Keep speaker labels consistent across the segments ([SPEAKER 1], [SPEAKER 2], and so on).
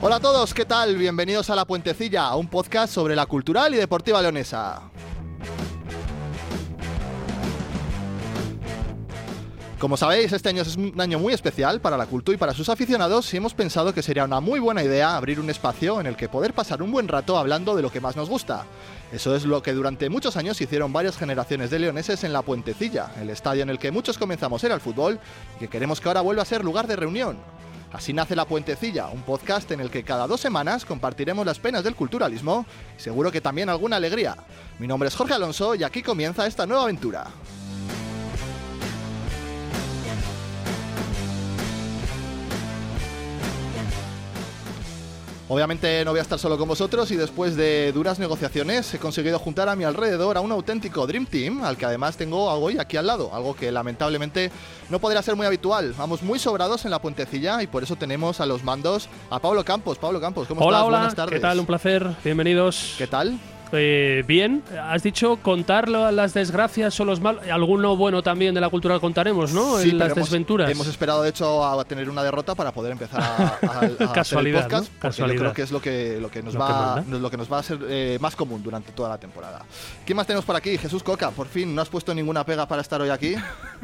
[SPEAKER 1] Hola a todos, ¿qué tal? Bienvenidos a La Puentecilla, un podcast sobre la cultural y deportiva leonesa. Como sabéis, este año es un año muy especial para la cultura y para sus aficionados y hemos pensado que sería una muy buena idea abrir un espacio en el que poder pasar un buen rato hablando de lo que más nos gusta. Eso es lo que durante muchos años hicieron varias generaciones de leoneses en La Puentecilla, el estadio en el que muchos comenzamos era el fútbol y que queremos que ahora vuelva a ser lugar de reunión. Así nace La Puentecilla, un podcast en el que cada dos semanas compartiremos las penas del culturalismo y seguro que también alguna alegría. Mi nombre es Jorge Alonso y aquí comienza esta nueva aventura. Obviamente no voy a estar solo con vosotros y después de duras negociaciones he conseguido juntar a mi alrededor a un auténtico Dream Team, al que además tengo hoy aquí al lado, algo que lamentablemente no podrá ser muy habitual. Vamos muy sobrados en la puentecilla y por eso tenemos a los mandos a Pablo Campos. Pablo Campos, ¿cómo
[SPEAKER 2] hola,
[SPEAKER 1] estás?
[SPEAKER 2] hola.
[SPEAKER 1] Buenas tardes.
[SPEAKER 2] ¿Qué tal? Un placer. Bienvenidos.
[SPEAKER 1] ¿Qué tal?
[SPEAKER 2] Eh, bien, has dicho contar lo- las desgracias o los malos. Alguno bueno también de la cultura contaremos, ¿no?
[SPEAKER 1] Sí,
[SPEAKER 2] en
[SPEAKER 1] pero
[SPEAKER 2] las
[SPEAKER 1] hemos-
[SPEAKER 2] desventuras.
[SPEAKER 1] Hemos esperado, de hecho, a tener una derrota para poder empezar a, a- a hacer el
[SPEAKER 2] Casualidad, ¿no?
[SPEAKER 1] podcast. porque Yo
[SPEAKER 2] Casualidad.
[SPEAKER 1] creo que es lo que, lo que, nos,
[SPEAKER 2] Lo que
[SPEAKER 1] va,
[SPEAKER 2] manda.
[SPEAKER 1] lo que nos va a ser eh, más común durante toda la temporada. ¿Quién más tenemos por aquí? Jesús Coca, por fin, ¿no has puesto ninguna pega para estar hoy aquí?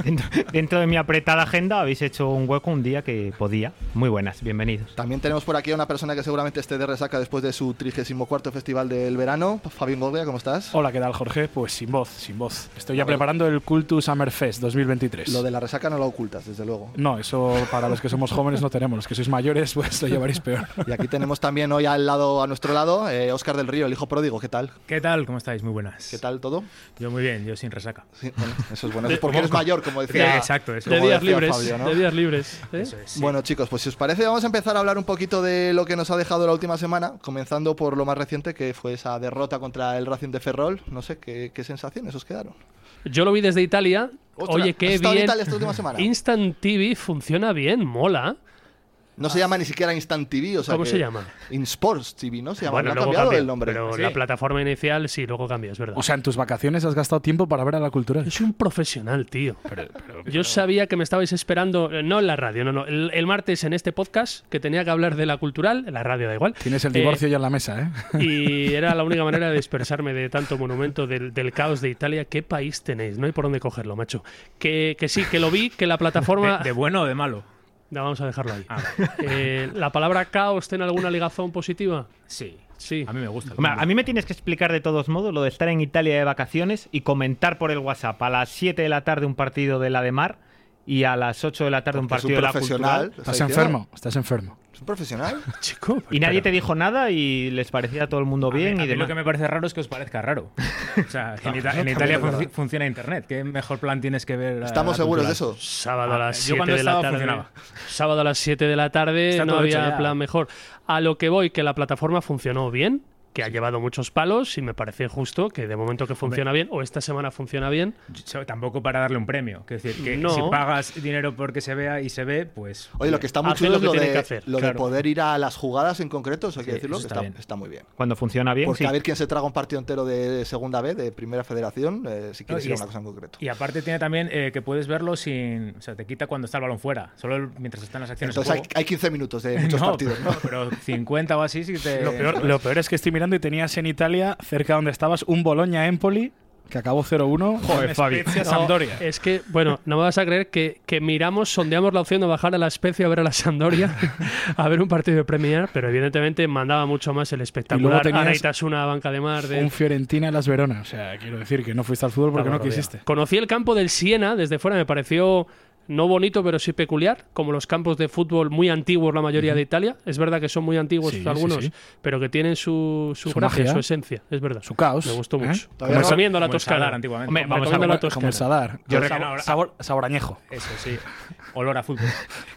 [SPEAKER 3] Dentro, dentro de mi apretada agenda habéis hecho un hueco un día que podía. Muy buenas, bienvenidos.
[SPEAKER 1] También tenemos por aquí a una persona que seguramente esté de resaca después de su 34 Festival del Verano. Fabián Gordia, ¿cómo estás?
[SPEAKER 4] Hola, ¿qué tal, Jorge? Pues sin voz, sin voz. Estoy ya preparando el Cultus Summer Fest 2023.
[SPEAKER 1] Lo de la resaca no lo ocultas, desde luego.
[SPEAKER 4] No, eso para los que somos jóvenes no tenemos. Los que sois mayores, pues lo llevaréis peor.
[SPEAKER 1] Y aquí tenemos también hoy al lado, a nuestro lado, Oscar del Río, el hijo pródigo. ¿Qué tal?
[SPEAKER 5] ¿Qué tal? ¿Cómo estáis? Muy buenas.
[SPEAKER 1] ¿Qué tal todo?
[SPEAKER 5] Yo muy bien, yo sin resaca.
[SPEAKER 1] Sí, bueno, eso es bueno. Eso es porque eres mayor, como decía.
[SPEAKER 5] Ya, exacto, eso.
[SPEAKER 2] de
[SPEAKER 1] como
[SPEAKER 2] días
[SPEAKER 1] decía
[SPEAKER 2] libres.
[SPEAKER 1] Fabio, ¿no?
[SPEAKER 2] De días libres. ¿eh?
[SPEAKER 5] Eso es, sí.
[SPEAKER 1] Bueno chicos, pues si os parece vamos a empezar a hablar un poquito de lo que nos ha dejado la última semana, comenzando por lo más reciente que fue esa derrota contra el Racing de Ferrol. No sé qué, qué sensaciones os quedaron.
[SPEAKER 2] Yo lo vi desde Italia.
[SPEAKER 1] Ostras,
[SPEAKER 2] Oye,
[SPEAKER 1] ¿has
[SPEAKER 2] qué
[SPEAKER 1] estado en
[SPEAKER 2] bien.
[SPEAKER 1] Italia esta última semana?
[SPEAKER 2] Instant TV funciona bien, mola.
[SPEAKER 1] No se llama ni siquiera Instant TV, o sea
[SPEAKER 2] ¿Cómo
[SPEAKER 1] que-
[SPEAKER 2] se llama?
[SPEAKER 1] InSports TV, ¿no? Se llama.
[SPEAKER 2] bueno,
[SPEAKER 1] ¿no ha
[SPEAKER 2] luego
[SPEAKER 1] cambiado
[SPEAKER 2] cambia,
[SPEAKER 1] el nombre.
[SPEAKER 2] Pero
[SPEAKER 1] Sí.
[SPEAKER 2] la plataforma inicial sí, luego cambia, es verdad.
[SPEAKER 4] O sea, en tus vacaciones has gastado tiempo para ver a la cultura.
[SPEAKER 2] Yo soy un profesional, tío. Yo sabía que me estabais esperando, eh, no en la radio, no, no. El, el martes en este podcast, que tenía que hablar de la cultural, en la radio da igual.
[SPEAKER 4] Tienes el
[SPEAKER 2] Eh,
[SPEAKER 4] divorcio ya en la mesa, ¿eh?
[SPEAKER 2] y era la única manera de dispersarme de tanto monumento del, del caos de Italia. ¿Qué país tenéis? No hay por dónde cogerlo, macho. Que, que sí, que lo vi, que la plataforma.
[SPEAKER 5] ¿De, de bueno o de malo?
[SPEAKER 2] No, vamos a dejarlo ahí.
[SPEAKER 5] Ah,
[SPEAKER 2] Eh, ¿La palabra caos tiene alguna ligazón positiva?
[SPEAKER 5] sí.
[SPEAKER 2] Sí.
[SPEAKER 5] A mí me gusta. el
[SPEAKER 3] Hombre, a
[SPEAKER 5] fútbol.
[SPEAKER 3] mí me tienes que explicar de todos modos lo de estar en Italia de vacaciones y comentar por el WhatsApp a las 7 de la tarde un partido de la de Mar y a las 8 de la tarde un
[SPEAKER 1] Porque es
[SPEAKER 3] partido de la cultural.
[SPEAKER 1] lo
[SPEAKER 4] Estás
[SPEAKER 1] está diciendo.
[SPEAKER 4] enfermo, estás enfermo.
[SPEAKER 1] ¿Es un profesional?
[SPEAKER 2] Chico,
[SPEAKER 3] Y nadie te dijo nada y les parecía a todo el mundo
[SPEAKER 5] A mí-
[SPEAKER 3] bien
[SPEAKER 5] pues, a
[SPEAKER 3] y
[SPEAKER 5] mí
[SPEAKER 3] demás.
[SPEAKER 5] lo que me parece raro es que os parezca raro. O sea, en,
[SPEAKER 1] eso
[SPEAKER 5] Ita- en
[SPEAKER 1] también
[SPEAKER 5] Italia
[SPEAKER 1] es
[SPEAKER 5] func-
[SPEAKER 1] verdad.
[SPEAKER 5] funciona Internet. ¿Qué mejor plan tienes que ver? a
[SPEAKER 2] Ah,
[SPEAKER 1] Estamos
[SPEAKER 5] la
[SPEAKER 1] seguros
[SPEAKER 5] cultural?
[SPEAKER 1] de eso.
[SPEAKER 2] Sábado a
[SPEAKER 5] Ah,
[SPEAKER 2] las
[SPEAKER 5] yo
[SPEAKER 2] 7
[SPEAKER 5] cuando
[SPEAKER 2] de la
[SPEAKER 5] estaba
[SPEAKER 2] tarde.
[SPEAKER 5] funcionaba.
[SPEAKER 2] Sábado a las 7 de la tarde
[SPEAKER 5] Está
[SPEAKER 2] no
[SPEAKER 5] todo hecho
[SPEAKER 2] había
[SPEAKER 5] ya.
[SPEAKER 2] plan mejor. A lo que voy, que la plataforma funcionó bien, que ha llevado muchos palos y me parece justo que de momento que funciona bien, o esta semana funciona bien,
[SPEAKER 5] Yo- tampoco para darle un premio. Es decir, que
[SPEAKER 2] No.
[SPEAKER 5] si pagas dinero porque se vea y se ve, pues.
[SPEAKER 1] Oye, lo que está muy
[SPEAKER 2] Hace
[SPEAKER 1] chulo
[SPEAKER 2] lo
[SPEAKER 1] es
[SPEAKER 2] que
[SPEAKER 1] lo,
[SPEAKER 2] tiene
[SPEAKER 1] de,
[SPEAKER 2] que hacer,
[SPEAKER 1] lo de
[SPEAKER 2] claro.
[SPEAKER 1] poder ir a las jugadas en concreto, eso hay que
[SPEAKER 5] Sí,
[SPEAKER 1] decirlo, que
[SPEAKER 5] eso está
[SPEAKER 1] está,
[SPEAKER 5] bien.
[SPEAKER 1] está muy bien.
[SPEAKER 3] Cuando funciona bien,
[SPEAKER 1] Porque
[SPEAKER 3] sí.
[SPEAKER 1] a ver quién se traga un partido entero de segunda B, de primera federación, eh, si quieres
[SPEAKER 5] y
[SPEAKER 1] ir a
[SPEAKER 5] es-
[SPEAKER 1] una cosa en concreto.
[SPEAKER 5] Y aparte tiene también eh, que puedes verlo sin. O sea, te quita cuando está el balón fuera. Solo el- mientras están las acciones. en
[SPEAKER 1] Entonces hay,
[SPEAKER 5] juego.
[SPEAKER 1] hay 15 minutos de muchos
[SPEAKER 5] No,
[SPEAKER 1] partidos, ¿no?
[SPEAKER 5] Pero 50 o así, sí que te.
[SPEAKER 4] Lo peor, lo peor es que estoy mirando y tenías en Italia, cerca donde estabas, un Boloña-Empoli que acabó 0-1.
[SPEAKER 3] Joder, Fabi.
[SPEAKER 4] Spezia
[SPEAKER 2] No, eh,
[SPEAKER 4] Sampdoria.
[SPEAKER 2] Es que, bueno, no me vas a creer que, que miramos, sondeamos la opción de bajar a la especie a ver a la Sandoria, a ver un partido de Premier, pero evidentemente mandaba mucho más el espectacular.
[SPEAKER 4] tenías
[SPEAKER 2] una banca de mar. de-
[SPEAKER 4] Un Fiorentina en las Verona. O sea, quiero decir que no fuiste al fútbol porque no
[SPEAKER 2] Estaba rodeado.
[SPEAKER 4] quisiste.
[SPEAKER 2] Conocí el campo del Siena desde fuera, me pareció no bonito, pero sí peculiar, como los campos de fútbol muy antiguos, la mayoría de Italia. Es verdad que son muy antiguos
[SPEAKER 4] Sí, sí,
[SPEAKER 2] algunos,
[SPEAKER 4] sí.
[SPEAKER 2] pero que tienen su, su,
[SPEAKER 4] Su
[SPEAKER 2] gracia,
[SPEAKER 4] magia.
[SPEAKER 2] su esencia. Es verdad.
[SPEAKER 4] Su caos,
[SPEAKER 2] Me gustó
[SPEAKER 4] ¿eh?
[SPEAKER 2] mucho.
[SPEAKER 1] Todavía no-
[SPEAKER 2] Recomiendo la
[SPEAKER 5] Como el Sadar
[SPEAKER 2] Toscana.
[SPEAKER 5] antiguamente.
[SPEAKER 3] Hombre, vamos a
[SPEAKER 2] Recomiendo
[SPEAKER 3] ver
[SPEAKER 2] la
[SPEAKER 4] Como
[SPEAKER 2] Toscana.
[SPEAKER 4] el Sadar.
[SPEAKER 5] Yo
[SPEAKER 4] Sab-
[SPEAKER 5] recuerdo-
[SPEAKER 4] sabor, sabor añejo.
[SPEAKER 5] Eso sí. Olor a fútbol.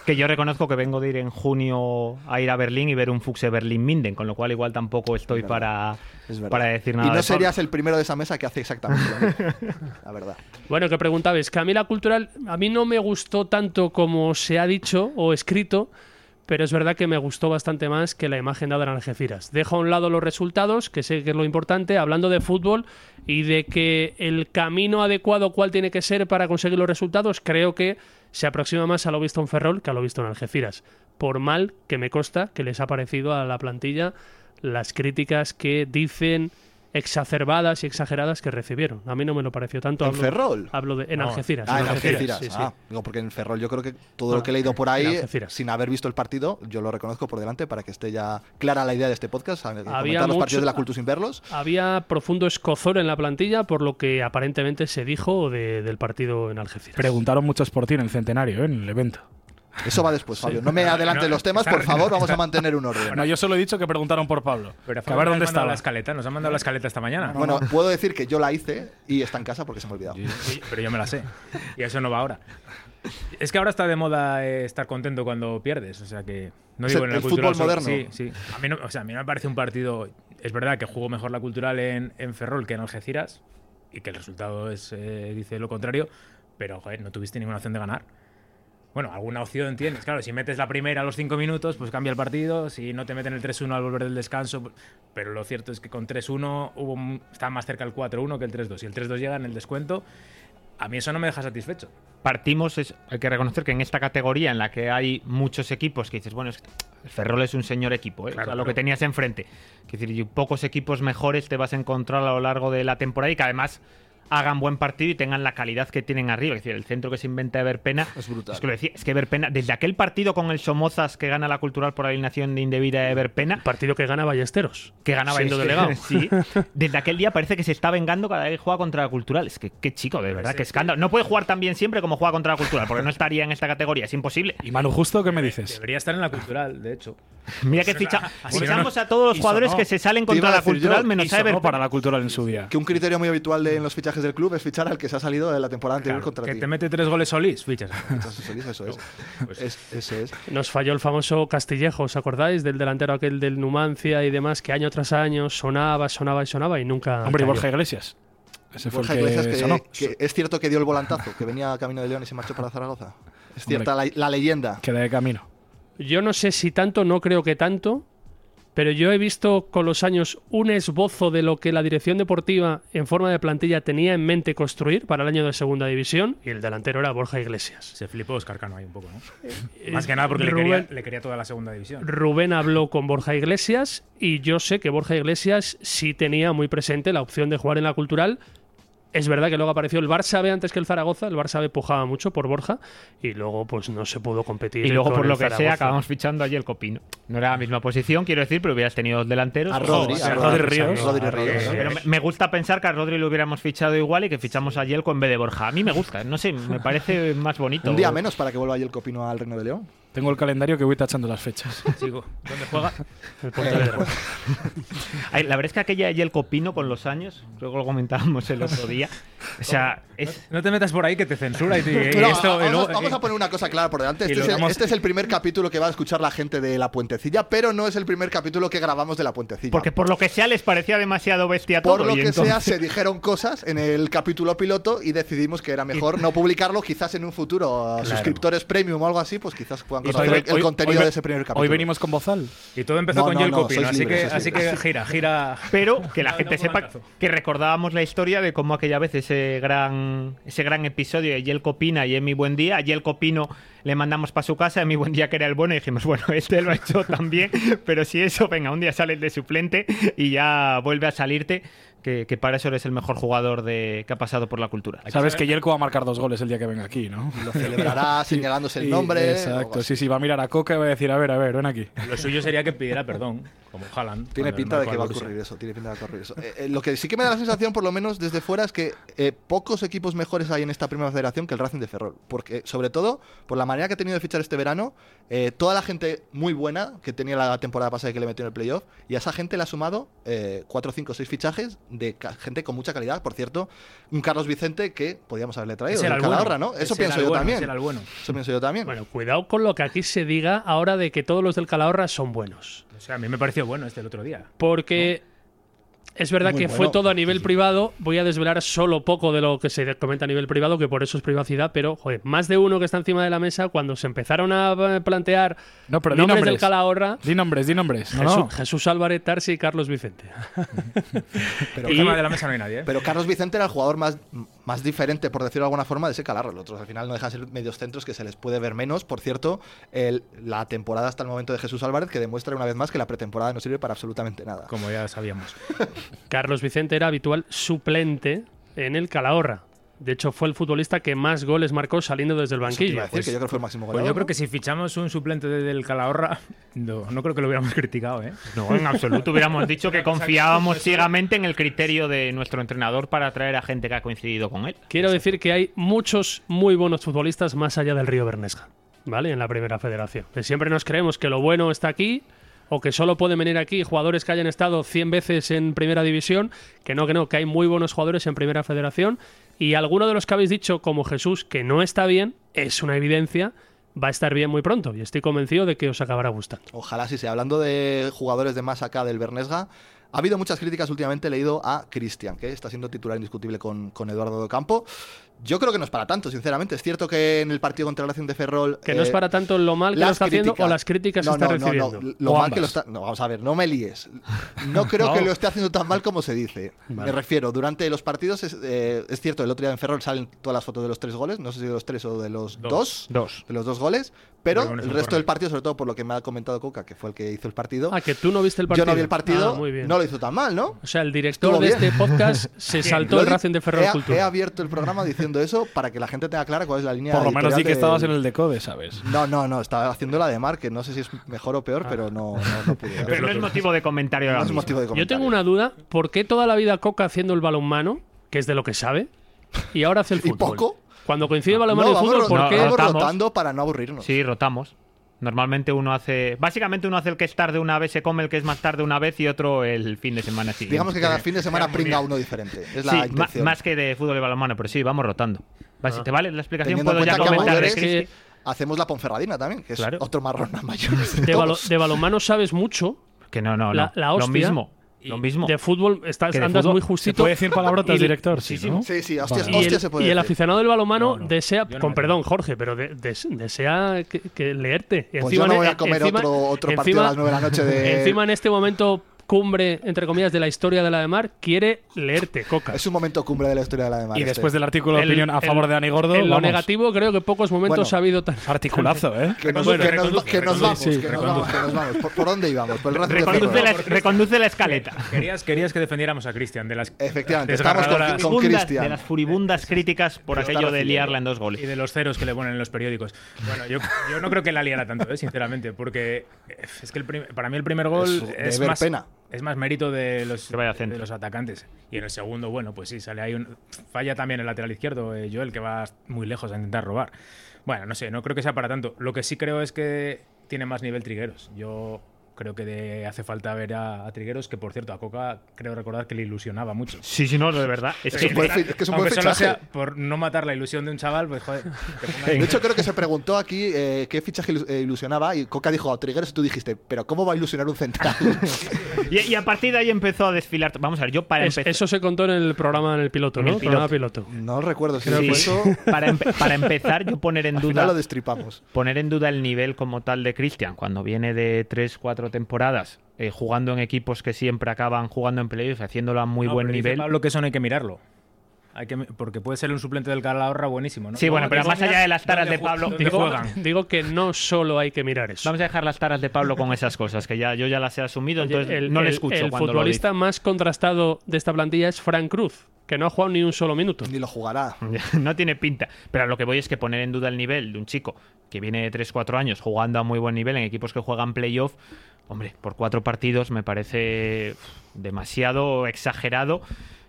[SPEAKER 3] Que yo reconozco que vengo de ir en junio a ir a Berlín y ver un Fuxe Berlín-Minden, con lo cual igual tampoco estoy para,
[SPEAKER 1] Es verdad.
[SPEAKER 3] para decir
[SPEAKER 1] Y
[SPEAKER 3] nada.
[SPEAKER 1] no
[SPEAKER 3] de Pablo.
[SPEAKER 1] serías el primero de esa mesa que hace exactamente lo mismo. La verdad.
[SPEAKER 2] Bueno, que preguntabais, que a mí la cultural, a mí no me gustó tanto como se ha dicho o escrito, pero es verdad que me gustó bastante más que la imagen dada en Algeciras. Dejo a un lado los resultados, que sé que es lo importante, hablando de fútbol y de que el camino adecuado cuál tiene que ser para conseguir los resultados, creo que se aproxima más a lo visto en Ferrol que a lo visto en Algeciras. Por mal que me consta que les ha parecido a la plantilla las críticas que dicen exacerbadas y exageradas que recibieron. A mí no me lo pareció tanto.
[SPEAKER 1] ¿En
[SPEAKER 2] Hablo-
[SPEAKER 1] Ferrol?
[SPEAKER 2] Hablo de en
[SPEAKER 5] No,
[SPEAKER 2] Algeciras.
[SPEAKER 1] Ah, en
[SPEAKER 5] Algeciras,
[SPEAKER 1] Algeciras.
[SPEAKER 2] sí, sí.
[SPEAKER 1] Ah, digo, porque en Ferrol yo creo que todo
[SPEAKER 2] No,
[SPEAKER 1] lo que he leído por
[SPEAKER 2] en
[SPEAKER 1] ahí,
[SPEAKER 2] Algeciras.
[SPEAKER 1] sin haber visto el partido, yo lo reconozco por delante para que esté ya clara la idea de este podcast. a- Comentar los
[SPEAKER 2] mucho-
[SPEAKER 1] partidos de la cultura sin verlos.
[SPEAKER 2] Había profundo escozor en la plantilla por lo que aparentemente se dijo de- del partido en Algeciras.
[SPEAKER 4] Preguntaron muchos por ti en el centenario, ¿eh? en el evento.
[SPEAKER 1] Eso va después, Fabio. No me adelantes
[SPEAKER 5] No,
[SPEAKER 1] los temas,
[SPEAKER 5] está-
[SPEAKER 1] por favor. Vamos a mantener un orden.
[SPEAKER 4] No, yo solo he dicho que preguntaron por Pablo.
[SPEAKER 5] Pero
[SPEAKER 4] Que a ver
[SPEAKER 5] nos
[SPEAKER 4] dónde
[SPEAKER 5] han mandado
[SPEAKER 4] estaba.
[SPEAKER 5] la escaleta. Nos han mandado la escaleta esta mañana.
[SPEAKER 1] Bueno, puedo decir que yo la hice y está en casa porque se me ha olvidado.
[SPEAKER 5] Sí, Pero yo me la sé. Y eso no va ahora. Es que ahora está de moda eh, estar contento cuando pierdes. O sea que. No
[SPEAKER 1] Es
[SPEAKER 5] digo
[SPEAKER 1] el-
[SPEAKER 5] en la
[SPEAKER 1] el
[SPEAKER 5] cultural
[SPEAKER 1] fútbol
[SPEAKER 5] solo-
[SPEAKER 1] moderno.
[SPEAKER 5] Sí, sí. A mí, no, o sea, a mí no me parece un partido. Es verdad que jugó mejor la cultural en, en Ferrol que en Algeciras. Y que el resultado es, eh, dice lo contrario. Pero, joder, no tuviste ninguna opción de ganar. Bueno, alguna opción tienes. Claro, si metes la primera a los cinco minutos, pues cambia el partido. Si no te meten el 3-1 al volver del descanso. pues- Pero lo cierto es que con 3-1 hubo un- está más cerca el 4-1 que el 3-2. Y el 3-2 llega en el descuento. A mí eso no me deja satisfecho.
[SPEAKER 3] Partimos, es, hay que reconocer que en esta categoría en la que hay muchos equipos que dices, bueno, es que el Ferrol es un señor equipo, ¿eh? O sea,
[SPEAKER 5] Claro,
[SPEAKER 3] lo que
[SPEAKER 5] claro.
[SPEAKER 3] tenías enfrente. Es decir, y pocos equipos mejores te vas a encontrar a lo largo de la temporada y que además hagan buen partido y tengan la calidad que tienen arriba. Es decir, el centro que se inventa de Verpena.
[SPEAKER 1] Es brutal.
[SPEAKER 3] Es que, lo decía, es que Verpena, desde aquel partido con el Somozas que gana la cultural por alineación de indebida de Verpena,
[SPEAKER 2] Partido que gana Ballesteros.
[SPEAKER 3] que ganaba
[SPEAKER 2] siendo
[SPEAKER 3] este-
[SPEAKER 2] delegado.
[SPEAKER 3] Sí. Desde aquel día parece que se está vengando cada vez que juega contra la cultural. Es que qué chico, de verdad, qué escándalo. No puede jugar tan bien siempre como juega contra la cultural, porque no estaría en esta categoría, es imposible.
[SPEAKER 4] ¿Y Manu Justo qué me dices?
[SPEAKER 5] Debería estar en la cultural, de hecho.
[SPEAKER 3] Mira que
[SPEAKER 5] Eso
[SPEAKER 3] ficha-
[SPEAKER 5] no- así no
[SPEAKER 3] fichamos
[SPEAKER 5] nos-
[SPEAKER 3] a todos los
[SPEAKER 4] y
[SPEAKER 3] jugadores
[SPEAKER 4] sonó.
[SPEAKER 3] que se salen
[SPEAKER 1] Te iba
[SPEAKER 3] contra
[SPEAKER 1] a
[SPEAKER 3] la
[SPEAKER 1] decir yo,
[SPEAKER 3] cultural,
[SPEAKER 4] Y
[SPEAKER 3] menos a
[SPEAKER 4] sonó
[SPEAKER 3] Everton.
[SPEAKER 4] para la cultural en su día.
[SPEAKER 1] Que un criterio muy habitual en los fichajes del club es fichar al que se ha salido de la temporada anterior
[SPEAKER 5] Claro,
[SPEAKER 1] contra
[SPEAKER 5] que
[SPEAKER 1] ti.
[SPEAKER 5] te mete tres goles Solís, fichas.
[SPEAKER 1] Entonces, eso es, eso es. Es- eso es.
[SPEAKER 2] Nos falló el famoso Castillejo, ¿os acordáis? Del delantero aquel del Numancia y demás, que año tras año sonaba, sonaba y sonaba y nunca.
[SPEAKER 4] Hombre, y
[SPEAKER 2] cayó.
[SPEAKER 4] Borja Iglesias. Ese fue
[SPEAKER 1] Borja
[SPEAKER 4] el que
[SPEAKER 1] Iglesias, que-
[SPEAKER 4] sonó.
[SPEAKER 1] que es cierto que dio el volantazo, que venía a camino de León y se marchó para Zaragoza. Es
[SPEAKER 4] Hombre.
[SPEAKER 1] cierta la, la leyenda.
[SPEAKER 4] Queda de camino.
[SPEAKER 2] Yo no sé si tanto, no creo que tanto, pero yo he visto con los años un esbozo de lo que la dirección deportiva en forma de plantilla tenía en mente construir para el año de segunda división y el delantero era Borja Iglesias. Eh,
[SPEAKER 5] Se flipó Oscar Cano ahí un poco, ¿no?
[SPEAKER 1] Eh,
[SPEAKER 5] Más que nada porque le
[SPEAKER 2] Rubén-
[SPEAKER 5] quería, le quería toda la segunda división.
[SPEAKER 2] Rubén habló con Borja Iglesias y yo sé que Borja Iglesias sí tenía muy presente la opción de jugar en la cultural. Es verdad que luego apareció el Barça B antes que el Zaragoza, el Barça B pujaba mucho por Borja y luego pues no se pudo competir.
[SPEAKER 3] Y luego,
[SPEAKER 2] con
[SPEAKER 3] por
[SPEAKER 2] el
[SPEAKER 3] lo que sea,
[SPEAKER 2] Zaragoza.
[SPEAKER 3] acabamos fichando allí el Copino. No era la misma posición, quiero decir, pero hubieras tenido dos delanteros.
[SPEAKER 1] A
[SPEAKER 3] Ojo,
[SPEAKER 1] Rodri,
[SPEAKER 3] sí.
[SPEAKER 1] a
[SPEAKER 4] Rodri
[SPEAKER 1] Ríos.
[SPEAKER 4] Ríos.
[SPEAKER 1] Rodri Ríos.
[SPEAKER 5] Eh,
[SPEAKER 1] ¿no?
[SPEAKER 3] Pero me- me gusta pensar que a Rodri lo hubiéramos fichado igual y que fichamos a Yelko en vez de Borja. A mí me gusta, no sé, me parece más bonito.
[SPEAKER 1] Un día menos para que vuelva ahí el Copino al Reino de León.
[SPEAKER 4] Tengo el calendario que voy tachando las fechas.
[SPEAKER 5] Chico, ¿dónde juega?
[SPEAKER 2] El
[SPEAKER 1] Eh,
[SPEAKER 2] Pontevedra.
[SPEAKER 3] Ay, La verdad es que aquella y el copino con los años, creo que lo comentábamos el otro día. O sea, es.
[SPEAKER 5] No te metas por ahí que te censura y, te, y
[SPEAKER 1] Pero
[SPEAKER 5] Eh, esto.
[SPEAKER 1] vamos,
[SPEAKER 5] y luego- eh,
[SPEAKER 1] a- vamos a poner una cosa clara por delante.
[SPEAKER 5] y
[SPEAKER 1] Este
[SPEAKER 5] lo
[SPEAKER 1] es, el,
[SPEAKER 5] damos-
[SPEAKER 1] este es el primer capítulo que va a escuchar la gente de La Puentecilla, pero no es el primer capítulo que grabamos de La Puentecilla.
[SPEAKER 3] Porque por lo que sea les parecía demasiado bestia todo.
[SPEAKER 1] Por lo
[SPEAKER 3] y
[SPEAKER 1] que
[SPEAKER 3] entonces-
[SPEAKER 1] sea, se dijeron cosas en el capítulo piloto y decidimos que era mejor no publicarlo. Quizás en un futuro, a suscriptores premium o algo así, pues quizás puedan
[SPEAKER 4] Y
[SPEAKER 1] conocer
[SPEAKER 4] hoy-
[SPEAKER 1] el
[SPEAKER 4] hoy-
[SPEAKER 1] contenido
[SPEAKER 4] hoy ve-
[SPEAKER 1] de ese primer capítulo.
[SPEAKER 4] Hoy venimos con Bozal.
[SPEAKER 5] y todo empezó
[SPEAKER 1] No,
[SPEAKER 5] con
[SPEAKER 1] no,
[SPEAKER 5] Yelko
[SPEAKER 1] no, sois
[SPEAKER 5] Pino, así,
[SPEAKER 1] libres,
[SPEAKER 5] que,
[SPEAKER 1] sois
[SPEAKER 5] así que
[SPEAKER 1] libres.
[SPEAKER 5] gira, gira.
[SPEAKER 3] Pero que la
[SPEAKER 5] No,
[SPEAKER 3] gente
[SPEAKER 5] no,
[SPEAKER 3] sepa
[SPEAKER 5] volantazo.
[SPEAKER 3] que recordábamos la historia de cómo aquella vez ese gran ese gran episodio de Yel Copina y Emi Buendía, a Yel Copino le mandamos para su casa, Emi Buendía que era el bueno y dijimos, bueno, este lo ha hecho también, pero si eso, venga, un día sales de suplente y ya vuelve a salirte. que que, que para eso eres el mejor jugador de, que ha pasado por la cultura.
[SPEAKER 4] Sabes que Yelko va a marcar dos goles el día que venga aquí, ¿no?
[SPEAKER 1] Lo celebrará señalándose el
[SPEAKER 4] Y-
[SPEAKER 1] nombre. o algo
[SPEAKER 4] Exacto,
[SPEAKER 1] así.
[SPEAKER 4] sí, sí, va a mirar a Coca y va a decir, a ver, a ver, ven aquí.
[SPEAKER 5] Lo suyo sería que pidiera perdón, como Haaland.
[SPEAKER 1] Tiene
[SPEAKER 5] cuando
[SPEAKER 1] pinta de
[SPEAKER 5] marcó
[SPEAKER 1] que
[SPEAKER 5] al
[SPEAKER 1] va a
[SPEAKER 5] Borussia.
[SPEAKER 1] ocurrir eso, tiene pinta de que va a ocurrir eso. Eh, eh, lo que sí que me da la sensación, por lo menos desde fuera, es que eh, pocos equipos mejores hay en esta primera federación que el Racing de Ferrol. Porque, sobre todo, por la manera que ha tenido de fichar este verano, eh, toda la gente muy buena que tenía la temporada pasada y que le metió en el playoff, y a esa gente le ha sumado eh, 4, 5, 6 fichajes de ca- gente con mucha calidad. Por cierto, un Carlos Vicente que podíamos haberle traído,
[SPEAKER 5] Ese
[SPEAKER 1] de
[SPEAKER 5] era el bueno.
[SPEAKER 1] Calahorra, ¿no? Eso
[SPEAKER 5] Ese era
[SPEAKER 1] pienso
[SPEAKER 5] el
[SPEAKER 1] yo
[SPEAKER 5] bueno,
[SPEAKER 1] también.
[SPEAKER 5] ese era el bueno.
[SPEAKER 1] Eso pienso yo también.
[SPEAKER 2] Bueno, cuidado con lo que aquí se diga ahora de que todos los del Calahorra son buenos.
[SPEAKER 5] O sea, a mí me pareció bueno este el otro día.
[SPEAKER 2] Porque es verdad
[SPEAKER 1] Muy
[SPEAKER 2] que
[SPEAKER 1] bueno.
[SPEAKER 2] fue todo a nivel privado. Voy a desvelar solo poco de lo que se comenta a nivel privado, que por eso es privacidad, pero joder, más de uno que está encima de la mesa, cuando se empezaron a eh, plantear
[SPEAKER 4] No, pero di
[SPEAKER 2] nombres, del
[SPEAKER 4] nombres.
[SPEAKER 2] Calahorra,
[SPEAKER 4] Di nombres, di nombres. No,
[SPEAKER 2] Jesús,
[SPEAKER 4] no.
[SPEAKER 2] Jesús Álvarez Tarsi y Carlos Vicente.
[SPEAKER 5] Pero
[SPEAKER 2] Y-
[SPEAKER 5] encima de la mesa no hay nadie. ¿eh?
[SPEAKER 1] Pero Carlos Vicente era el jugador más, más diferente, por decirlo de alguna forma, de ese calarro. Los otros al final no dejan ser medios centros que se les puede ver menos. Por cierto, el- la temporada hasta el momento de Jesús Álvarez que demuestra una vez más que la pretemporada no sirve para absolutamente nada.
[SPEAKER 5] Como ya sabíamos.
[SPEAKER 2] Carlos Vicente era habitual suplente en el Calahorra. De hecho, fue el futbolista que más goles marcó saliendo desde el
[SPEAKER 1] Eso te iba
[SPEAKER 2] banquillo.
[SPEAKER 1] a decir, que yo creo que fue el máximo
[SPEAKER 5] Pues
[SPEAKER 1] goleador.
[SPEAKER 5] yo creo que si fichamos un suplente de- del Calahorra, no, no creo que lo hubiéramos criticado, ¿eh?
[SPEAKER 3] No, en absoluto. Hubiéramos dicho que confiábamos ciegamente en el criterio de nuestro entrenador para atraer a gente que ha coincidido con él.
[SPEAKER 2] Quiero decir que hay muchos muy buenos futbolistas más allá del Río Bernesga, ¿vale? En la primera federación. Que siempre nos creemos que lo bueno está aquí o que solo pueden venir aquí jugadores que hayan estado 100 veces en primera división, que no, que no, que hay muy buenos jugadores en primera federación y alguno de los que habéis dicho, como Jesús, que no está bien, es una evidencia, va a estar bien muy pronto y estoy convencido de que os acabará gustando.
[SPEAKER 1] Ojalá sí sea. Hablando de jugadores de más acá del Bernesga, ha habido muchas críticas últimamente. He leído a Cristian, que está siendo titular indiscutible con, con Eduardo Campo. Yo creo que no es para tanto, sinceramente. Es cierto que en el partido contra la Racing de Ferrol.
[SPEAKER 2] Que no es
[SPEAKER 1] eh,
[SPEAKER 2] para tanto lo mal que lo
[SPEAKER 1] las
[SPEAKER 2] está haciendo
[SPEAKER 1] críticas.
[SPEAKER 2] o las críticas
[SPEAKER 1] No,
[SPEAKER 2] que está
[SPEAKER 1] no, no, no.
[SPEAKER 2] recibiendo. Ah,
[SPEAKER 1] Lo
[SPEAKER 4] O
[SPEAKER 1] mal
[SPEAKER 4] ambas.
[SPEAKER 1] que lo está. No, vamos a ver, no me líes. No creo que lo esté haciendo tan mal como se dice. Me refiero, durante los partidos, es, eh, es cierto, el otro día en Ferrol salen todas las fotos de los tres goles. No sé si de los tres o de los
[SPEAKER 5] Dos.
[SPEAKER 1] dos.
[SPEAKER 3] Dos.
[SPEAKER 1] De los dos goles. Pero
[SPEAKER 5] Pero bueno, es
[SPEAKER 1] el
[SPEAKER 5] un
[SPEAKER 1] resto
[SPEAKER 5] córner.
[SPEAKER 1] del partido, sobre todo por lo que me ha comentado Coca, que fue el que hizo el partido.
[SPEAKER 2] Ah, que tú no viste el partido.
[SPEAKER 1] Yo no vi el partido,
[SPEAKER 2] Ah, muy bien.
[SPEAKER 1] no lo hizo tan mal, ¿no?
[SPEAKER 2] O sea, el director
[SPEAKER 1] Estuvo
[SPEAKER 2] de
[SPEAKER 1] bien.
[SPEAKER 2] este podcast se saltó
[SPEAKER 1] Lo
[SPEAKER 2] el
[SPEAKER 1] di-
[SPEAKER 2] Racing de Ferrol
[SPEAKER 1] he, he
[SPEAKER 2] Cultura.
[SPEAKER 1] abierto el programa diciendo eso para que la gente tenga clara cuál es la línea
[SPEAKER 4] Por lo menos di
[SPEAKER 1] editorial
[SPEAKER 4] que estabas
[SPEAKER 1] del-
[SPEAKER 4] en el decode, ¿sabes?
[SPEAKER 1] No, no, no, estaba haciendo la de Mar, que no sé si es mejor o peor, pero no, no, no pude.
[SPEAKER 3] Pero no es motivo de comentario
[SPEAKER 1] No
[SPEAKER 3] ahora
[SPEAKER 1] es
[SPEAKER 3] mismo.
[SPEAKER 1] motivo de
[SPEAKER 2] Yo tengo
[SPEAKER 1] comentario.
[SPEAKER 2] una duda. ¿Por qué toda la vida Coca haciendo el balonmano, que es de lo que sabe, y ahora hace el
[SPEAKER 1] ¿Y
[SPEAKER 2] fútbol?
[SPEAKER 1] poco?
[SPEAKER 2] Cuando coincide balonmano
[SPEAKER 1] no,
[SPEAKER 2] y
[SPEAKER 1] vamos,
[SPEAKER 2] fútbol,
[SPEAKER 1] ro-
[SPEAKER 2] ¿por
[SPEAKER 3] no,
[SPEAKER 2] qué?
[SPEAKER 3] no,
[SPEAKER 1] vamos
[SPEAKER 3] rotamos?
[SPEAKER 1] rotando para no aburrirnos.
[SPEAKER 3] Sí, rotamos. Normalmente uno hace. Básicamente uno hace el que es tarde una vez, se come el que es más tarde una vez y otro el fin de semana siguiente.
[SPEAKER 1] Digamos que cada fin de semana pringa uno diferente. Es la
[SPEAKER 3] Sí, ma-
[SPEAKER 1] intención. Ah.
[SPEAKER 3] más que de fútbol y balonmano, pero sí, vamos rotando. Va, si ¿Te vale la explicación?
[SPEAKER 1] Teniendo en
[SPEAKER 3] Puedo ya
[SPEAKER 1] cuenta que a
[SPEAKER 3] comentar de
[SPEAKER 1] mayores
[SPEAKER 3] Cristi.
[SPEAKER 1] hacemos la Ponferradina también, que es
[SPEAKER 3] Claro.
[SPEAKER 1] otro marrón a mayores.
[SPEAKER 2] De,
[SPEAKER 1] todos.
[SPEAKER 2] balo- de balonmano sabes mucho.
[SPEAKER 3] Que no, no, no.
[SPEAKER 2] La- la
[SPEAKER 3] lo
[SPEAKER 2] hostia.
[SPEAKER 3] mismo. Lo mismo.
[SPEAKER 2] De fútbol estás,
[SPEAKER 3] Que de
[SPEAKER 2] andas
[SPEAKER 3] fútbol
[SPEAKER 2] muy
[SPEAKER 3] se
[SPEAKER 4] ¿Se
[SPEAKER 2] justito.
[SPEAKER 4] puede decir palabrotas,
[SPEAKER 2] Y-
[SPEAKER 4] director?
[SPEAKER 2] sí, sí.
[SPEAKER 4] ¿no?
[SPEAKER 1] Sí, sí, hostias,
[SPEAKER 2] Y
[SPEAKER 1] hostias
[SPEAKER 2] el,
[SPEAKER 1] se puede
[SPEAKER 2] y el
[SPEAKER 1] decir.
[SPEAKER 2] aficionado del balonmano
[SPEAKER 5] No, no,
[SPEAKER 2] desea,
[SPEAKER 5] yo no
[SPEAKER 2] con
[SPEAKER 5] me
[SPEAKER 2] perdón Jorge, pero de- des- desea que, que leerte.
[SPEAKER 1] Pues yo no voy a comer
[SPEAKER 2] encima-
[SPEAKER 1] otro, otro partido
[SPEAKER 2] encima-
[SPEAKER 1] a las 9 de la noche de...
[SPEAKER 2] Encima en este momento cumbre, entre comillas, de la historia de la de Mar, quiere leerte, Coca.
[SPEAKER 1] Es un momento cumbre de la historia de este. la demanda.
[SPEAKER 4] Y después del artículo de
[SPEAKER 2] El-
[SPEAKER 4] opinión a
[SPEAKER 2] el-
[SPEAKER 4] favor de Dani Gordo,
[SPEAKER 2] En lo
[SPEAKER 4] vamos,
[SPEAKER 2] negativo creo que pocos momentos
[SPEAKER 1] Bueno.
[SPEAKER 2] ha habido tan...
[SPEAKER 4] Articulazo, ¿eh?
[SPEAKER 1] Que nos,
[SPEAKER 5] Reconduce,
[SPEAKER 1] que nos-
[SPEAKER 5] reconduce,
[SPEAKER 1] que nos vamos,
[SPEAKER 5] reconduce, sí,
[SPEAKER 1] que nos vamos, que nos vamos. ¿Por, por dónde íbamos? Por el Racing de
[SPEAKER 3] Reconduce
[SPEAKER 1] Ferrol.
[SPEAKER 3] la, reconduce la escaleta.
[SPEAKER 5] Querías, querías que defendiéramos a Cristian de las
[SPEAKER 1] Efectivamente, estamos con-
[SPEAKER 5] desgarradoras
[SPEAKER 1] con
[SPEAKER 3] Furibundas-
[SPEAKER 1] Cristian.
[SPEAKER 3] de las furibundas críticas por
[SPEAKER 1] Pero está
[SPEAKER 3] aquello de
[SPEAKER 1] recibiendo.
[SPEAKER 3] liarla en dos
[SPEAKER 5] y
[SPEAKER 3] goles.
[SPEAKER 5] de los ceros que le ponen en los periódicos. Bueno, yo, yo no creo que la liara tanto, ¿eh? sinceramente, porque eh, es que el prim- para mí el primer
[SPEAKER 1] Es
[SPEAKER 5] gol
[SPEAKER 1] de
[SPEAKER 5] es,
[SPEAKER 1] ver
[SPEAKER 5] más
[SPEAKER 1] pena.
[SPEAKER 5] Es más mérito de los,
[SPEAKER 3] Que vaya
[SPEAKER 5] de
[SPEAKER 3] centro.
[SPEAKER 5] los atacantes. Y en el segundo, bueno, pues sí, sale ahí un, falla también el lateral izquierdo, eh, Joel, que va muy lejos a intentar robar. Bueno, no sé, no creo que sea para tanto. Lo que sí creo es que tiene más nivel Trigueros. Yo creo que de- hace falta ver a, a Trigueros, que por cierto, a Coca creo recordar que le ilusionaba mucho.
[SPEAKER 3] Sí, sí, no, de verdad. Es
[SPEAKER 1] Es un buen fi- es que es un buen
[SPEAKER 5] Aunque solo
[SPEAKER 1] fichaje.
[SPEAKER 5] sea por no matar la ilusión de un chaval, pues joder. que ponga
[SPEAKER 1] De
[SPEAKER 5] dinero.
[SPEAKER 1] hecho, creo que se preguntó aquí eh, qué fichaje ilu- eh, ilusionaba y Coca dijo a Trigueros y tú dijiste, pero ¿cómo va a ilusionar un central?
[SPEAKER 3] Y, y a partir de ahí empezó a desfilar. Vamos a ver, yo para
[SPEAKER 2] Es-
[SPEAKER 3] empezar.
[SPEAKER 2] eso se contó en el programa, en el piloto,
[SPEAKER 3] En
[SPEAKER 2] ¿no?
[SPEAKER 3] el
[SPEAKER 2] Programa piloto.
[SPEAKER 1] no recuerdo si lo
[SPEAKER 3] Sí,
[SPEAKER 1] fue
[SPEAKER 3] sí.
[SPEAKER 1] eso.
[SPEAKER 3] para, empe- para empezar, yo poner en
[SPEAKER 1] Al final lo
[SPEAKER 3] duda
[SPEAKER 1] destripamos.
[SPEAKER 3] poner en duda el nivel como tal de Cristian cuando viene de tres, cuatro temporadas eh, jugando en equipos que siempre acaban jugando en playoff, haciéndolo a muy
[SPEAKER 5] No,
[SPEAKER 3] buen
[SPEAKER 5] pero dice
[SPEAKER 3] nivel.
[SPEAKER 5] Pablo, que eso no hay que mirarlo. Hay que, porque puede ser un suplente del Calahorra buenísimo, ¿no?
[SPEAKER 3] Sí, bueno,
[SPEAKER 5] Luego
[SPEAKER 3] pero
[SPEAKER 5] hay que
[SPEAKER 3] más allá
[SPEAKER 5] mirar
[SPEAKER 3] de las taras
[SPEAKER 5] dónde
[SPEAKER 3] de
[SPEAKER 5] ju-
[SPEAKER 3] Pablo-
[SPEAKER 5] dónde
[SPEAKER 3] Digo-
[SPEAKER 5] juegan.
[SPEAKER 2] Digo que no solo hay que mirar eso.
[SPEAKER 3] Vamos a dejar las taras de Pablo con esas cosas, que ya yo ya las he asumido,
[SPEAKER 2] Oye,
[SPEAKER 3] entonces no le escucho
[SPEAKER 2] el
[SPEAKER 3] cuando lo
[SPEAKER 2] futbolista más contrastado de esta plantilla es Frank Cruz, que no ha jugado ni un solo minuto.
[SPEAKER 1] Ni lo jugará.
[SPEAKER 3] dice. No tiene pinta. Pero a lo que voy es que poner en duda el nivel de un chico que viene de 3-4 años jugando a muy buen nivel en equipos que juegan playoff, hombre, por cuatro partidos me parece uf, demasiado exagerado.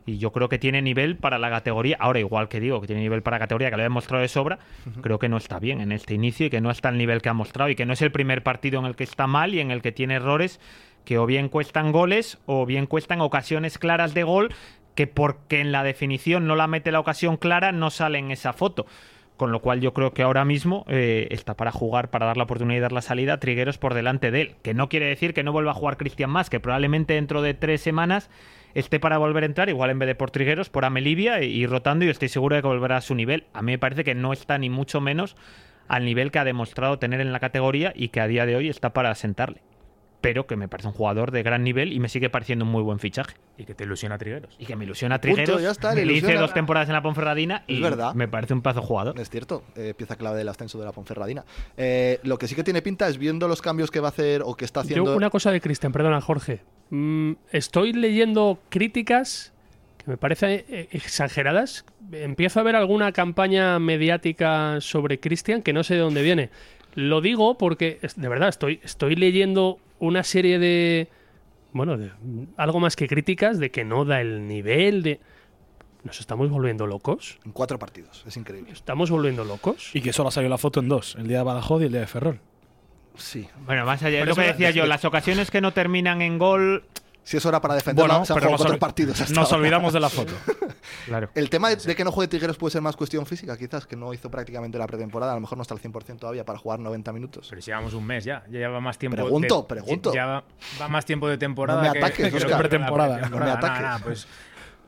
[SPEAKER 3] Y yo creo que tiene nivel para la categoría. Ahora, igual que digo, que tiene nivel para la categoría, que lo he mostrado de sobra, creo que no está bien en este inicio y que no está al nivel que ha mostrado y que no es el primer partido en el que está mal y en el que tiene errores que o bien cuestan goles o bien cuestan ocasiones claras de gol que porque en la definición no la mete la ocasión clara no sale en esa foto. Con lo cual yo creo que ahora mismo eh, está para jugar, para dar la oportunidad y dar la salida, Trigueros por delante de él. Que no quiere decir que no vuelva a jugar Cristian más, que probablemente dentro de tres semanas esté para volver a entrar, igual en vez de por Trigueros, por Amelivia, y, y rotando y estoy seguro de que volverá a su nivel. A mí me parece que no está ni mucho menos al nivel que ha demostrado tener en la categoría y que a día de hoy está para sentarle. Pero que me parece un jugador de gran nivel y me sigue pareciendo un muy buen fichaje.
[SPEAKER 5] Y que te ilusiona Trigueros.
[SPEAKER 3] Y que me ilusiona
[SPEAKER 1] Punto,
[SPEAKER 3] Trigueros.
[SPEAKER 1] ya está, le
[SPEAKER 3] le hice
[SPEAKER 1] ilusiona.
[SPEAKER 3] dos temporadas en la Ponferradina y
[SPEAKER 1] Es verdad.
[SPEAKER 3] me parece un paso jugador.
[SPEAKER 1] Es cierto, eh, pieza clave del ascenso de la Ponferradina. Eh, lo que sí que tiene pinta es viendo los cambios que va a hacer o que está
[SPEAKER 2] Yo
[SPEAKER 1] haciendo.
[SPEAKER 2] una cosa de Cristian, perdona Jorge. Mm, estoy leyendo críticas que me parecen eh, exageradas. Empiezo a ver alguna campaña mediática sobre Cristian que no sé de dónde viene. Lo digo porque, es- de verdad, estoy, estoy leyendo una serie de... Bueno, de- mm, algo más que críticas de que no da el nivel de... Nos estamos volviendo locos.
[SPEAKER 1] En cuatro partidos, es increíble.
[SPEAKER 2] Estamos volviendo locos.
[SPEAKER 4] Y que solo ha salido la foto en dos, el día de Badajoz y el día de Ferrol.
[SPEAKER 1] Sí.
[SPEAKER 3] Bueno, más allá de
[SPEAKER 1] Pero
[SPEAKER 3] lo que
[SPEAKER 1] eso-
[SPEAKER 3] decía yo, las ocasiones que no terminan en gol.
[SPEAKER 1] Si es hora para defenderla,
[SPEAKER 4] Bueno,
[SPEAKER 1] se han
[SPEAKER 4] pero
[SPEAKER 1] jugado
[SPEAKER 4] nos,
[SPEAKER 1] cuatro
[SPEAKER 4] olvi-
[SPEAKER 1] partidos hasta
[SPEAKER 4] nos
[SPEAKER 1] ahora.
[SPEAKER 4] olvidamos de la foto.
[SPEAKER 3] Claro.
[SPEAKER 1] El tema de, de que no juegue Tigres puede ser más cuestión física, quizás, que no hizo prácticamente la pretemporada. A lo mejor no está al 100% todavía para jugar 90 minutos.
[SPEAKER 5] Pero si llevamos un mes ya. Ya lleva más tiempo.
[SPEAKER 1] Pregunto,
[SPEAKER 5] de,
[SPEAKER 1] pregunto.
[SPEAKER 5] Ya va, va más tiempo de temporada.
[SPEAKER 1] No me
[SPEAKER 5] que-
[SPEAKER 1] ataques,
[SPEAKER 5] que lo que
[SPEAKER 1] Óscar.
[SPEAKER 5] dura la
[SPEAKER 4] Pretemporada,
[SPEAKER 5] pretemporada.
[SPEAKER 1] no me ataques.
[SPEAKER 5] Nah, nah, pues,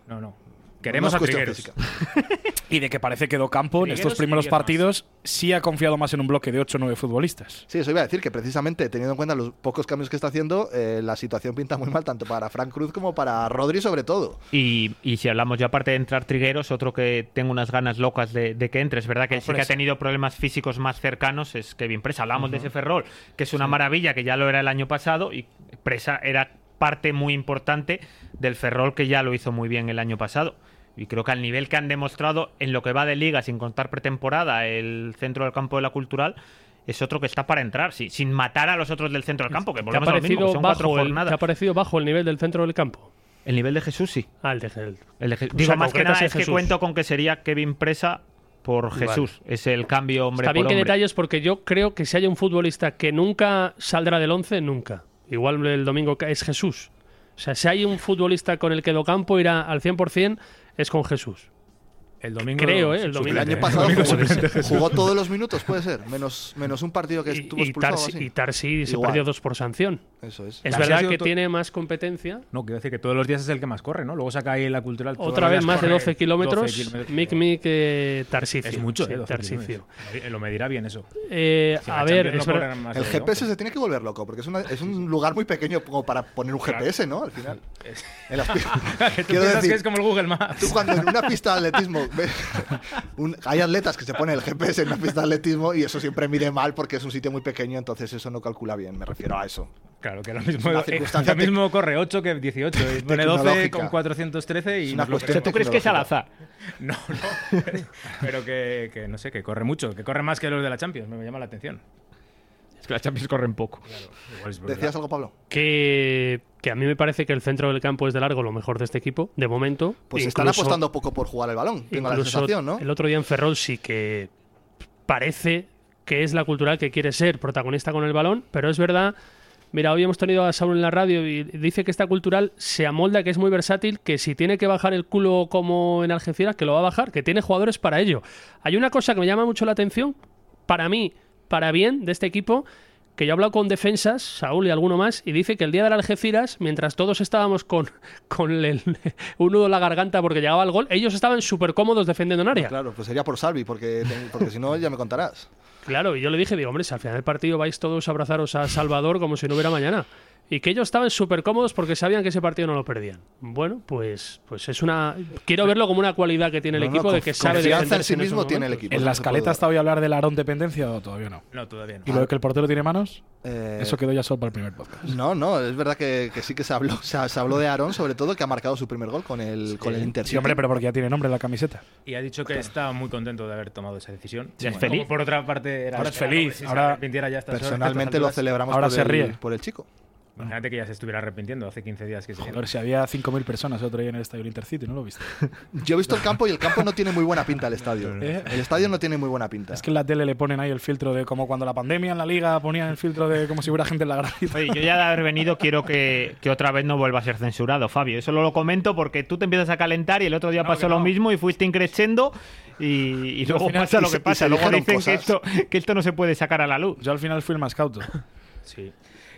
[SPEAKER 5] no, no. Queremos
[SPEAKER 1] No es
[SPEAKER 5] a
[SPEAKER 1] cuestión
[SPEAKER 5] Trigueros.
[SPEAKER 1] física.
[SPEAKER 4] y de que parece que Docampo en
[SPEAKER 5] Trigueros
[SPEAKER 4] estos
[SPEAKER 5] y
[SPEAKER 4] primeros
[SPEAKER 5] diez más.
[SPEAKER 4] partidos sí ha confiado más en un bloque de 8 o 9 futbolistas.
[SPEAKER 1] Sí, eso iba a decir que precisamente teniendo en cuenta los pocos cambios que está haciendo, eh, la situación pinta muy mal tanto para Frank Cruz como para Rodri, sobre todo.
[SPEAKER 3] Y, y si hablamos ya aparte de entrar Trigueros, otro que tengo unas ganas locas de, de que entre. Es verdad que
[SPEAKER 2] Ah,
[SPEAKER 3] él sí
[SPEAKER 2] pues.
[SPEAKER 3] que ha tenido problemas físicos más cercanos, es Kevin Presa. Hablamos de ese Ferrol, que es una maravilla, que ya lo era el año pasado, y Presa era parte muy importante del Ferrol que ya lo hizo muy bien el año pasado. Y creo que al nivel que han demostrado en lo que va de liga, sin contar pretemporada, el centro del campo de la cultural, es otro que está para entrar, sí, sin matar a los otros del centro del campo, que
[SPEAKER 2] ¿Te ha,
[SPEAKER 3] volvemos a lo mismo, que
[SPEAKER 2] parecido
[SPEAKER 3] son cuatro
[SPEAKER 2] bajo el,
[SPEAKER 3] jornadas.
[SPEAKER 2] te ha parecido bajo el nivel del centro del campo?
[SPEAKER 3] El nivel de Jesús, sí.
[SPEAKER 2] Ah, el de el-
[SPEAKER 3] El de Je-
[SPEAKER 2] O sea,
[SPEAKER 3] Digo, más que
[SPEAKER 2] concretas
[SPEAKER 3] nada
[SPEAKER 2] en
[SPEAKER 3] es que
[SPEAKER 2] Jesús.
[SPEAKER 3] cuento con que sería Kevin Presa por Jesús. Es el cambio hombre
[SPEAKER 2] Está bien
[SPEAKER 3] por
[SPEAKER 2] que
[SPEAKER 3] hombre.
[SPEAKER 2] detalles porque yo creo que si hay un futbolista que nunca saldrá del 11, nunca. Igual el domingo ca- es Jesús. O sea, si hay un futbolista con el que Docampo irá al 100%, es con Jesús.
[SPEAKER 5] El domingo.
[SPEAKER 2] Creo, ¿eh? El
[SPEAKER 1] El
[SPEAKER 2] domingo.
[SPEAKER 5] suplente.
[SPEAKER 1] año pasado
[SPEAKER 5] domingo
[SPEAKER 1] jugó,
[SPEAKER 5] suplente.
[SPEAKER 1] jugó todos los minutos, puede ser, menos, menos un partido que
[SPEAKER 2] Y,
[SPEAKER 1] estuvo
[SPEAKER 2] y
[SPEAKER 1] expulsado. o
[SPEAKER 2] Tarsi,
[SPEAKER 1] así.
[SPEAKER 2] y Tarsi se
[SPEAKER 1] Igual.
[SPEAKER 2] perdió dos por sanción.
[SPEAKER 1] Eso es.
[SPEAKER 2] Es
[SPEAKER 5] Tarsi ha
[SPEAKER 2] verdad
[SPEAKER 5] sido
[SPEAKER 2] que
[SPEAKER 5] to-
[SPEAKER 2] tiene más competencia.
[SPEAKER 5] No, quiero decir que todos los días es el que más corre, ¿no? Luego saca ahí la cultural. todos
[SPEAKER 2] Otra
[SPEAKER 5] los
[SPEAKER 2] vez
[SPEAKER 5] días
[SPEAKER 2] más de
[SPEAKER 5] corre
[SPEAKER 2] 12 kilómetros.
[SPEAKER 5] 12
[SPEAKER 2] Mic, mic, eh, Tarsicio.
[SPEAKER 5] Es mucho,
[SPEAKER 2] Sí,
[SPEAKER 5] ¿eh? 12
[SPEAKER 2] Tarsicio.
[SPEAKER 5] kilómetros. Lo medirá bien eso.
[SPEAKER 2] Eh,
[SPEAKER 5] Si
[SPEAKER 2] a
[SPEAKER 5] la
[SPEAKER 2] ver,
[SPEAKER 5] Champions no
[SPEAKER 2] es verdad-
[SPEAKER 5] correrán más
[SPEAKER 1] El
[SPEAKER 5] de
[SPEAKER 1] GPS
[SPEAKER 5] 12.
[SPEAKER 1] se tiene que volver loco, porque es, una- es un lugar muy pequeño como para poner un GPS, ¿no? Al final. En las pi-
[SPEAKER 5] Que tú
[SPEAKER 1] Quiero
[SPEAKER 5] piensas
[SPEAKER 1] decir-
[SPEAKER 5] que es como el Google Maps.
[SPEAKER 1] Tú cuando en una pista de atletismo ves- un- hay atletas que se ponen el GPS en una pista de atletismo y eso siempre mide mal porque es un sitio muy pequeño, entonces eso no calcula bien, me refiero a eso.
[SPEAKER 5] Claro, que lo mismo,
[SPEAKER 1] una
[SPEAKER 5] eh,
[SPEAKER 1] circunstancia
[SPEAKER 5] lo mismo corre 8 que 18. eh, Pone 12
[SPEAKER 1] tecnológica.
[SPEAKER 5] con 413 y
[SPEAKER 1] Es una
[SPEAKER 5] nos lo
[SPEAKER 1] cuestión
[SPEAKER 3] ¿Tú
[SPEAKER 5] creemos.
[SPEAKER 3] crees que es al azar?
[SPEAKER 5] No, no. Pero que, que no sé, que corre mucho. Que corre más que los de la Champions. Me llama la atención.
[SPEAKER 3] Es que las Champions corren poco.
[SPEAKER 5] Igual es verdad.
[SPEAKER 1] ¿Decías algo, Pablo?
[SPEAKER 2] que, que a mí me parece que el centro del campo es de largo lo mejor de este equipo, de momento.
[SPEAKER 1] Pues están
[SPEAKER 2] Incluso-
[SPEAKER 1] apostando poco por jugar el balón, tengo la
[SPEAKER 2] incluso
[SPEAKER 1] sensación, ¿no?
[SPEAKER 2] El otro día en Ferrol sí que parece que es la cultural que quiere ser, protagonista con el balón, pero es verdad. Mira, hoy hemos tenido a Saúl en la radio y dice que esta cultural se amolda, que es muy versátil, que si tiene que bajar el culo como en Algeciras, que lo va a bajar, que tiene jugadores para ello. Hay una cosa que me llama mucho la atención, para mí, para bien, de este equipo, que yo he hablado con defensas, Saúl y alguno más, y dice que el día de las Algeciras, mientras todos estábamos con, con el, un nudo en la garganta porque llegaba el gol, ellos estaban súper cómodos defendiendo en área. Claro.
[SPEAKER 1] Claro, pues sería por Salvi, porque, porque si no ya me contarás.
[SPEAKER 2] y yo le dije, digo, hombre, si al final del partido vais todos a abrazaros a Salvador como si no hubiera mañana. y que ellos estaban súper cómodos porque sabían que ese partido no lo perdían. Bueno, pues, pues es una. Quiero verlo como una cualidad que tiene el
[SPEAKER 4] No, no,
[SPEAKER 2] equipo de
[SPEAKER 4] conf-
[SPEAKER 2] que sabe
[SPEAKER 1] Confianza en
[SPEAKER 2] defenderse
[SPEAKER 1] sí
[SPEAKER 2] en esos
[SPEAKER 1] mismo tiene el
[SPEAKER 2] momentos.
[SPEAKER 1] equipo.
[SPEAKER 4] ¿En
[SPEAKER 1] no
[SPEAKER 4] la
[SPEAKER 1] pues se puede
[SPEAKER 4] escaleta has
[SPEAKER 1] dudar.
[SPEAKER 4] oído hablar de la Aarón dependencia o todavía no?
[SPEAKER 5] No, todavía no.
[SPEAKER 4] ¿Y lo de que el portero tiene manos?
[SPEAKER 1] Eh,
[SPEAKER 4] Eso quedó ya solo para el primer podcast.
[SPEAKER 1] No, no, es verdad que, que sí que se habló, o sea, se habló de Aarón, sobre todo que ha marcado su primer gol con el, con el Inter.
[SPEAKER 4] Eh, Sí, hombre, pero porque ya tiene nombre en la camiseta.
[SPEAKER 5] Y ha dicho que está muy contento de haber tomado esa decisión.
[SPEAKER 3] Ya es
[SPEAKER 5] Como
[SPEAKER 3] feliz.
[SPEAKER 5] por otra parte, era
[SPEAKER 4] Ahora es
[SPEAKER 5] esperable,
[SPEAKER 4] feliz,
[SPEAKER 5] si se
[SPEAKER 4] ahora
[SPEAKER 5] arrepintiera ya a estas horas- a estas
[SPEAKER 1] Personalmente lo
[SPEAKER 5] alturas.
[SPEAKER 1] celebramos
[SPEAKER 4] Ahora
[SPEAKER 1] por,
[SPEAKER 4] se
[SPEAKER 1] el,
[SPEAKER 4] ríe.
[SPEAKER 1] por el chico.
[SPEAKER 5] Imagínate que ya se estuviera arrepintiendo hace 15 días que se
[SPEAKER 4] Joder, si había 5.000 personas el otro día en el estadio del Intercity, ¿no lo viste?
[SPEAKER 1] Yo he visto el campo y el campo no tiene muy buena pinta el estadio.
[SPEAKER 4] ¿Eh?
[SPEAKER 1] El estadio no tiene muy buena pinta.
[SPEAKER 4] Es que en la tele le ponen ahí el filtro de como cuando la pandemia en la liga ponían el filtro de como si hubiera gente en la grada.
[SPEAKER 3] Oye, yo ya de haber venido quiero que, que otra vez no vuelva a ser censurado, Fabio. Eso lo, lo comento porque tú te empiezas a calentar y el otro día
[SPEAKER 5] No,
[SPEAKER 3] pasó
[SPEAKER 5] que no.
[SPEAKER 3] lo mismo y fuiste increciendo y, y luego
[SPEAKER 4] final
[SPEAKER 3] pasa
[SPEAKER 1] y
[SPEAKER 3] lo
[SPEAKER 1] se-
[SPEAKER 3] que
[SPEAKER 1] y
[SPEAKER 3] pasa.
[SPEAKER 1] se
[SPEAKER 3] Luego
[SPEAKER 1] dijeron
[SPEAKER 3] dicen que esto,
[SPEAKER 1] cosas.
[SPEAKER 3] que esto no se puede sacar a la luz.
[SPEAKER 4] Yo al final fui el más cauto.
[SPEAKER 5] Sí.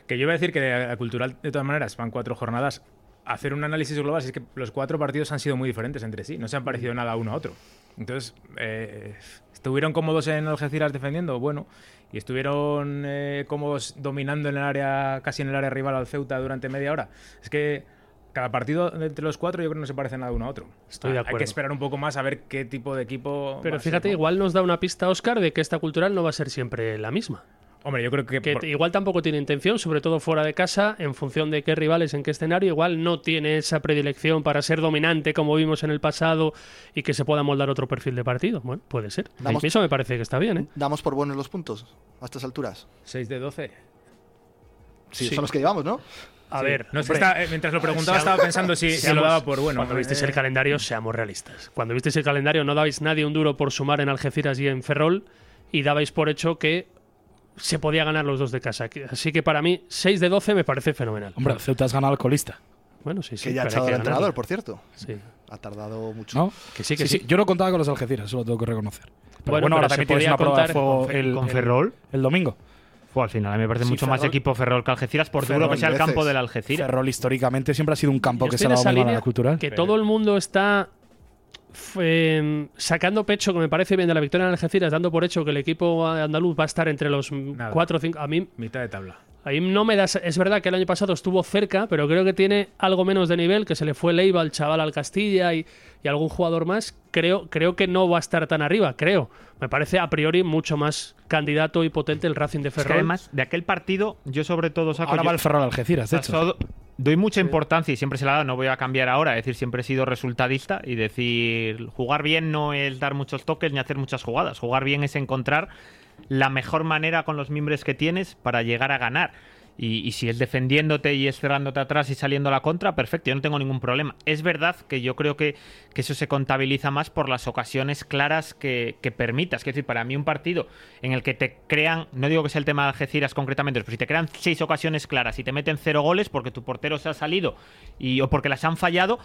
[SPEAKER 5] Que yo iba a decir que de la cultural, de todas maneras, van cuatro jornadas. Hacer un análisis global es que los cuatro partidos han sido muy diferentes entre sí. No
[SPEAKER 2] Mm.
[SPEAKER 5] se han parecido nada uno a otro. Entonces, eh, ¿estuvieron cómodos en Algeciras defendiendo? Bueno. ¿Y estuvieron eh, cómodos dominando en el área, casi en el área rival al Ceuta durante media hora? Es que cada partido de entre los cuatro yo creo que no se parece nada uno a otro.
[SPEAKER 2] Estoy de
[SPEAKER 5] Hay
[SPEAKER 2] acuerdo.
[SPEAKER 5] que esperar un poco más a ver qué tipo de equipo. va
[SPEAKER 2] Pero
[SPEAKER 5] a ser,
[SPEAKER 2] fíjate,
[SPEAKER 5] ¿no?
[SPEAKER 2] igual nos da una pista, Oscar, de que esta cultural no va a ser siempre la misma.
[SPEAKER 5] Hombre, yo creo que.
[SPEAKER 2] Que
[SPEAKER 5] por-
[SPEAKER 2] t- igual tampoco tiene intención, sobre todo fuera de casa, en función de qué rivales, en qué escenario, igual no tiene esa predilección para ser dominante como vimos en el pasado y que se pueda moldar otro perfil de partido. Bueno, puede ser. A mí
[SPEAKER 1] Vamos.
[SPEAKER 2] eso me parece que está bien, ¿eh?
[SPEAKER 1] Damos por buenos los puntos a estas alturas.
[SPEAKER 5] 6 de 12.
[SPEAKER 1] Sí,
[SPEAKER 2] Sí.
[SPEAKER 1] son los que llevamos, ¿no?
[SPEAKER 2] A
[SPEAKER 5] Sí.
[SPEAKER 2] ver,
[SPEAKER 5] No, es que
[SPEAKER 2] hombre,
[SPEAKER 5] está- eh, mientras lo preguntaba estaba pensando si, si lo
[SPEAKER 2] seamos-
[SPEAKER 5] daba por bueno.
[SPEAKER 2] Cuando visteis
[SPEAKER 5] Eh,
[SPEAKER 2] el calendario, seamos realistas. Cuando visteis el calendario, no dabais nadie un duro por sumar en Algeciras y en Ferrol y dabais por hecho que se podía ganar los dos de casa. Que- Así que para mí, 6 de 12 me parece fenomenal.
[SPEAKER 4] Hombre, el Ceuta has ganado al colista,
[SPEAKER 2] Bueno, sí, sí.
[SPEAKER 1] que ya ha
[SPEAKER 2] pero hay
[SPEAKER 1] echado al
[SPEAKER 2] ganarlo.
[SPEAKER 1] entrenador, pues, por cierto.
[SPEAKER 2] Sí.
[SPEAKER 1] Ha tardado mucho.
[SPEAKER 4] ¿no?
[SPEAKER 2] Que sí, que sí.
[SPEAKER 4] Yo no contaba con los Algeciras, eso lo tengo que reconocer. Pero
[SPEAKER 2] Bueno,
[SPEAKER 4] bueno,
[SPEAKER 2] pero se
[SPEAKER 4] ahora también tienes
[SPEAKER 2] podía
[SPEAKER 4] una prueba de
[SPEAKER 2] contar
[SPEAKER 4] fuego
[SPEAKER 3] con Fer-
[SPEAKER 4] el,
[SPEAKER 3] con
[SPEAKER 4] el-
[SPEAKER 3] Ferrol.
[SPEAKER 4] El, domingo.
[SPEAKER 3] Fue al final, a mí me parece
[SPEAKER 4] Sí,
[SPEAKER 3] mucho más
[SPEAKER 4] Ferrol-
[SPEAKER 3] equipo Ferrol que Algeciras, por duro
[SPEAKER 1] Ferrol
[SPEAKER 3] que sea el
[SPEAKER 1] veces.
[SPEAKER 3] campo del Algeciras.
[SPEAKER 4] Ferrol históricamente siempre ha sido un campo
[SPEAKER 2] Yo
[SPEAKER 4] que
[SPEAKER 2] estoy
[SPEAKER 4] se
[SPEAKER 2] en
[SPEAKER 4] le ha
[SPEAKER 2] esa
[SPEAKER 4] dado muy mal a
[SPEAKER 2] línea
[SPEAKER 4] la cultural.
[SPEAKER 2] Que todo el mundo está f- em, sacando pecho, que me parece bien, de la victoria en Algeciras, dando por hecho que el equipo andaluz va a estar entre los m-
[SPEAKER 5] Nada.
[SPEAKER 2] cuatro o cinco. A mí,
[SPEAKER 5] Mitad de tabla.
[SPEAKER 2] a mí no me da. esa- Es verdad que el año pasado estuvo cerca, pero creo que tiene algo menos de nivel, que se le fue Leiva al chaval al Castilla y, y algún jugador más. Creo, creo que no va a estar tan arriba, creo. Me parece a priori mucho más candidato y potente el Racing de
[SPEAKER 3] Es
[SPEAKER 2] Ferrol.
[SPEAKER 3] que además, de aquel partido, yo sobre todo saco.
[SPEAKER 4] Ahora
[SPEAKER 3] yo-
[SPEAKER 4] va el Ferrol Algeciras, de hecho.
[SPEAKER 3] Pasó- doy mucha importancia y siempre se la he dado, no voy a cambiar ahora. Es decir, siempre he sido resultadista y decir, jugar bien no es dar muchos toques ni hacer muchas jugadas. Jugar bien es encontrar la mejor manera con los mimbres que tienes para llegar a ganar. Y, y si es defendiéndote y es cerrándote atrás y saliendo a la contra, perfecto, yo no tengo ningún problema. Es verdad que yo creo que, que eso se contabiliza más por las ocasiones claras que, que permitas. Es decir, para mí un partido en el que te crean, no digo que sea el tema de Algeciras concretamente, pero si te crean seis ocasiones claras y te meten cero goles porque tu portero se ha salido y, o porque las han fallado,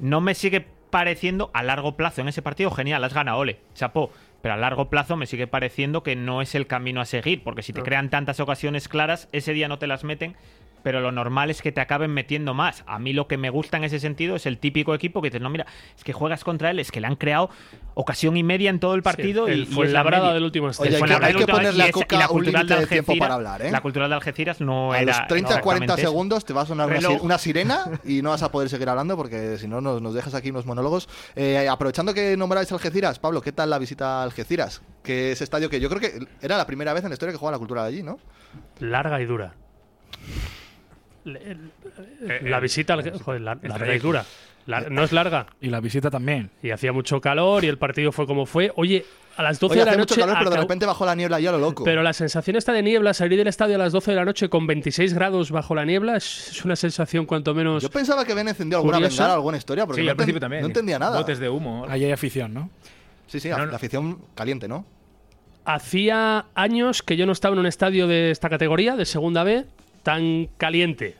[SPEAKER 3] no me sigue pareciendo a largo plazo en ese partido genial, has ganado, ole, chapó. Pero a largo plazo me sigue pareciendo que no es el camino a seguir, porque si te crean tantas ocasiones claras, ese día no te las meten, pero lo normal es que te acaben metiendo más. A mí lo que me gusta en ese sentido es el típico equipo que dices, no, mira, es que juegas contra él, es que le han creado ocasión y media en todo el partido
[SPEAKER 2] Sí,
[SPEAKER 3] y,
[SPEAKER 2] el
[SPEAKER 3] y es la
[SPEAKER 2] Fuenlabrada
[SPEAKER 3] media.
[SPEAKER 2] del último instante.
[SPEAKER 1] Oye, hay
[SPEAKER 3] Fue
[SPEAKER 1] que-
[SPEAKER 3] la
[SPEAKER 1] hay que
[SPEAKER 3] última vez
[SPEAKER 1] ponerle
[SPEAKER 3] y
[SPEAKER 1] a
[SPEAKER 3] esa- y
[SPEAKER 1] Coca
[SPEAKER 3] la
[SPEAKER 1] un
[SPEAKER 3] cultural
[SPEAKER 1] límite de tiempo
[SPEAKER 3] Algeciras-
[SPEAKER 1] para hablar, ¿eh?
[SPEAKER 3] La cultural de Algeciras no
[SPEAKER 1] A
[SPEAKER 3] era.
[SPEAKER 1] los 30
[SPEAKER 3] no,
[SPEAKER 1] 40
[SPEAKER 3] exactamente eso.
[SPEAKER 1] segundos te va a sonar una,
[SPEAKER 3] Reloj.
[SPEAKER 1] si- una sirena y no vas a poder seguir hablando porque si no nos, nos dejas aquí unos monólogos. Eh, aprovechando que nombráis Algeciras, Pablo, ¿qué tal la visita a Algeciras? Que es estadio que yo creo que era la primera vez en la historia que jugaba la cultura de allí, ¿no?
[SPEAKER 2] larga y dura. Le- el- eh, la
[SPEAKER 5] el-
[SPEAKER 2] visita, al- joder, la- larga y
[SPEAKER 5] trayecto.
[SPEAKER 2] dura. La- no es larga.
[SPEAKER 4] Y la visita también.
[SPEAKER 2] Y hacía mucho calor y el partido fue como fue. Oye, a las 12
[SPEAKER 1] Oye,
[SPEAKER 2] de la
[SPEAKER 1] hace
[SPEAKER 2] noche.
[SPEAKER 1] mucho calor, pero de
[SPEAKER 2] acabó-
[SPEAKER 1] repente bajó la niebla y a lo loco.
[SPEAKER 2] pero la sensación esta de niebla, salir del estadio a las 12 de la noche con 26 grados bajo la niebla, es es una sensación cuanto menos.
[SPEAKER 1] Yo pensaba que habían encendido alguna
[SPEAKER 2] Curiosa.
[SPEAKER 1] bengala, alguna historia, porque
[SPEAKER 5] Sí,
[SPEAKER 1] no,
[SPEAKER 5] al
[SPEAKER 1] enten-
[SPEAKER 5] principio también.
[SPEAKER 1] no entendía nada.
[SPEAKER 5] Botes de humo.
[SPEAKER 4] Ahí hay afición, ¿no?
[SPEAKER 1] Sí, sí,
[SPEAKER 5] No,
[SPEAKER 1] la
[SPEAKER 5] no.
[SPEAKER 1] afición caliente, ¿no?
[SPEAKER 2] Hacía años que yo no estaba en un estadio de esta categoría, de segunda B, tan caliente.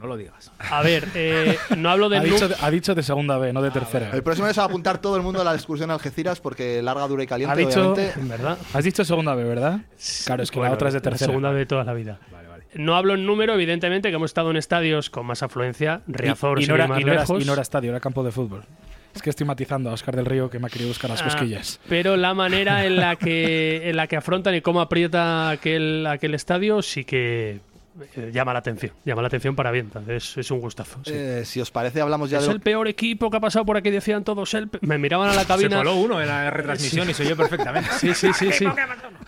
[SPEAKER 5] No lo digas.
[SPEAKER 2] A ver, eh, no hablo de.
[SPEAKER 4] Ha dicho, ha dicho de segunda B, no
[SPEAKER 2] Ah,
[SPEAKER 4] de tercera.
[SPEAKER 1] El próximo mes se va a apuntar todo el mundo a la excursión a Algeciras porque larga, dura y caliente,
[SPEAKER 4] Ha dicho-
[SPEAKER 1] obviamente.
[SPEAKER 2] ¿Verdad?
[SPEAKER 4] Has dicho segunda B, ¿verdad? Claro, es que
[SPEAKER 2] Bueno,
[SPEAKER 4] la otra es de
[SPEAKER 2] la
[SPEAKER 4] tercera.
[SPEAKER 2] segunda de toda la vida.
[SPEAKER 5] Vale, vale.
[SPEAKER 2] No hablo en número, evidentemente, que hemos estado en estadios con más afluencia, Riazor,
[SPEAKER 4] y, y
[SPEAKER 2] sin
[SPEAKER 4] no
[SPEAKER 2] ir
[SPEAKER 4] era,
[SPEAKER 2] más
[SPEAKER 4] y no era-
[SPEAKER 2] lejos.
[SPEAKER 4] y no era estadio, era campo de fútbol. Es que estoy matizando a Oscar del Río que me ha querido buscar las
[SPEAKER 2] Ah,
[SPEAKER 4] cosquillas.
[SPEAKER 2] pero la manera en la que en la que afrontan y cómo aprieta aquel, aquel estadio sí que eh, llama la atención. Llama la atención para bien. Es, es un gustazo. sí.
[SPEAKER 1] Eh, si os parece, hablamos ya
[SPEAKER 2] es
[SPEAKER 1] de lo-
[SPEAKER 2] el peor equipo que ha pasado por aquí, decían todos. El pe- Me miraban a la
[SPEAKER 5] Se
[SPEAKER 2] cabina.
[SPEAKER 5] coló uno en la retransmisión y se oyó perfectamente.
[SPEAKER 2] Sí, sí, sí, sí.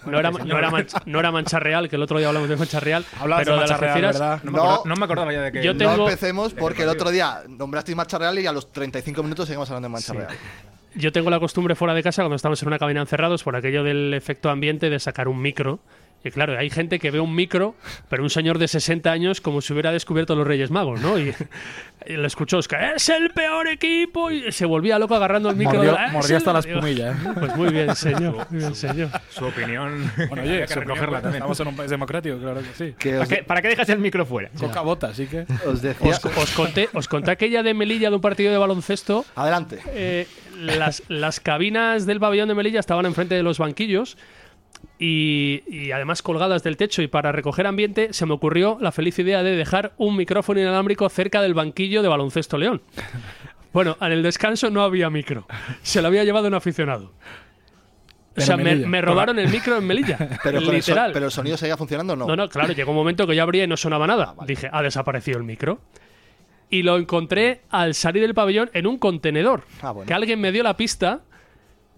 [SPEAKER 2] No era, no, era mancha, no era Mancha Real, que el otro día hablamos de Mancha Real.
[SPEAKER 4] Hablabas
[SPEAKER 2] pero
[SPEAKER 4] de Mancha
[SPEAKER 2] las
[SPEAKER 4] Real,
[SPEAKER 2] Algeciras-
[SPEAKER 4] ¿verdad?
[SPEAKER 5] No, me
[SPEAKER 1] No.
[SPEAKER 5] acordaba, no me acordaba ya de que.
[SPEAKER 2] Yo te-
[SPEAKER 1] No
[SPEAKER 2] tengo-
[SPEAKER 1] empecemos porque el otro día nombrasteis Marcha Real y a los 35 minutos seguimos hablando de Mancha Real.
[SPEAKER 2] Yo tengo la costumbre fuera de casa, cuando estamos en una cabina encerrados, por aquello del efecto ambiente, de sacar un micro. Y claro, hay gente que ve un micro, pero un señor de 60 años como si hubiera descubierto los Reyes Magos, ¿no? Y, y lo escuchó Oscar, es el peor equipo. Y se volvía loco agarrando el micro.
[SPEAKER 4] Mordió,
[SPEAKER 2] "Es
[SPEAKER 4] mordió hasta
[SPEAKER 2] el-".
[SPEAKER 4] la
[SPEAKER 2] Digo,
[SPEAKER 4] espumilla, ¿eh?
[SPEAKER 2] Pues muy bien, señor. Muy bien, señor.
[SPEAKER 5] Su opinión.
[SPEAKER 4] Bueno,
[SPEAKER 5] había
[SPEAKER 4] oye,
[SPEAKER 5] que
[SPEAKER 4] su opinión,
[SPEAKER 5] recogerla
[SPEAKER 4] pues,
[SPEAKER 5] también.
[SPEAKER 4] estamos en un país democrático, claro que sí.
[SPEAKER 1] Que
[SPEAKER 3] ¿Para
[SPEAKER 1] os,
[SPEAKER 3] qué, para qué dejas el micro fuera?
[SPEAKER 4] Coca bota, así que.
[SPEAKER 1] os decía.
[SPEAKER 2] Os, os conté, os conté aquella de Melilla de un partido de baloncesto.
[SPEAKER 1] Adelante.
[SPEAKER 2] Eh, las, las cabinas del pabellón de Melilla estaban enfrente de los banquillos y, y además colgadas del techo y para recoger ambiente se me ocurrió la feliz idea de dejar un micrófono inalámbrico cerca del banquillo de baloncesto León. Bueno, en el descanso no había micro, se lo había llevado un aficionado. O
[SPEAKER 4] Pero
[SPEAKER 2] sea, me,
[SPEAKER 4] Melilla.
[SPEAKER 2] me robaron el micro en Melilla.
[SPEAKER 1] Pero, con el so-
[SPEAKER 2] literal.
[SPEAKER 1] pero el sonido seguía funcionando o no.
[SPEAKER 2] No, no, claro, llegó un momento que yo abría y no sonaba nada.
[SPEAKER 4] Ah,
[SPEAKER 2] Dije, ha desaparecido el micro. Y lo encontré al salir del pabellón en un contenedor.
[SPEAKER 1] Ah, bueno.
[SPEAKER 2] Que alguien me dio la pista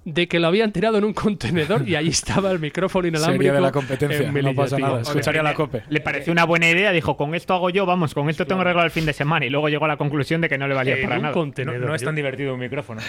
[SPEAKER 2] de que lo habían tirado en un contenedor y ahí estaba el micrófono inalámbrico.
[SPEAKER 4] Sería de la competencia,
[SPEAKER 2] en
[SPEAKER 4] no
[SPEAKER 2] Melilla,
[SPEAKER 4] pasa
[SPEAKER 2] tío.
[SPEAKER 4] nada. Escucharía la cope.
[SPEAKER 3] Le pareció una buena idea, dijo, con esto hago yo, vamos, con esto tengo arreglado el fin de semana. Y luego llegó a la conclusión de que no le valía
[SPEAKER 2] En
[SPEAKER 3] para
[SPEAKER 2] un
[SPEAKER 3] nada.
[SPEAKER 5] No,
[SPEAKER 2] contenedor.
[SPEAKER 5] no es
[SPEAKER 2] yo-
[SPEAKER 5] tan divertido un micrófono.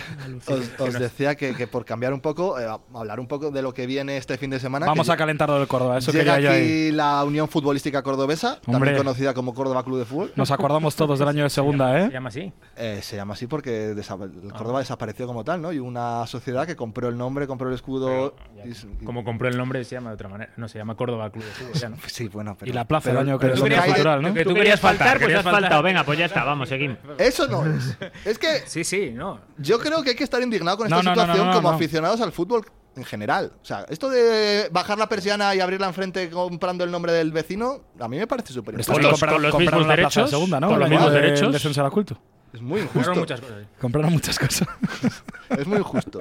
[SPEAKER 1] Os, os decía que, que por cambiar un poco, eh, a- hablar un poco de lo que viene este fin de semana. que
[SPEAKER 4] Vamos
[SPEAKER 1] lle-
[SPEAKER 4] a calentar del Córdoba, eso
[SPEAKER 1] Llega
[SPEAKER 4] quería yo ahí.
[SPEAKER 1] aquí la Unión Futbolística Cordobesa,
[SPEAKER 4] Hombre.
[SPEAKER 1] también conocida como Córdoba Club de Fútbol.
[SPEAKER 4] Nos acordamos todos del año de segunda,
[SPEAKER 5] Se
[SPEAKER 4] ¿eh?
[SPEAKER 5] llama así.
[SPEAKER 1] Eh, se llama así porque desa- el
[SPEAKER 4] Ah.
[SPEAKER 1] Córdoba desapareció como tal, ¿no? Y hubo una sociedad que compró el nombre, compró el escudo. y- y-
[SPEAKER 5] Como compró el nombre, se llama de otra manera. No, se llama Córdoba Club de Fútbol. ya, ¿no?
[SPEAKER 1] Sí, bueno, pero.
[SPEAKER 4] Y la plaza
[SPEAKER 1] pero-
[SPEAKER 4] del año que
[SPEAKER 1] pero
[SPEAKER 4] es
[SPEAKER 1] lo que
[SPEAKER 4] Unión
[SPEAKER 1] hay de-
[SPEAKER 4] cultural, ¿no?
[SPEAKER 5] que
[SPEAKER 3] Tú querías faltar, pues has faltado. Venga, pues ya está, vamos, seguimos.
[SPEAKER 1] Eso no es. Es que
[SPEAKER 5] Sí, sí, no.
[SPEAKER 1] Yo creo que hay que estar indignado con
[SPEAKER 4] No,
[SPEAKER 1] esta
[SPEAKER 4] no, no,
[SPEAKER 1] situación
[SPEAKER 4] no, no,
[SPEAKER 1] como
[SPEAKER 4] no.
[SPEAKER 1] aficionados al fútbol en general. O sea, esto de bajar la persiana y abrirla enfrente comprando el nombre del vecino, a mí me parece súper
[SPEAKER 4] Pero
[SPEAKER 1] injusto.
[SPEAKER 4] esto
[SPEAKER 2] los-
[SPEAKER 4] comprar-
[SPEAKER 2] con los
[SPEAKER 4] compraron
[SPEAKER 2] mismos
[SPEAKER 4] la plaza de
[SPEAKER 2] derechos,
[SPEAKER 4] segunda, ¿no?
[SPEAKER 2] con
[SPEAKER 4] El
[SPEAKER 2] los
[SPEAKER 4] año
[SPEAKER 2] mismos
[SPEAKER 4] del
[SPEAKER 2] derechos.
[SPEAKER 4] descenso al culto.
[SPEAKER 1] Es muy injusto.
[SPEAKER 5] Jugaron muchas cosas.
[SPEAKER 4] Compraron muchas cosas.
[SPEAKER 1] Es muy injusto.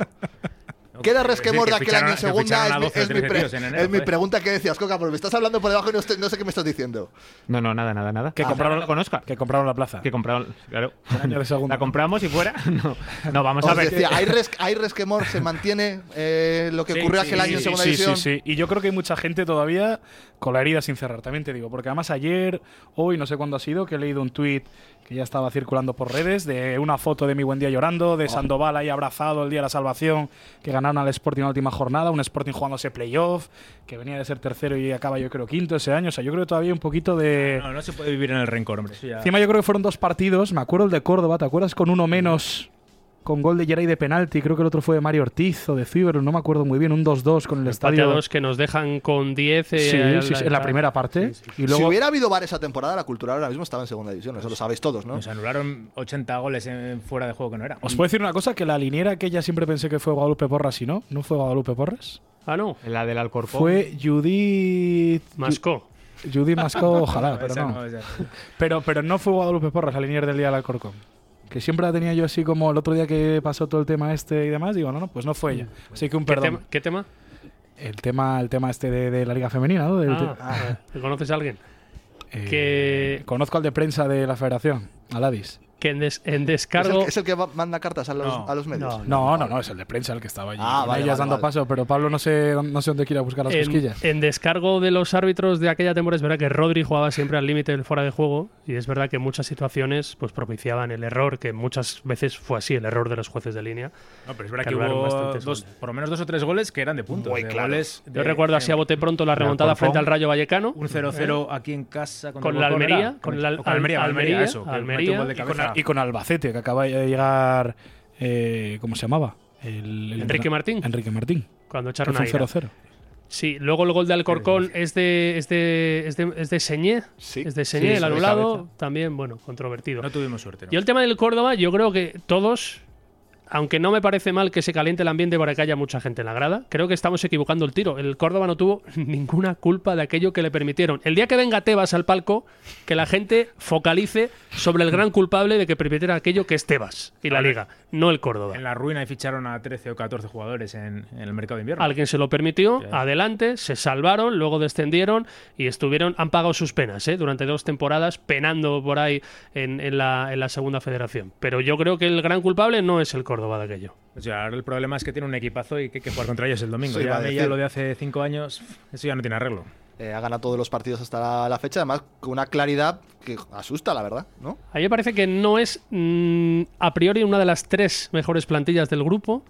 [SPEAKER 5] No,
[SPEAKER 1] Queda
[SPEAKER 5] que-
[SPEAKER 1] resquemor
[SPEAKER 5] que
[SPEAKER 1] de aquel
[SPEAKER 5] ficharon-
[SPEAKER 1] año en
[SPEAKER 5] que
[SPEAKER 1] segunda.
[SPEAKER 5] ficharon
[SPEAKER 1] Es
[SPEAKER 5] a
[SPEAKER 1] mi,
[SPEAKER 5] 12
[SPEAKER 1] es mi pre-
[SPEAKER 5] tíos en enero,
[SPEAKER 1] es mi
[SPEAKER 5] joder.
[SPEAKER 1] pregunta que decías, Coca, porque me estás hablando por debajo y no, estoy- no sé qué me estás diciendo.
[SPEAKER 3] No, no, nada, nada, nada.
[SPEAKER 4] Que
[SPEAKER 3] Ah,
[SPEAKER 4] compraron-
[SPEAKER 3] nada con Oscar.
[SPEAKER 4] Que compraron la plaza.
[SPEAKER 3] Que compraron, claro.
[SPEAKER 4] El año de segunda.
[SPEAKER 3] La compramos y fuera. No, no vamos a
[SPEAKER 1] Os
[SPEAKER 3] ver.
[SPEAKER 1] decía, hay, res- hay resquemor, se mantiene eh, lo que
[SPEAKER 5] Sí,
[SPEAKER 1] ocurrió
[SPEAKER 5] sí,
[SPEAKER 1] aquel año en
[SPEAKER 4] Sí,
[SPEAKER 1] segunda
[SPEAKER 4] sí,
[SPEAKER 1] división.
[SPEAKER 4] Sí, sí, Y yo creo que hay mucha gente todavía con la herida sin cerrar, también te digo. Porque además ayer, hoy, no sé cuándo ha sido, que he leído un tuit que ya estaba circulando por redes de una foto de mi buen día llorando, de
[SPEAKER 1] Oh.
[SPEAKER 4] Sandoval ahí abrazado el día de la salvación, que ganaron al Sporting en la última jornada, un Sporting jugándose playoff, que venía de ser tercero y acaba yo creo quinto ese año. O sea, yo creo que todavía hay un poquito de...
[SPEAKER 5] No, no se puede vivir en el rencor, hombre. Eso ya-
[SPEAKER 4] Encima yo creo que fueron dos partidos, me acuerdo el de Córdoba, ¿te acuerdas con uno menos? Con gol de Geray de penalti, creo que el otro fue de Mario Ortiz o de Zuber, no me acuerdo muy bien, un 2-2 con el estadio.
[SPEAKER 2] Pateados que nos dejan con 10 eh,
[SPEAKER 4] Sí,
[SPEAKER 2] al-
[SPEAKER 4] sí, sí, en la primera parte. Y
[SPEAKER 1] Si
[SPEAKER 4] luego,
[SPEAKER 1] hubiera habido bar esa temporada, la cultura ahora mismo estaba en segunda división. Eso lo sabéis todos, ¿no?
[SPEAKER 3] pues
[SPEAKER 5] Nos anularon 80 goles en- fuera de juego que no era.
[SPEAKER 4] os puedo decir una cosa, que la liniera que ella siempre pensé que fue Guadalupe Porras y no, no fue Guadalupe Porras.
[SPEAKER 2] Ah, no.
[SPEAKER 3] La del Alcorcón.
[SPEAKER 4] Fue Judith...
[SPEAKER 2] Mascó.
[SPEAKER 4] Ju- Judith Masco, ojalá,
[SPEAKER 5] No,
[SPEAKER 4] pero
[SPEAKER 5] esa no,
[SPEAKER 4] no.
[SPEAKER 5] esa-
[SPEAKER 4] Pero, pero no fue Guadalupe Porras la liniera del día del Alcorcón. Que siempre la tenía yo así como el otro día que pasó todo el tema este y demás, digo, no, no, pues no fue ella. Así que un
[SPEAKER 2] ¿Qué, tema-
[SPEAKER 4] perdón.
[SPEAKER 2] qué tema?
[SPEAKER 4] El tema, el tema este de, de la Liga Femenina, ¿no? Del-
[SPEAKER 2] Ah, ¿Conoces a alguien?
[SPEAKER 4] eh,
[SPEAKER 2] que-
[SPEAKER 4] Conozco al de prensa de la federación, a Ladis.
[SPEAKER 2] Que en, des- en
[SPEAKER 1] Es el,
[SPEAKER 2] descargo...
[SPEAKER 1] que- es el que va- manda cartas a los,
[SPEAKER 5] No,
[SPEAKER 1] a los medios.
[SPEAKER 4] No, no, no, es el de prensa el que estaba allí.
[SPEAKER 1] Ah,
[SPEAKER 4] con
[SPEAKER 1] vale, vale,
[SPEAKER 4] ellas dando
[SPEAKER 1] vale.
[SPEAKER 4] paso, pero Pablo no sé, no sé dónde quiere buscar las
[SPEAKER 2] en,
[SPEAKER 4] cosquillas.
[SPEAKER 2] en descargo de los árbitros de aquella temporada, es verdad que Rodri jugaba siempre al límite del fuera de juego y es verdad que muchas situaciones pues propiciaban el error, que muchas veces fue así, el error de los jueces de línea.
[SPEAKER 5] No, pero es verdad que
[SPEAKER 2] Anularon
[SPEAKER 5] hubo
[SPEAKER 2] bastantes
[SPEAKER 5] dos,
[SPEAKER 2] goles.
[SPEAKER 5] por lo menos dos o tres goles que eran de puntos. de goles
[SPEAKER 2] Yo
[SPEAKER 5] de-
[SPEAKER 2] recuerdo así a bote pronto la remontada
[SPEAKER 3] Alcorcón.
[SPEAKER 2] frente al Rayo Vallecano.
[SPEAKER 5] Un 0-0 aquí en casa contra
[SPEAKER 2] Con la
[SPEAKER 5] Bocorra.
[SPEAKER 2] Almería, con la Al-
[SPEAKER 5] O ¿Eh? Almería, Almería,
[SPEAKER 2] Almería,
[SPEAKER 5] eso, que mete un
[SPEAKER 2] Almería,
[SPEAKER 5] gol de
[SPEAKER 4] Y con,
[SPEAKER 5] cabeza.
[SPEAKER 4] y con Albacete, que acaba de llegar. eh, ¿Cómo se llamaba? El- el-
[SPEAKER 2] Enrique Martín.
[SPEAKER 4] Enrique Martín.
[SPEAKER 2] Cuando
[SPEAKER 4] Que
[SPEAKER 2] echaron
[SPEAKER 4] fue
[SPEAKER 2] a
[SPEAKER 4] un
[SPEAKER 2] Ira.
[SPEAKER 4] 0-0.
[SPEAKER 2] Sí, luego el gol de Alcorcón es de, es de, es de, es de Señé.
[SPEAKER 1] Sí.
[SPEAKER 2] Es de Señé,
[SPEAKER 5] Sí,
[SPEAKER 2] el
[SPEAKER 5] sobre
[SPEAKER 2] anulado.
[SPEAKER 5] cabeza.
[SPEAKER 2] También, bueno, controvertido.
[SPEAKER 5] No tuvimos suerte. ¿no?
[SPEAKER 2] Yo el tema del Córdoba, yo creo que todos aunque no me parece mal que se caliente el ambiente para que haya mucha gente en la grada, creo que estamos equivocando el tiro. El Córdoba no tuvo ninguna culpa de aquello que le permitieron. El día que venga Tebas al palco, que la gente focalice sobre el gran culpable de que permitiera aquello que es Tebas y la liga, no el Córdoba.
[SPEAKER 5] En la ruina y ficharon a 13 o 14 jugadores en, en el mercado de invierno.
[SPEAKER 2] Alguien se lo permitió, adelante, se salvaron, luego descendieron y estuvieron, han pagado sus penas ¿eh? durante dos temporadas penando por ahí en, en la, en la segunda federación. Pero yo creo que el gran culpable no es el Córdoba de aquello.
[SPEAKER 5] O sea, ahora el problema es que tiene un equipazo y que hay que jugar contra ellos el domingo.
[SPEAKER 1] Sí, iba
[SPEAKER 5] ya,
[SPEAKER 1] a
[SPEAKER 5] ya
[SPEAKER 1] decir.
[SPEAKER 5] lo de hace cinco años, eso ya no tiene arreglo.
[SPEAKER 1] Eh, ha ganado todos los partidos hasta la, la fecha, además con una claridad que asusta, la verdad, ¿no?
[SPEAKER 2] A mí me parece que no es mm, a priori una de las tres mejores plantillas del grupo.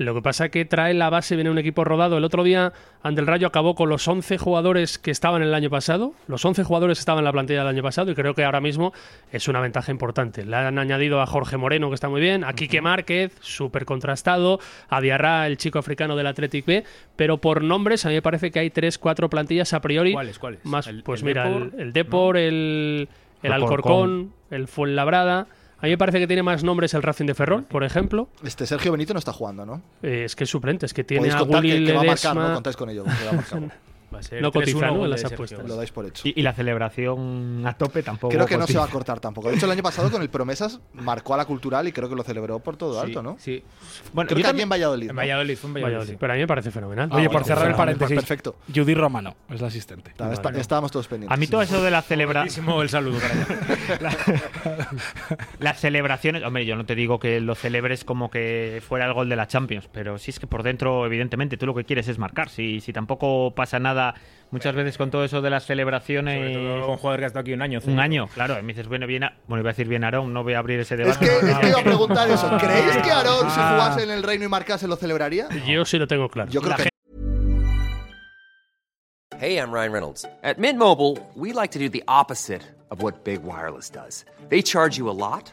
[SPEAKER 2] Lo que pasa que trae la base, viene un equipo rodado. El otro día, ante el Rayo acabó con los 11 jugadores que estaban el año pasado. Los 11 jugadores estaban en la plantilla del año pasado y creo que ahora mismo es una ventaja importante. Le han añadido a Jorge Moreno, que está muy bien, a Quique Márquez, súper contrastado, a Diarra, el chico africano del Athletic B. Pero por nombres, a mí me parece que hay tres, cuatro plantillas a priori.
[SPEAKER 5] ¿Cuáles, cuáles?
[SPEAKER 2] Más,
[SPEAKER 5] ¿El-
[SPEAKER 2] pues
[SPEAKER 5] el
[SPEAKER 2] mira, el-
[SPEAKER 5] Depor?
[SPEAKER 2] el Depor, el, el Alcorcón, el Fuenlabrada. A mí me parece que tiene más nombres el Racing de Ferrol, por ejemplo.
[SPEAKER 1] Este Sergio Benito no está jugando, ¿no?
[SPEAKER 2] Eh, es que es suplente, es que tiene
[SPEAKER 1] Podéis
[SPEAKER 2] a
[SPEAKER 1] contar
[SPEAKER 2] Willy
[SPEAKER 1] que, que va a marcar, ¿no?
[SPEAKER 2] Ledesma.
[SPEAKER 1] Contáis con ello, que va a marcar.
[SPEAKER 5] Va a ser
[SPEAKER 2] No
[SPEAKER 5] 3-1
[SPEAKER 2] cotiza, ¿no?
[SPEAKER 5] gol
[SPEAKER 2] en
[SPEAKER 5] de
[SPEAKER 2] las
[SPEAKER 5] Sergio.
[SPEAKER 2] apuestas.
[SPEAKER 1] Lo dais por hecho.
[SPEAKER 3] Y, y la celebración a tope tampoco.
[SPEAKER 1] Creo que no se va a
[SPEAKER 3] cotiza.
[SPEAKER 1] cortar tampoco. De hecho, el año pasado con el Promesas marcó a la cultural y creo que lo celebró por todo alto, ¿no?
[SPEAKER 5] Sí.
[SPEAKER 3] Bueno,
[SPEAKER 1] Creo
[SPEAKER 3] yo
[SPEAKER 1] que aquí
[SPEAKER 3] también
[SPEAKER 1] en Valladolid.
[SPEAKER 5] En
[SPEAKER 1] ¿no?
[SPEAKER 5] Valladolid, fue en Valladolid.
[SPEAKER 2] Valladolid.
[SPEAKER 5] sí.
[SPEAKER 2] Pero a mí me parece fenomenal.
[SPEAKER 1] Ah,
[SPEAKER 4] Oye,
[SPEAKER 1] bueno,
[SPEAKER 4] por cerrar el
[SPEAKER 2] pues,
[SPEAKER 1] fenomenal,
[SPEAKER 4] paréntesis.
[SPEAKER 1] Perfecto.
[SPEAKER 4] Judy Romano es la asistente.
[SPEAKER 1] Está- está- Estábamos todos pendientes.
[SPEAKER 3] A mí todo eso de la celebra...
[SPEAKER 5] Buenísimo el saludo para allá.
[SPEAKER 3] Las celebraciones, hombre, yo no te digo que lo celebres como que fuera el gol de la Champions, pero sí es que por dentro, evidentemente, tú lo que quieres es marcar. Si, si tampoco pasa nada muchas veces con todo eso de las
[SPEAKER 5] Sobre
[SPEAKER 3] celebraciones.
[SPEAKER 5] todo un jugador que ha estado aquí un año.
[SPEAKER 3] Un
[SPEAKER 5] sí.
[SPEAKER 3] año, claro. Me dices, bueno, bien, a- bueno, iba a decir bien Aarón, no voy a abrir ese
[SPEAKER 1] Es
[SPEAKER 3] debate.
[SPEAKER 1] que, es que iba a preguntar eso.
[SPEAKER 5] Ah.
[SPEAKER 1] ¿Creéis que Aarón, si
[SPEAKER 5] Ah.
[SPEAKER 1] jugase en el reino y marcase, lo celebraría?
[SPEAKER 2] Yo sí lo tengo claro.
[SPEAKER 1] Yo creo
[SPEAKER 3] La
[SPEAKER 1] que
[SPEAKER 6] Hey, I'm Ryan Reynolds. At Mint Mobile, we like to do the opposite of what Big Wireless does. They charge you a lot,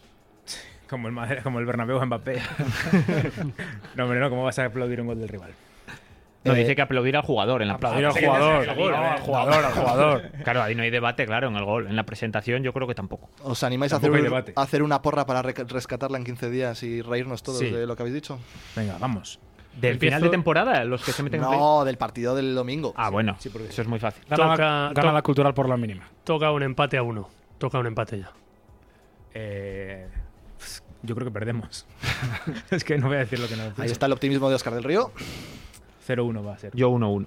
[SPEAKER 5] Como el, Madre- como el Bernabéu a Mbappé. no, hombre, no, ¿cómo vas a aplaudir un gol del rival?
[SPEAKER 3] No,
[SPEAKER 1] Eh,
[SPEAKER 3] dice que aplaudir al jugador en la
[SPEAKER 4] Aplaudir al
[SPEAKER 5] sí,
[SPEAKER 4] jugador.
[SPEAKER 5] sí, sí, sí,
[SPEAKER 4] No, al
[SPEAKER 5] sí.
[SPEAKER 4] jugador, al jugador.
[SPEAKER 3] Claro, ahí no hay debate, claro, en el gol. En la presentación yo creo que tampoco.
[SPEAKER 1] ¿Os animáis a hacer,
[SPEAKER 5] Tampoco hay
[SPEAKER 1] un-
[SPEAKER 5] debate.
[SPEAKER 1] a hacer una porra para re- rescatarla en 15 días y reírnos todos
[SPEAKER 5] Sí.
[SPEAKER 1] de lo que habéis dicho?
[SPEAKER 5] Venga, vamos.
[SPEAKER 3] Del
[SPEAKER 2] Empiezo-
[SPEAKER 3] final de temporada, los que se meten en play-
[SPEAKER 1] No, del partido del domingo.
[SPEAKER 3] Ah, bueno, eso es muy fácil.
[SPEAKER 4] Gana, la-
[SPEAKER 2] Toca-
[SPEAKER 4] gana
[SPEAKER 2] to-
[SPEAKER 4] la cultural por la mínima.
[SPEAKER 2] Toca un empate a uno. Toca un empate ya.
[SPEAKER 5] Eh, yo creo que perdemos. es que no voy a decir lo que no.
[SPEAKER 1] Ahí
[SPEAKER 5] pienso.
[SPEAKER 1] está el optimismo de Oscar del Río.
[SPEAKER 5] 0-1 va a ser.
[SPEAKER 3] Yo 1-1.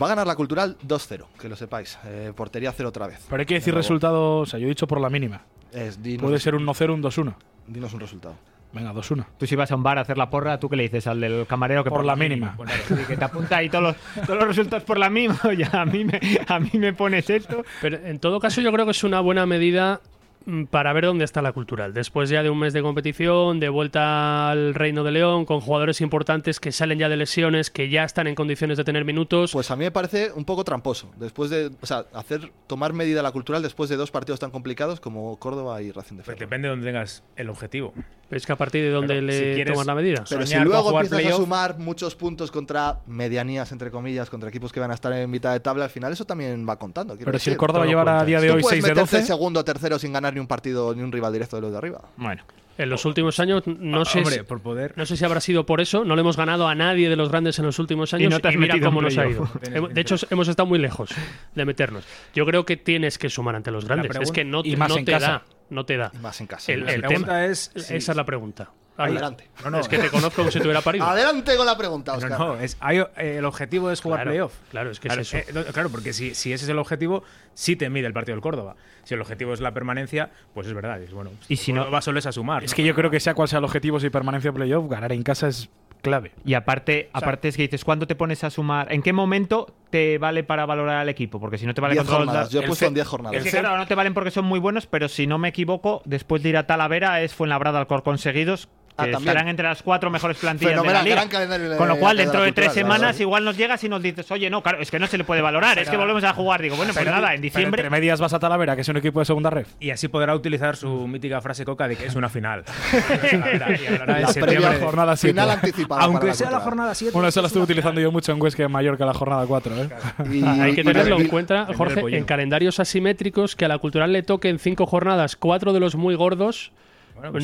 [SPEAKER 1] Va a ganar la cultural 2-0, que lo sepáis. Eh, portería 0 otra vez.
[SPEAKER 4] Pero hay que decir
[SPEAKER 1] Bravo.
[SPEAKER 4] resultado, o sea, yo he dicho por la mínima.
[SPEAKER 1] Es- dinos,
[SPEAKER 4] Puede ser un 1-0, un 2-1.
[SPEAKER 1] dinos un resultado.
[SPEAKER 4] Venga, 2-1.
[SPEAKER 3] Tú si vas a un bar a hacer la porra, ¿tú qué le dices al del camarero que
[SPEAKER 4] Por la mínima.
[SPEAKER 3] Bueno, sí, que te apunta ahí todos los, todos los resultados por la mínima. Oye, a mí me, a mí me pones esto.
[SPEAKER 2] Pero en todo caso, yo creo que es una buena medida mm, para ver dónde está la cultural. Después ya de un mes de competición, de vuelta al Reino de León, con jugadores importantes que salen ya de lesiones, que ya están en condiciones de tener minutos.
[SPEAKER 1] Pues a mí me parece un poco tramposo. Después de, o sea, hacer tomar medida la cultural después de dos partidos tan complicados como Córdoba y Racing de
[SPEAKER 5] Pues
[SPEAKER 1] Ferrol.
[SPEAKER 5] depende de donde tengas el objetivo.
[SPEAKER 2] es que a partir de dónde
[SPEAKER 5] Claro,
[SPEAKER 2] le
[SPEAKER 5] si quieres-
[SPEAKER 2] toman la medida.
[SPEAKER 1] Pero si
[SPEAKER 5] soñar con
[SPEAKER 1] luego
[SPEAKER 5] jugar
[SPEAKER 1] empiezas a
[SPEAKER 5] playoff.
[SPEAKER 1] sumar muchos puntos contra medianías, entre comillas, contra equipos que van a estar en mitad de tabla, al final eso también va contando. quiero
[SPEAKER 4] Pero si el
[SPEAKER 1] decir.
[SPEAKER 4] Córdoba
[SPEAKER 5] todo
[SPEAKER 4] llevara a
[SPEAKER 5] cuenta.
[SPEAKER 4] día de
[SPEAKER 1] Tú
[SPEAKER 4] hoy
[SPEAKER 1] puedes
[SPEAKER 4] 6 de
[SPEAKER 1] meterte
[SPEAKER 4] 12,
[SPEAKER 1] segundo o tercero sin ganar ni un partido ni un rival directo de los de arriba.
[SPEAKER 3] Bueno,
[SPEAKER 2] En los últimos años,
[SPEAKER 1] Ah,
[SPEAKER 2] no sé,
[SPEAKER 5] Ah, Hombre,
[SPEAKER 2] si,
[SPEAKER 5] por poder.
[SPEAKER 2] no sé si habrá sido por eso. No le hemos ganado a nadie de los grandes en los últimos años.
[SPEAKER 3] no te has
[SPEAKER 2] mira
[SPEAKER 3] metido en
[SPEAKER 2] cómo nos ha ido.
[SPEAKER 3] playoff.
[SPEAKER 2] Hemo- De hecho, hemos estado muy lejos de meternos. Yo creo que tienes que sumar ante los grandes. Es
[SPEAKER 5] pregunta-
[SPEAKER 2] que no te,
[SPEAKER 4] y más
[SPEAKER 2] no
[SPEAKER 4] en
[SPEAKER 2] te
[SPEAKER 4] casa.
[SPEAKER 2] da. No te da.
[SPEAKER 1] Y más en casa.
[SPEAKER 2] El,
[SPEAKER 5] La
[SPEAKER 2] el
[SPEAKER 5] pregunta
[SPEAKER 2] tema
[SPEAKER 5] es si-
[SPEAKER 2] Esa es la pregunta. Habla.
[SPEAKER 1] Adelante.
[SPEAKER 5] No, no, eh,
[SPEAKER 2] Es que te conozco como si tuviera parido.
[SPEAKER 1] Adelante con la pregunta,
[SPEAKER 5] No,
[SPEAKER 1] Oscar.
[SPEAKER 5] no, es, hay- eh, el objetivo es jugar
[SPEAKER 2] Claro,
[SPEAKER 5] playoff.
[SPEAKER 2] claro, es que es
[SPEAKER 5] claro,
[SPEAKER 2] eso.
[SPEAKER 5] eh, no, claro, porque si, si ese es el objetivo, sí te mide el partido del Córdoba. Si el objetivo es la permanencia, pues es verdad. Es, bueno, pues
[SPEAKER 3] Y si no-
[SPEAKER 5] va solo es a sumar.
[SPEAKER 4] Es
[SPEAKER 5] ¿no?
[SPEAKER 4] que yo creo que sea cual sea el objetivo, si permanencia o playoff, ganar en casa es clave.
[SPEAKER 3] Y aparte, aparte es que dices, ¿cuándo te pones a sumar? ¿En qué momento te vale para valorar al equipo? Porque si no te vale
[SPEAKER 1] 10
[SPEAKER 3] contra los
[SPEAKER 1] jornadas.
[SPEAKER 3] da-
[SPEAKER 1] Yo he
[SPEAKER 4] el
[SPEAKER 1] puesto en
[SPEAKER 4] Cel-
[SPEAKER 1] 10 jornadas.
[SPEAKER 3] Es que, claro, no te valen porque son muy buenos, pero si no me equivoco, después de ir a Talavera es Fuenlabrada Alcorcón seguidos,
[SPEAKER 1] Ah,
[SPEAKER 3] que
[SPEAKER 1] también.
[SPEAKER 3] estarán entre las cuatro mejores plantillas
[SPEAKER 1] Fenomenal,
[SPEAKER 3] de la
[SPEAKER 1] gran
[SPEAKER 3] liga.
[SPEAKER 1] calendario de-
[SPEAKER 3] Con lo cual,
[SPEAKER 1] de la
[SPEAKER 3] dentro de
[SPEAKER 1] cultural,
[SPEAKER 3] tres
[SPEAKER 1] claro.
[SPEAKER 3] semanas igual nos llegas y nos dices, oye, no, claro, es que no se le puede valorar, es que volvemos a jugar. Digo, bueno, pues nada, en diciembre...
[SPEAKER 4] Pero entre medias vas a Talavera, que es un equipo de segunda red.
[SPEAKER 5] Y así podrá utilizar su mítica frase coca de que es una final. Y hablará- y hablará en
[SPEAKER 1] La
[SPEAKER 5] septiembre
[SPEAKER 1] previa
[SPEAKER 5] de-
[SPEAKER 1] jornada
[SPEAKER 4] jornada siete.
[SPEAKER 1] final anticipada. para
[SPEAKER 5] Aunque sea la
[SPEAKER 1] cultural.
[SPEAKER 5] jornada 7.
[SPEAKER 4] Bueno, eso lo estuve utilizando yo mucho en Huesca, en Mallorca, la jornada 4. ¿eh?
[SPEAKER 1] Y-
[SPEAKER 2] Hay que
[SPEAKER 1] y-
[SPEAKER 2] tenerlo
[SPEAKER 1] y-
[SPEAKER 2] en cuenta,
[SPEAKER 5] el
[SPEAKER 2] Jorge,
[SPEAKER 5] pollino.
[SPEAKER 2] en calendarios asimétricos que a la cultural le toquen cinco jornadas, cuatro de los muy gordos.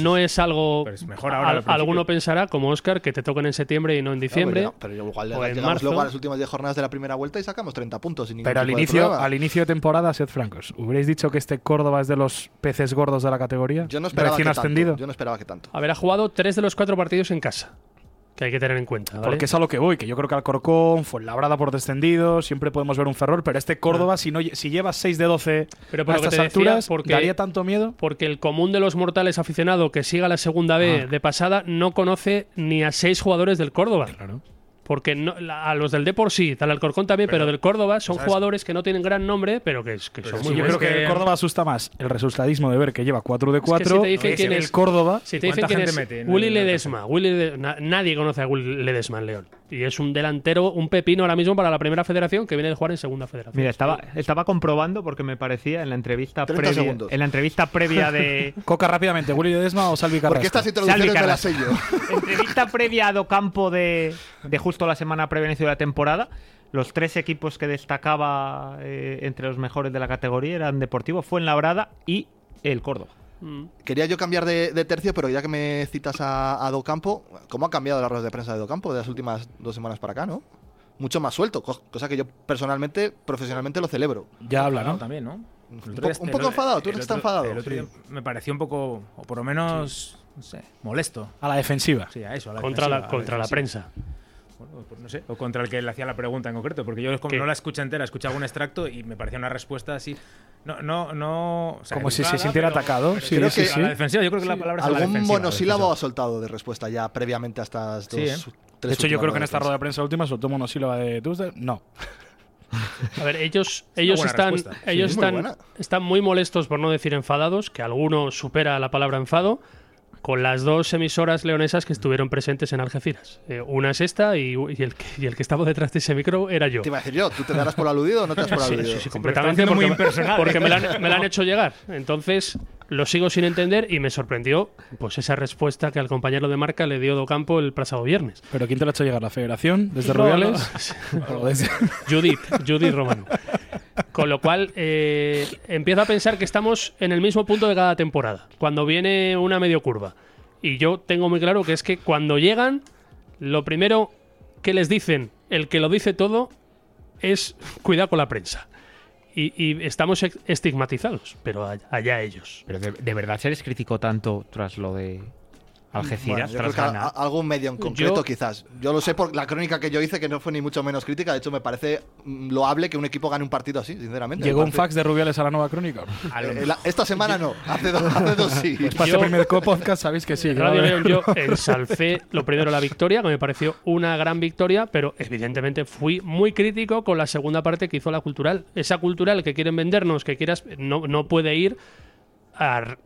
[SPEAKER 2] no es algo.
[SPEAKER 5] pues mejor ahora,
[SPEAKER 2] al-
[SPEAKER 5] al principio.
[SPEAKER 2] alguno pensará, como Oscar, que te toquen en septiembre y no en diciembre.
[SPEAKER 1] No, pero, yo- pero igual
[SPEAKER 2] o en
[SPEAKER 1] llegamos
[SPEAKER 2] marzo.
[SPEAKER 1] luego a las últimas 10 jornadas de la primera vuelta y sacamos 30 puntos. Sin ningún
[SPEAKER 4] Pero al
[SPEAKER 1] tipo de
[SPEAKER 4] inicio,
[SPEAKER 1] problema.
[SPEAKER 4] al inicio de temporada, sed francos. ¿Hubierais dicho que este Córdoba es de los peces gordos de la categoría?
[SPEAKER 1] yo no esperaba
[SPEAKER 4] Recién
[SPEAKER 1] que
[SPEAKER 4] ascendido.
[SPEAKER 1] Tanto, yo no esperaba que tanto.
[SPEAKER 2] Haberá jugado tres de los cuatro partidos en casa, que hay que tener en cuenta. ¿vale?
[SPEAKER 4] Porque es a lo que voy, que yo creo que Alcorcón, Fuenlabrada por descendido, siempre podemos ver un Ferrol, pero este Córdoba, si, no, lle- si lleva 6 de 12
[SPEAKER 2] Pero por
[SPEAKER 4] a
[SPEAKER 2] lo que
[SPEAKER 4] estas
[SPEAKER 2] te decía,
[SPEAKER 4] alturas,
[SPEAKER 2] porque-
[SPEAKER 4] ¿daría tanto miedo?
[SPEAKER 2] Porque el común de los mortales aficionado que siga la segunda
[SPEAKER 5] Ah.
[SPEAKER 2] B de pasada no conoce ni a seis jugadores del Córdoba. Porque no- la- a los del D por sí, al Alcorcón también, pero, del Córdoba son jugadores que no tienen gran nombre, pero que, es- que son
[SPEAKER 4] Sí,
[SPEAKER 2] muy
[SPEAKER 4] yo
[SPEAKER 2] buenos.
[SPEAKER 4] creo que, el Córdoba asusta más el resultadismo de ver que lleva 4 de
[SPEAKER 2] que si
[SPEAKER 4] 4
[SPEAKER 2] te dicen quién es-
[SPEAKER 4] el Córdoba.
[SPEAKER 2] Si te dicen
[SPEAKER 5] ¿Cuánta
[SPEAKER 2] quién
[SPEAKER 5] gente
[SPEAKER 2] es
[SPEAKER 5] mete en
[SPEAKER 2] Willy
[SPEAKER 5] el-
[SPEAKER 2] Ledesma, Willy Lede- na- nadie conoce a Willy Ledesma en León. Y es un delantero, un pepino ahora mismo para la primera federación que viene de jugar en segunda federación.
[SPEAKER 3] Mira, estaba, estaba comprobando porque me parecía en la entrevista
[SPEAKER 1] 30
[SPEAKER 3] previa,
[SPEAKER 1] segundos.
[SPEAKER 3] en la entrevista previa de
[SPEAKER 4] Coca rápidamente, Willy Desma o Salvi Carrasco.
[SPEAKER 1] Porque estas
[SPEAKER 3] Salvi
[SPEAKER 1] introducciones me las
[SPEAKER 3] Carrasco.
[SPEAKER 1] sé yo.
[SPEAKER 3] Entrevista previa a Docampo de, de justo la semana previa al inicio de la temporada. Los tres equipos que destacaba eh, entre los mejores de la categoría eran Deportivo, Fuenlabrada y el Córdoba.
[SPEAKER 1] Quería yo cambiar de, de tercio, pero ya que me citas a, a Docampo, ¿cómo ha cambiado las ruedas de prensa de Docampo de las últimas dos semanas para acá, no? Mucho más suelto, co- cosa que yo personalmente, profesionalmente lo celebro.
[SPEAKER 4] Ya habla,
[SPEAKER 5] Enfadado
[SPEAKER 4] ¿no?
[SPEAKER 5] También, ¿no? El otro
[SPEAKER 1] un
[SPEAKER 5] día
[SPEAKER 1] poco-
[SPEAKER 5] este-
[SPEAKER 1] un poco
[SPEAKER 5] el-
[SPEAKER 1] enfadado, tú
[SPEAKER 5] el
[SPEAKER 1] eres que está
[SPEAKER 5] otro-
[SPEAKER 1] enfadado,
[SPEAKER 5] el otro
[SPEAKER 1] sí.
[SPEAKER 5] día me pareció un poco, o por lo menos, no sé, molesto.
[SPEAKER 4] A la defensiva.
[SPEAKER 5] Sí, a eso, a
[SPEAKER 2] contra
[SPEAKER 5] defensiva,
[SPEAKER 2] la,
[SPEAKER 5] a
[SPEAKER 2] contra la
[SPEAKER 5] defensiva.
[SPEAKER 2] prensa.
[SPEAKER 5] Bueno, pues no sé, o contra el que le hacía la pregunta en concreto, porque yo como
[SPEAKER 2] ¿Qué?
[SPEAKER 5] no la escuché entera, escuché algún extracto y me parecía una respuesta así. No, no, Ah, no. o sea,
[SPEAKER 4] Como si se
[SPEAKER 5] educada,
[SPEAKER 4] sintiera
[SPEAKER 5] pero-
[SPEAKER 4] atacado,
[SPEAKER 5] pero
[SPEAKER 4] sí,
[SPEAKER 5] creo
[SPEAKER 4] sí,
[SPEAKER 5] que
[SPEAKER 4] sí.
[SPEAKER 5] A la defensiva, yo creo que la palabra es a la
[SPEAKER 1] Algún
[SPEAKER 5] defensiva,
[SPEAKER 1] monosílabo
[SPEAKER 5] defensiva.
[SPEAKER 1] ha soltado de respuesta ya previamente a estas dos.
[SPEAKER 5] Sí, ¿eh?
[SPEAKER 4] De
[SPEAKER 1] tres
[SPEAKER 4] hecho, yo
[SPEAKER 1] últimas
[SPEAKER 4] creo que en esta
[SPEAKER 1] ruedas
[SPEAKER 4] rueda de prensa última soltó monosílaba de Tuesday. No.
[SPEAKER 2] A ver, ellos,
[SPEAKER 5] una
[SPEAKER 2] ellos
[SPEAKER 5] buena
[SPEAKER 2] están,
[SPEAKER 5] respuesta.
[SPEAKER 2] ellos
[SPEAKER 1] Sí, muy
[SPEAKER 2] están,
[SPEAKER 1] buena.
[SPEAKER 2] están muy molestos, por no decir enfadados, que alguno supera la palabra enfado, con las dos emisoras leonesas que estuvieron presentes en Algeciras. Eh, una es esta y, y el que, y el que estaba detrás de ese micro era
[SPEAKER 1] de prensa.
[SPEAKER 2] yo.
[SPEAKER 1] Te iba a decir yo, ¿tú te darás por aludido o no te das por
[SPEAKER 2] Sí,
[SPEAKER 1] aludido?
[SPEAKER 2] sí, sí, completamente.
[SPEAKER 5] haciendo
[SPEAKER 2] Porque,
[SPEAKER 5] muy impersonal,
[SPEAKER 2] porque me, la han, me la han hecho llegar. Entonces, lo sigo sin entender y me sorprendió pues esa respuesta que al compañero de marca le dio Docampo el pasado viernes.
[SPEAKER 4] Pero ¿quién te lo ha hecho llegar? ¿La Federación?
[SPEAKER 2] No,
[SPEAKER 4] ¿Desde Rubiales? O desde-
[SPEAKER 2] Judith, Judith Romano. Con lo cual, eh, empiezo a pensar que estamos en el mismo punto de cada temporada, cuando viene una medio curva. Y yo tengo muy claro que es que cuando llegan, lo primero que les dicen, el que lo dice todo, es cuidado con la prensa. Y, y estamos ex- estigmatizados, pero a- allá ellos.
[SPEAKER 3] Pero de, de verdad se les criticó tanto tras lo de
[SPEAKER 1] Bueno,
[SPEAKER 3] Algeciras,
[SPEAKER 1] yo creo
[SPEAKER 3] tras
[SPEAKER 1] que a-
[SPEAKER 3] ganar.
[SPEAKER 1] a- algún medio en concreto,
[SPEAKER 2] Yo-
[SPEAKER 1] quizás. Yo lo sé por la crónica que yo hice, que no fue ni mucho menos crítica. De hecho, me parece mm, loable que un equipo gane un partido así, sinceramente.
[SPEAKER 4] Llegó
[SPEAKER 1] Me
[SPEAKER 4] un
[SPEAKER 1] parece-
[SPEAKER 4] fax de Rubiales a la nueva crónica.
[SPEAKER 5] A lo
[SPEAKER 1] Eh, la- esta semana no, hace dos, hace dos sí.
[SPEAKER 4] Para este primer co- podcast sabéis que sí. que va a
[SPEAKER 2] Radio
[SPEAKER 4] haber-
[SPEAKER 2] León, yo ensalcé lo primero la victoria, que me pareció una gran victoria, pero evidentemente fui muy crítico con la segunda parte que hizo la cultural. Esa cultural que quieren vendernos, que quieras, no, no puede ir a ar-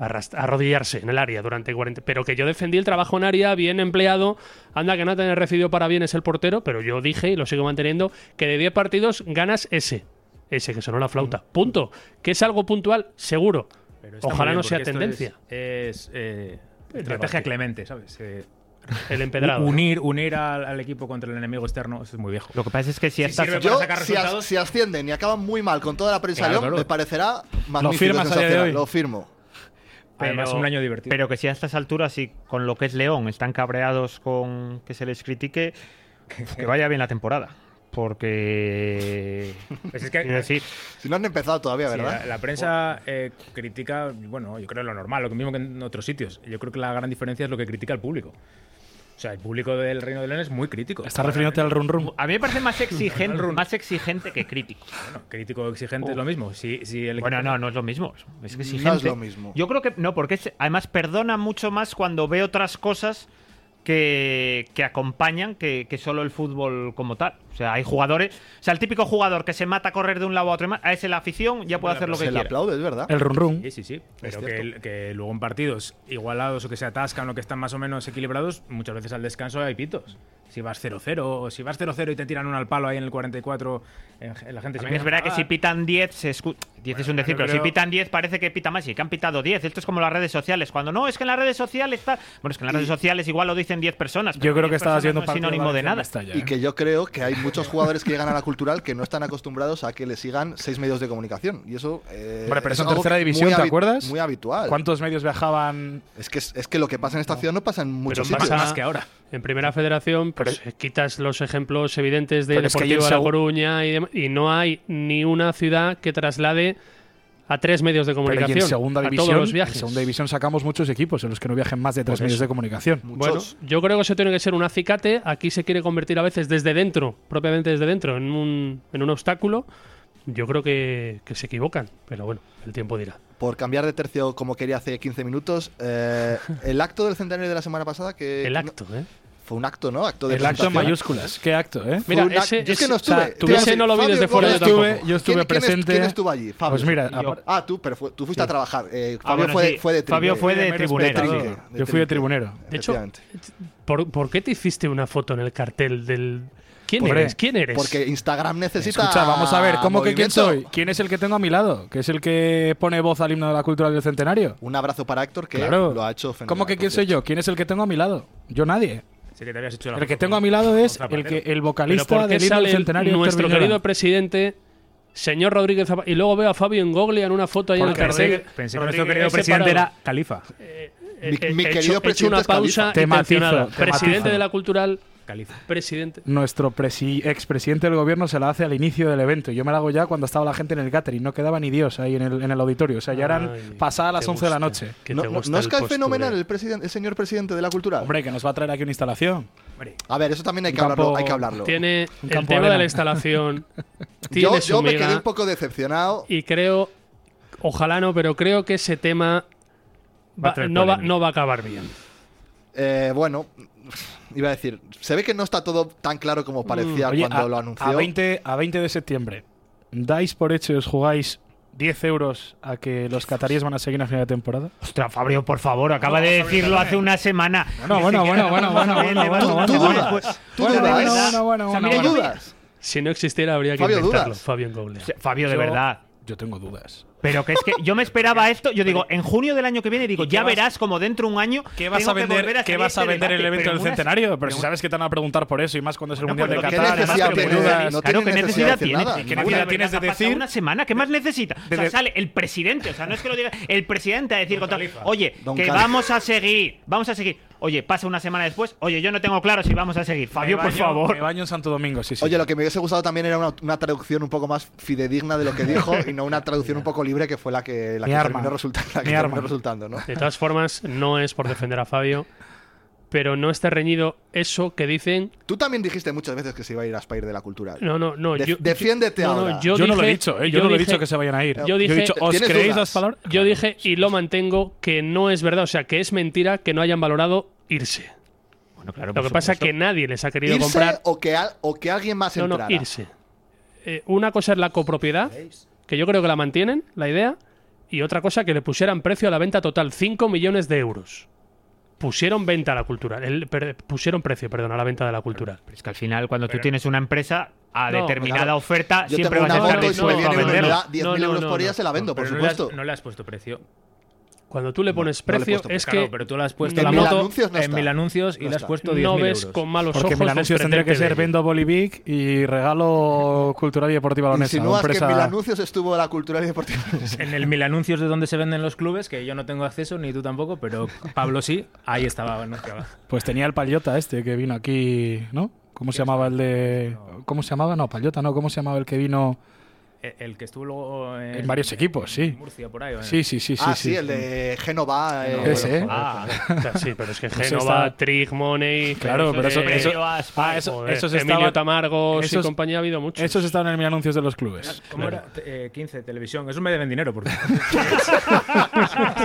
[SPEAKER 2] arrast- a arrodillarse en el área durante 40. Pero que yo defendí el trabajo en área, bien empleado. Anda, que no tener recibido para bien es el portero, pero yo dije, y lo sigo manteniendo, que de 10 partidos ganas ese. Ese que sonó la flauta. Punto. Que es algo puntual, seguro.
[SPEAKER 5] Mm. Pero está muy
[SPEAKER 2] Ojalá
[SPEAKER 5] bien,
[SPEAKER 2] no sea
[SPEAKER 5] porque esto
[SPEAKER 2] tendencia.
[SPEAKER 5] Es, es, eh, estrategia clemente, ¿sabes? Eh,
[SPEAKER 2] El empedrado.
[SPEAKER 5] unir unir al, al equipo contra el enemigo externo, eso es muy viejo.
[SPEAKER 3] Lo que pasa es que si hasta
[SPEAKER 5] sirve
[SPEAKER 1] Yo,
[SPEAKER 5] para sacar
[SPEAKER 1] si, as-
[SPEAKER 5] resultados.
[SPEAKER 1] si ascienden y acaban muy mal con toda la prensa
[SPEAKER 5] Claro,
[SPEAKER 1] León,
[SPEAKER 5] claro.
[SPEAKER 1] me parecerá magnífico.
[SPEAKER 4] firmas a día de
[SPEAKER 1] sensacional,
[SPEAKER 4] hoy?
[SPEAKER 1] Lo firmo.
[SPEAKER 5] Además, un año divertido.
[SPEAKER 3] Pero que si a estas alturas y con lo que es León están cabreados con que se les critique, que vaya pues bien la temporada. Porque.
[SPEAKER 5] Pues es que-
[SPEAKER 3] Quiero decir,
[SPEAKER 1] Si no han empezado todavía,
[SPEAKER 5] Sí,
[SPEAKER 1] ¿verdad?
[SPEAKER 5] la, la prensa eh, critica, bueno, yo creo lo normal, lo mismo que en otros sitios. Yo creo que la gran diferencia es lo que critica el público. O sea, el público del Reino de León es muy crítico.
[SPEAKER 4] Estás refiriéndote al run run.
[SPEAKER 3] a mí me parece más exigente, más exigente que crítico.
[SPEAKER 5] Bueno, crítico exigente es lo mismo. Si, si el
[SPEAKER 3] Bueno,
[SPEAKER 5] equipo-
[SPEAKER 3] no, no es lo mismo. Es que
[SPEAKER 1] No
[SPEAKER 3] exigente.
[SPEAKER 1] es lo mismo.
[SPEAKER 3] Yo creo que no, porque es- además perdona mucho más cuando ve otras cosas que, que acompañan que, que solo el fútbol como tal. O sea, hay jugadores. O sea, el típico jugador que se mata a correr de un lado a otro, y más, a ese la afición ya puede hacer lo que
[SPEAKER 1] pues Se le
[SPEAKER 3] quiera.
[SPEAKER 1] aplaude, es verdad.
[SPEAKER 4] El run run.
[SPEAKER 5] Sí, sí, sí. Pero que,
[SPEAKER 1] cierto.
[SPEAKER 5] el- que luego en partidos igualados o que se atascan o que están más o menos equilibrados, muchas veces al descanso hay pitos. Si vas 0-0, o si vas 0-0 y te tiran uno al palo ahí en el 44, en- en la gente se "Ah,
[SPEAKER 3] También es
[SPEAKER 5] empieza a
[SPEAKER 3] verdad que si
[SPEAKER 4] ah.
[SPEAKER 5] enfadar.
[SPEAKER 3] pitan 10, se escu- 10 es un decir,
[SPEAKER 5] yo
[SPEAKER 3] pero
[SPEAKER 5] creo-
[SPEAKER 3] si pitan 10 parece que pita más y que han pitado 10. Esto es como las redes sociales. Cuando no, es que en las redes sociales está. Bueno, es que en las redes sociales igual lo dicen 10 personas.
[SPEAKER 4] Yo
[SPEAKER 3] pero
[SPEAKER 4] creo que
[SPEAKER 3] 10
[SPEAKER 4] estaba
[SPEAKER 3] personas
[SPEAKER 4] haciendo
[SPEAKER 3] no es sinónimo de nada.
[SPEAKER 4] ¿eh?
[SPEAKER 1] Y que yo creo que hay muchos jugadores que llegan a la cultural que no están acostumbrados a que le sigan seis medios de comunicación. Y eso. eh,
[SPEAKER 4] Hombre, pero
[SPEAKER 1] es
[SPEAKER 4] eso en
[SPEAKER 1] algo
[SPEAKER 4] tercera
[SPEAKER 1] muy
[SPEAKER 4] división, ¿te
[SPEAKER 1] habi-
[SPEAKER 4] acuerdas?
[SPEAKER 1] Muy habitual.
[SPEAKER 4] ¿Cuántos medios viajaban?
[SPEAKER 1] Es, que, es es que lo que pasa en esta ciudad no pasa en muchos
[SPEAKER 2] pasa-
[SPEAKER 1] sitios.
[SPEAKER 5] Más, más que ahora.
[SPEAKER 2] En primera federación, pues quitas los ejemplos evidentes de
[SPEAKER 4] Pero es que
[SPEAKER 2] Deportivo
[SPEAKER 4] hay en
[SPEAKER 2] de La
[SPEAKER 4] segu-
[SPEAKER 2] Coruña y, dem- y no hay ni una ciudad que traslade a tres medios de
[SPEAKER 4] Pero y
[SPEAKER 2] comunicación
[SPEAKER 4] en segunda
[SPEAKER 2] a todos
[SPEAKER 4] división,
[SPEAKER 2] los
[SPEAKER 4] en
[SPEAKER 2] viajes.
[SPEAKER 4] segunda división sacamos muchos equipos en los que no viajen más de tres medios de comunicación.
[SPEAKER 2] Bueno,
[SPEAKER 1] Muchos.
[SPEAKER 2] yo creo que eso tiene que ser un acicate. Aquí se quiere convertir a veces desde dentro, propiamente desde dentro, en un, en un obstáculo. Yo creo que, que se equivocan, pero bueno, el tiempo dirá.
[SPEAKER 1] Por cambiar de tercio como quería hace 15 minutos, eh, el acto del centenario de la semana pasada que
[SPEAKER 2] El
[SPEAKER 1] no-
[SPEAKER 2] acto, ¿eh?
[SPEAKER 1] fue un acto, ¿no? Acto de
[SPEAKER 4] El acto en
[SPEAKER 1] presentación.
[SPEAKER 4] mayúsculas. ¿Qué acto, eh?
[SPEAKER 1] Fue
[SPEAKER 2] Mira,
[SPEAKER 1] un acto-
[SPEAKER 2] ese-
[SPEAKER 1] yo es que no
[SPEAKER 2] ese- o sea,
[SPEAKER 1] estuve.
[SPEAKER 2] tú
[SPEAKER 1] Te iba a
[SPEAKER 2] ese
[SPEAKER 1] decir,
[SPEAKER 2] no lo vi
[SPEAKER 1] Fabio,
[SPEAKER 2] desde
[SPEAKER 1] ¿cómo
[SPEAKER 2] fuera
[SPEAKER 4] Yo
[SPEAKER 2] yo
[SPEAKER 1] estuvo?
[SPEAKER 2] tampoco.
[SPEAKER 4] estuve, yo estuve
[SPEAKER 1] ¿Quién- quién es-
[SPEAKER 4] presente.
[SPEAKER 1] ¿Quién estuvo allí? Fabio.
[SPEAKER 4] Pues mira,
[SPEAKER 1] Yo-
[SPEAKER 4] apar-
[SPEAKER 1] ah, tú, pero fue- tú fuiste a trabajar. eh,
[SPEAKER 3] Ah,
[SPEAKER 1] Fabio
[SPEAKER 3] bueno,
[SPEAKER 1] fue,
[SPEAKER 3] sí.
[SPEAKER 1] fue de
[SPEAKER 3] Fabio
[SPEAKER 1] tribunero.
[SPEAKER 3] fue de
[SPEAKER 4] Mero
[SPEAKER 3] tribunero.
[SPEAKER 4] espectador.
[SPEAKER 1] trinque, de
[SPEAKER 4] Yo fui de
[SPEAKER 1] trinque.
[SPEAKER 4] tribunero.
[SPEAKER 2] De hecho,
[SPEAKER 1] Efectivamente.
[SPEAKER 2] ¿por, por qué te hiciste una foto en el cartel del. ¿Quién
[SPEAKER 4] Hombre,
[SPEAKER 2] eres? ¿Quién eres?
[SPEAKER 1] Porque Instagram necesita.
[SPEAKER 4] Escucha, vamos a ver, ¿cómo que quién
[SPEAKER 1] movimiento.
[SPEAKER 4] soy? ¿Quién es el que tengo a mi lado? ¿Que es el que pone voz al himno de la cultura del centenario?
[SPEAKER 1] Un abrazo para Héctor que
[SPEAKER 4] Claro.
[SPEAKER 1] lo ha hecho fenomenal,
[SPEAKER 4] ¿Cómo que
[SPEAKER 1] por
[SPEAKER 4] quién soy
[SPEAKER 1] cierto.
[SPEAKER 4] yo? ¿Quién es el que tengo a mi lado? Yo nadie.
[SPEAKER 5] Sí que te habías hecho la
[SPEAKER 4] El que
[SPEAKER 5] foto
[SPEAKER 4] tengo
[SPEAKER 5] con-
[SPEAKER 4] a mi lado
[SPEAKER 5] con
[SPEAKER 4] es el
[SPEAKER 5] Zapatero.
[SPEAKER 4] que el
[SPEAKER 2] ¿Pero por
[SPEAKER 4] vocalista
[SPEAKER 2] qué
[SPEAKER 4] del himno del
[SPEAKER 2] sale el-
[SPEAKER 4] centenario.
[SPEAKER 2] nuestro
[SPEAKER 4] Héctor Viñola.
[SPEAKER 2] querido presidente, señor Rodríguez Zapata? Y luego veo a Fabio Ingoglia en una foto ahí en el
[SPEAKER 5] Porque pensé,
[SPEAKER 2] cartel.
[SPEAKER 5] que- pensé que nuestro
[SPEAKER 2] Rodríguez
[SPEAKER 5] querido presidente
[SPEAKER 2] separado.
[SPEAKER 5] era Califa.
[SPEAKER 1] Mi-
[SPEAKER 2] He- he-
[SPEAKER 1] mi
[SPEAKER 2] he
[SPEAKER 1] querido
[SPEAKER 2] hecho- he hecho
[SPEAKER 1] presidente
[SPEAKER 2] una
[SPEAKER 1] es Califa.
[SPEAKER 2] pausa
[SPEAKER 4] Te matizo,
[SPEAKER 2] intencionada.
[SPEAKER 4] te
[SPEAKER 2] Presidente
[SPEAKER 4] matizo.
[SPEAKER 2] de la cultural,
[SPEAKER 5] Califa.
[SPEAKER 2] presidente.
[SPEAKER 4] Nuestro presi- expresidente del gobierno se la hace al inicio del evento. Yo me la hago ya cuando estaba la gente en el catering. No quedaba ni Dios ahí en el, en el auditorio. O sea, ya eran
[SPEAKER 2] Ay,
[SPEAKER 4] pasadas las
[SPEAKER 2] te
[SPEAKER 4] 11 de la
[SPEAKER 2] gusta,
[SPEAKER 4] noche.
[SPEAKER 2] que
[SPEAKER 1] No,
[SPEAKER 2] te
[SPEAKER 1] no-
[SPEAKER 2] gusta
[SPEAKER 1] no es
[SPEAKER 2] el
[SPEAKER 1] que es fenomenal
[SPEAKER 2] postureo.
[SPEAKER 1] el, presidente, el señor presidente de la cultura.
[SPEAKER 4] Hombre, que nos va a traer aquí una instalación.
[SPEAKER 1] A ver, eso también hay que
[SPEAKER 4] Un campo-
[SPEAKER 1] hablarlo. Hay que hablarlo.
[SPEAKER 2] Tiene
[SPEAKER 4] Un
[SPEAKER 2] el
[SPEAKER 4] campo
[SPEAKER 2] tema
[SPEAKER 4] arena.
[SPEAKER 2] de la instalación. tiene
[SPEAKER 1] yo
[SPEAKER 2] su
[SPEAKER 1] yo me
[SPEAKER 2] miga,
[SPEAKER 1] quedé un poco decepcionado.
[SPEAKER 2] Y creo, ojalá no, pero creo que ese tema
[SPEAKER 3] Va a
[SPEAKER 2] va-
[SPEAKER 3] traer
[SPEAKER 2] no, va,
[SPEAKER 3] polémica.
[SPEAKER 2] no va a acabar bien.
[SPEAKER 1] Eh, bueno, iba a decir, se ve que no está todo tan claro como parecía
[SPEAKER 4] Oye,
[SPEAKER 1] Ah, cuando
[SPEAKER 4] a,
[SPEAKER 1] lo anunció.
[SPEAKER 4] A 20, a 20 de septiembre, ¿dais por hecho y os jugáis 10 euros a que los cataríes van a seguir en la final de temporada?
[SPEAKER 3] Ostras, Fabio, por favor, acaba de decirlo hace una semana.
[SPEAKER 4] Bueno, bueno, bueno, bueno, bueno, bueno, bueno,
[SPEAKER 1] Tú-
[SPEAKER 4] bueno,
[SPEAKER 1] tú
[SPEAKER 4] bueno.
[SPEAKER 1] dudas, tú
[SPEAKER 4] Bueno,
[SPEAKER 1] dudas.
[SPEAKER 4] bueno, bueno, bueno,
[SPEAKER 3] O sea,
[SPEAKER 4] bueno,
[SPEAKER 3] mira,
[SPEAKER 1] ¿Qué
[SPEAKER 4] bueno.
[SPEAKER 3] yo-
[SPEAKER 1] dudas?
[SPEAKER 2] Si no existiera, habría que
[SPEAKER 1] Fabio,
[SPEAKER 2] inventarlo.
[SPEAKER 1] ¿dudas?
[SPEAKER 2] Fabio Engoble.
[SPEAKER 3] Fabio, de
[SPEAKER 4] Yo-
[SPEAKER 3] verdad.
[SPEAKER 4] Yo tengo dudas.
[SPEAKER 3] Pero que es que yo me esperaba esto. Yo digo, en junio del año que viene, digo, ya verás como dentro de un año.
[SPEAKER 4] ¿Qué vas
[SPEAKER 3] tengo
[SPEAKER 4] a
[SPEAKER 3] que volver
[SPEAKER 4] vender,
[SPEAKER 3] salir
[SPEAKER 4] ¿qué vas a
[SPEAKER 3] este
[SPEAKER 4] vender el
[SPEAKER 3] debate,
[SPEAKER 4] evento
[SPEAKER 3] pero
[SPEAKER 4] del
[SPEAKER 3] en unas-
[SPEAKER 4] centenario? Pero si sabes que te van a preguntar por eso y más cuando es el
[SPEAKER 3] No,
[SPEAKER 4] Mundial de
[SPEAKER 3] pero ¿qué
[SPEAKER 4] Qatar, además
[SPEAKER 3] necesidad
[SPEAKER 4] que
[SPEAKER 3] tiene?
[SPEAKER 4] menuda-
[SPEAKER 1] No tiene
[SPEAKER 3] claro, ¿qué
[SPEAKER 1] necesidad
[SPEAKER 3] necesidad
[SPEAKER 1] de decir
[SPEAKER 3] tiene?
[SPEAKER 1] nada.
[SPEAKER 3] ¿Qué
[SPEAKER 1] ¿Qué
[SPEAKER 3] necesidad
[SPEAKER 4] necesidad
[SPEAKER 3] de
[SPEAKER 4] tienes
[SPEAKER 3] verdad?
[SPEAKER 4] de
[SPEAKER 3] Ha pasado
[SPEAKER 4] decir?
[SPEAKER 3] Una semana, ¿qué más necesita? O sea, sale el presidente, o sea, no es que lo diga el presidente a decir, con tal- oye,
[SPEAKER 1] Don
[SPEAKER 3] que
[SPEAKER 1] Cali.
[SPEAKER 3] vamos a seguir, vamos a seguir. Oye, pasa una semana después, oye, yo no tengo claro si vamos a seguir. Fabio,
[SPEAKER 4] Me
[SPEAKER 3] por
[SPEAKER 4] baño-
[SPEAKER 3] favor.
[SPEAKER 4] Me baño en Santo Domingo, sí, sí.
[SPEAKER 1] Oye, lo que me hubiese gustado también era una, una traducción un poco más fidedigna de lo que dijo y no una traducción un poco libre que fue la que, la
[SPEAKER 4] Mi
[SPEAKER 1] que
[SPEAKER 4] arma.
[SPEAKER 1] terminó resultando, la que
[SPEAKER 4] Mi
[SPEAKER 1] terminó
[SPEAKER 4] arma.
[SPEAKER 1] resultando, ¿no?
[SPEAKER 2] De todas formas, no es por defender a Fabio, pero no está reñido eso que dicen.
[SPEAKER 1] Tú también dijiste muchas veces que se iba a ir a Spire de la cultura.
[SPEAKER 2] No, no, no.
[SPEAKER 1] Def-
[SPEAKER 2] yo-
[SPEAKER 1] defiéndete
[SPEAKER 2] no, no,
[SPEAKER 1] ahora.
[SPEAKER 4] yo,
[SPEAKER 2] yo
[SPEAKER 4] no lo he
[SPEAKER 2] dije-
[SPEAKER 4] dicho, ¿eh? yo, no lo he
[SPEAKER 2] dije-
[SPEAKER 4] dicho que se vayan a ir.
[SPEAKER 2] yo
[SPEAKER 4] he
[SPEAKER 2] dije-
[SPEAKER 4] dicho, ¿os
[SPEAKER 1] ¿Tienes
[SPEAKER 4] creéis
[SPEAKER 1] dudas?
[SPEAKER 4] las palabras?
[SPEAKER 2] Yo dije, y lo mantengo, que no es verdad, o sea, que es mentira que no hayan valorado irse.
[SPEAKER 3] Bueno, claro,
[SPEAKER 2] Lo
[SPEAKER 3] por
[SPEAKER 2] que pasa es
[SPEAKER 3] supuesto.
[SPEAKER 2] que nadie les ha querido
[SPEAKER 1] ¿Irse
[SPEAKER 2] comprar.
[SPEAKER 1] o, que al- o que alguien más
[SPEAKER 2] No, no,
[SPEAKER 1] entrara?
[SPEAKER 2] irse. Eh, una cosa es la copropiedad, que yo creo que la mantienen, la idea, y otra cosa que le pusieran precio a la venta total, 5 millones de euros. Pusieron venta a la cultura, el- per- pusieron precio, perdón, a la venta de la cultura.
[SPEAKER 3] Pero es que al final, cuando tú tienes una empresa a
[SPEAKER 2] No,
[SPEAKER 3] determinada
[SPEAKER 1] claro.
[SPEAKER 3] oferta,
[SPEAKER 1] Yo
[SPEAKER 3] siempre
[SPEAKER 1] tengo
[SPEAKER 3] vas a
[SPEAKER 1] una
[SPEAKER 3] estar
[SPEAKER 1] moto y si me
[SPEAKER 3] dispuesto a
[SPEAKER 1] viene uno y me
[SPEAKER 3] venderla.
[SPEAKER 1] da 10.000
[SPEAKER 2] No, no,
[SPEAKER 1] euros
[SPEAKER 2] no,
[SPEAKER 1] por ella,
[SPEAKER 2] no.
[SPEAKER 1] se la vendo, por
[SPEAKER 5] Pero no le has-
[SPEAKER 1] supuesto.
[SPEAKER 5] no le has puesto precio.
[SPEAKER 2] Cuando tú le pones
[SPEAKER 1] no le he
[SPEAKER 2] precio,
[SPEAKER 1] puesto
[SPEAKER 2] es
[SPEAKER 5] Claro,
[SPEAKER 2] que
[SPEAKER 5] pero tú la has puesto
[SPEAKER 2] en
[SPEAKER 5] la
[SPEAKER 2] mil
[SPEAKER 5] moto
[SPEAKER 1] anuncios no
[SPEAKER 5] en
[SPEAKER 1] está.
[SPEAKER 5] mil anuncios y
[SPEAKER 1] No
[SPEAKER 5] le has
[SPEAKER 1] está.
[SPEAKER 5] puesto 10.000
[SPEAKER 2] no ves
[SPEAKER 5] euros.
[SPEAKER 2] con malos
[SPEAKER 4] Porque
[SPEAKER 2] ojos
[SPEAKER 4] mi anuncio tendría que
[SPEAKER 2] desprenderte
[SPEAKER 4] ser
[SPEAKER 2] de ello.
[SPEAKER 4] vendo Bolivic y regalo cultural y deportiva leonesa.
[SPEAKER 1] Insinúas que en
[SPEAKER 4] empresa-
[SPEAKER 1] mil anuncios estuvo la cultura y deportiva.
[SPEAKER 5] En el mil anuncios de donde se venden los clubes, que yo no tengo acceso, ni tú tampoco, pero Pablo sí, ahí estaba anunciado.
[SPEAKER 4] Pues tenía el paliota este que vino aquí, ¿no? ¿Cómo se llamaba el de.
[SPEAKER 5] No.
[SPEAKER 4] ¿Cómo se llamaba? No, Payota, no. ¿Cómo se llamaba el que vino?
[SPEAKER 5] El, E-, el que estuvo luego en,
[SPEAKER 4] En varios equipos, sí.
[SPEAKER 5] Murcia, por ahí. ¿o no?
[SPEAKER 4] Sí, sí, sí, sí.
[SPEAKER 1] ah, sí, el de Génova. eh,
[SPEAKER 4] Ese,
[SPEAKER 1] bueno,
[SPEAKER 4] ¿eh?
[SPEAKER 2] Ah, o sea, sí, pero es que
[SPEAKER 4] Pues
[SPEAKER 2] Génova,
[SPEAKER 4] está-
[SPEAKER 2] Trig, Money.
[SPEAKER 4] Claro, pero eso-
[SPEAKER 2] eh,
[SPEAKER 4] eso-
[SPEAKER 2] ah, eso-
[SPEAKER 4] Joder,
[SPEAKER 2] esos
[SPEAKER 4] Emilio
[SPEAKER 2] Emilio Tamargos
[SPEAKER 4] esos-
[SPEAKER 2] y compañía ha habido muchos.
[SPEAKER 4] Esos estaban en mis anuncios de los clubes.
[SPEAKER 5] ¿Cómo era? Te- eh, 15, televisión. Eso me deben dinero. Porque...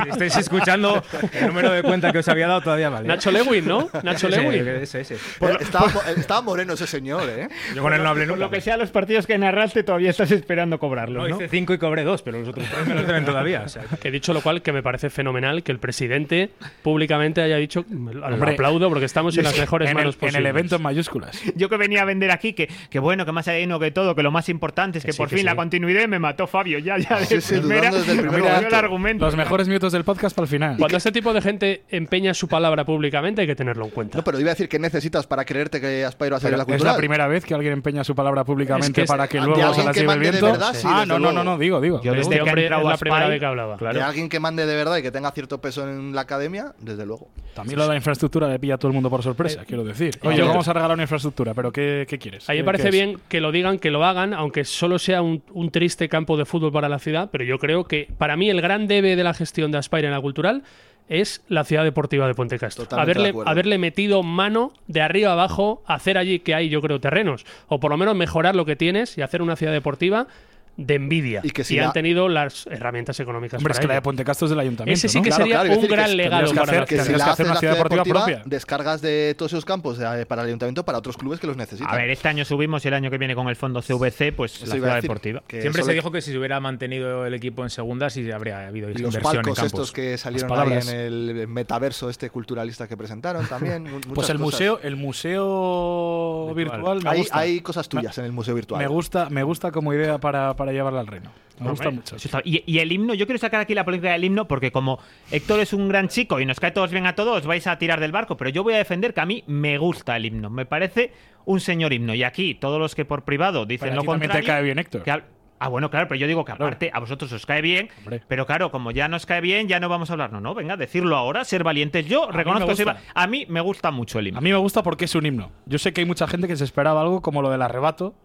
[SPEAKER 5] si estáis escuchando el número de cuenta que os había dado, todavía vale.
[SPEAKER 2] Nacho Lewin, ¿no? Nacho
[SPEAKER 5] Sí,
[SPEAKER 2] Lewin.
[SPEAKER 5] ese, ese.
[SPEAKER 1] eh, estaba, mo- eh, estaba moreno ese señor, ¿eh?
[SPEAKER 5] Yo con él no hablé
[SPEAKER 3] Por
[SPEAKER 5] nunca.
[SPEAKER 3] lo que sea, los partidos que narraste todavía estás esperando cobrarlos,
[SPEAKER 5] No,
[SPEAKER 3] ¿no?
[SPEAKER 5] hice 5 y cobré 2, pero los otros tres me los deben todavía. o sea,
[SPEAKER 4] Eh,
[SPEAKER 5] que-
[SPEAKER 2] Que dicho lo cual, que me parece fenomenal que el presidente públicamente haya dicho, lo
[SPEAKER 4] Hombre,
[SPEAKER 2] aplaudo porque estamos en las mejores
[SPEAKER 4] en el,
[SPEAKER 2] manos
[SPEAKER 4] en
[SPEAKER 2] posibles.
[SPEAKER 4] el evento en mayúsculas.
[SPEAKER 3] Yo que venía a vender aquí, que, que bueno, que más hay uno que todo, que lo más importante es que,
[SPEAKER 5] sí,
[SPEAKER 3] por
[SPEAKER 5] que
[SPEAKER 3] fin la
[SPEAKER 5] sí.
[SPEAKER 3] continuidad y me mató Fabio. Ya, ya, de
[SPEAKER 1] Sí, sí, dudando
[SPEAKER 3] primera,
[SPEAKER 1] desde el
[SPEAKER 3] me
[SPEAKER 1] primer
[SPEAKER 3] cambió el
[SPEAKER 1] momento.
[SPEAKER 3] argumento.
[SPEAKER 4] Los mejores minutos del podcast para el final.
[SPEAKER 2] Cuando este tipo de gente empeña su palabra públicamente hay que tenerlo en cuenta.
[SPEAKER 1] No, pero iba a decir que necesitas para creerte que Aspiro va a ser
[SPEAKER 4] Pero
[SPEAKER 1] la
[SPEAKER 4] es la
[SPEAKER 1] cultural.
[SPEAKER 4] primera vez que alguien empeña su palabra públicamente
[SPEAKER 2] Es que es-
[SPEAKER 4] para que
[SPEAKER 1] ante
[SPEAKER 4] luego se
[SPEAKER 1] alguien
[SPEAKER 4] la
[SPEAKER 1] que
[SPEAKER 4] lleve el
[SPEAKER 1] mande de
[SPEAKER 4] viento.
[SPEAKER 1] verdad, sí,
[SPEAKER 4] ah,
[SPEAKER 1] desde
[SPEAKER 4] no, no, no,
[SPEAKER 1] luego.
[SPEAKER 4] no, digo, digo.
[SPEAKER 3] Yo desde
[SPEAKER 2] este
[SPEAKER 3] que ha
[SPEAKER 2] hombre es
[SPEAKER 3] entrado
[SPEAKER 2] la
[SPEAKER 3] Aspy-
[SPEAKER 2] primera vez que hablaba.
[SPEAKER 1] De alguien que mande de verdad y que tenga cierto peso en la academia, desde luego.
[SPEAKER 4] También lo de la infraestructura le pilla a todo el mundo por sorpresa, quiero decir. Oye, eh,
[SPEAKER 2] yo-
[SPEAKER 4] vamos a regalar una infraestructura, pero ¿qué, qué quieres?
[SPEAKER 2] A mí me
[SPEAKER 4] ¿Qué-
[SPEAKER 2] parece
[SPEAKER 4] qué es?
[SPEAKER 2] bien que lo digan, que lo hagan, aunque solo sea un, un triste campo de fútbol para la ciudad, pero yo creo que para mí el gran debe de la gestión de Aspire en la cultural es la ciudad deportiva de Puente Castro.
[SPEAKER 1] Totalmente de
[SPEAKER 2] haberle,
[SPEAKER 1] acuerdo.
[SPEAKER 2] haberle metido mano de arriba abajo, hacer allí que hay, yo creo, terrenos, o por lo menos mejorar lo que tienes y hacer una ciudad deportiva de envidia.
[SPEAKER 1] Y que si la-
[SPEAKER 2] han tenido las herramientas económicas.
[SPEAKER 4] Hombre, es
[SPEAKER 2] para
[SPEAKER 4] que la
[SPEAKER 2] ello.
[SPEAKER 4] de Puente Castro es del ayuntamiento.
[SPEAKER 2] Ese sí
[SPEAKER 4] ¿no?
[SPEAKER 2] que sería
[SPEAKER 1] claro, quiero
[SPEAKER 2] un
[SPEAKER 1] decir que
[SPEAKER 2] gran
[SPEAKER 1] es-
[SPEAKER 2] legado
[SPEAKER 4] tendrías que
[SPEAKER 2] para
[SPEAKER 4] hacer
[SPEAKER 2] la
[SPEAKER 4] que
[SPEAKER 1] Que
[SPEAKER 2] ciudad.
[SPEAKER 1] si la
[SPEAKER 4] Tendrías hacer
[SPEAKER 1] haces
[SPEAKER 4] una
[SPEAKER 1] la
[SPEAKER 4] ciudad
[SPEAKER 1] ciudad
[SPEAKER 4] deportiva
[SPEAKER 1] deportiva,
[SPEAKER 4] propia.
[SPEAKER 1] descargas de todos esos campos eh, para el ayuntamiento, para otros clubes que los necesitan.
[SPEAKER 3] A ver, este año subimos y el año que viene con el fondo CVC, pues
[SPEAKER 1] Eso
[SPEAKER 3] la
[SPEAKER 1] iba a
[SPEAKER 3] ciudad
[SPEAKER 1] decir,
[SPEAKER 3] deportiva.
[SPEAKER 1] que
[SPEAKER 5] Siempre
[SPEAKER 1] eso
[SPEAKER 5] se
[SPEAKER 1] le-
[SPEAKER 5] dijo que si se hubiera mantenido el equipo en segunda, sí habría habido
[SPEAKER 1] Y los
[SPEAKER 5] inversión
[SPEAKER 1] palcos
[SPEAKER 5] en campos.
[SPEAKER 1] estos que salieron
[SPEAKER 4] Las
[SPEAKER 1] ahí
[SPEAKER 4] palabras.
[SPEAKER 1] en el metaverso este culturalista que presentaron también. mu- muchas
[SPEAKER 4] Pues el
[SPEAKER 1] cosas.
[SPEAKER 4] museo, el museo virtual, me
[SPEAKER 1] Hay,
[SPEAKER 4] gusta.
[SPEAKER 1] hay cosas tuyas en el museo virtual.
[SPEAKER 4] Me gusta, me gusta como idea para, para llevarla al reino. Me gusta mucho.
[SPEAKER 3] Eso está- Y, y el himno, yo quiero sacar aquí la polémica del himno porque como Héctor es un gran chico y nos cae todos bien a todos, os vais a tirar del barco, pero yo voy a defender que a mí me gusta el himno, me parece un señor himno. Y aquí todos los que por privado dicen
[SPEAKER 4] Pero a
[SPEAKER 3] lo
[SPEAKER 4] ti también te
[SPEAKER 3] contrario,
[SPEAKER 4] cae bien, Héctor.
[SPEAKER 3] que al- Ah, bueno, claro, pero yo digo que aparte a vosotros os cae bien,
[SPEAKER 4] Hombre.
[SPEAKER 3] pero claro, como ya nos cae bien, ya no vamos a hablar. No, no, venga, decirlo ahora, ser valientes. Yo
[SPEAKER 4] me
[SPEAKER 3] reconozco que soy
[SPEAKER 4] gusta.
[SPEAKER 3] va- A mí me gusta mucho el himno.
[SPEAKER 4] A mí me gusta porque es un himno. Yo sé que hay mucha gente que se esperaba algo como lo del arrebato,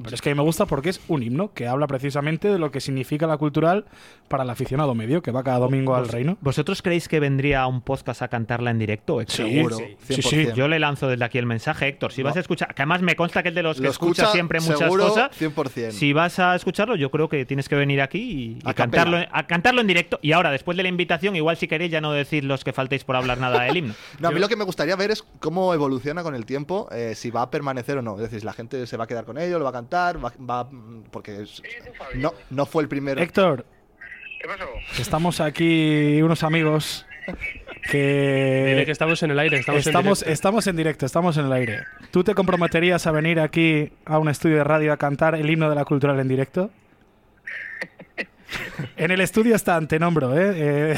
[SPEAKER 4] pero es que a mí me gusta porque es un himno que habla precisamente de lo que significa la cultural para el aficionado medio que va cada domingo al reino.
[SPEAKER 3] ¿Vosotros creéis que vendría un podcast a cantarla en directo? Héctor?
[SPEAKER 1] Seguro,
[SPEAKER 4] sí, sí,
[SPEAKER 1] 100%.
[SPEAKER 3] Yo le lanzo desde aquí el mensaje, Héctor. Si vas a escuchar, que además me consta que el de los que
[SPEAKER 1] Lo
[SPEAKER 3] escucha,
[SPEAKER 1] escucha,
[SPEAKER 3] siempre muchas
[SPEAKER 1] seguro,
[SPEAKER 3] cosas.
[SPEAKER 1] 100%.
[SPEAKER 3] Si vas a escucharlo, yo creo que tienes que venir aquí y, y
[SPEAKER 1] A
[SPEAKER 3] cantarlo,
[SPEAKER 1] capela.
[SPEAKER 3] a cantarlo en directo. Y ahora, después de la invitación, igual si queréis ya no decir los que faltéis por hablar nada del himno.
[SPEAKER 1] No, a mí lo que me gustaría ver es cómo evoluciona con el tiempo, eh, si va a permanecer o no. Es decir, si la gente se va a quedar con ello, lo va a cantar, va, va- porque es- no, no fue el primero.
[SPEAKER 4] Héctor. que Estamos aquí unos amigos
[SPEAKER 2] Dile
[SPEAKER 4] que
[SPEAKER 2] que estamos en el aire, estamos, en
[SPEAKER 4] estamos,
[SPEAKER 2] directo.
[SPEAKER 4] estamos en directo, estamos en el aire. ¿Tú te comprometerías a venir aquí a un estudio de radio a cantar el himno de la cultural en directo? En el estudio está Antenombro, ¿eh? Eh,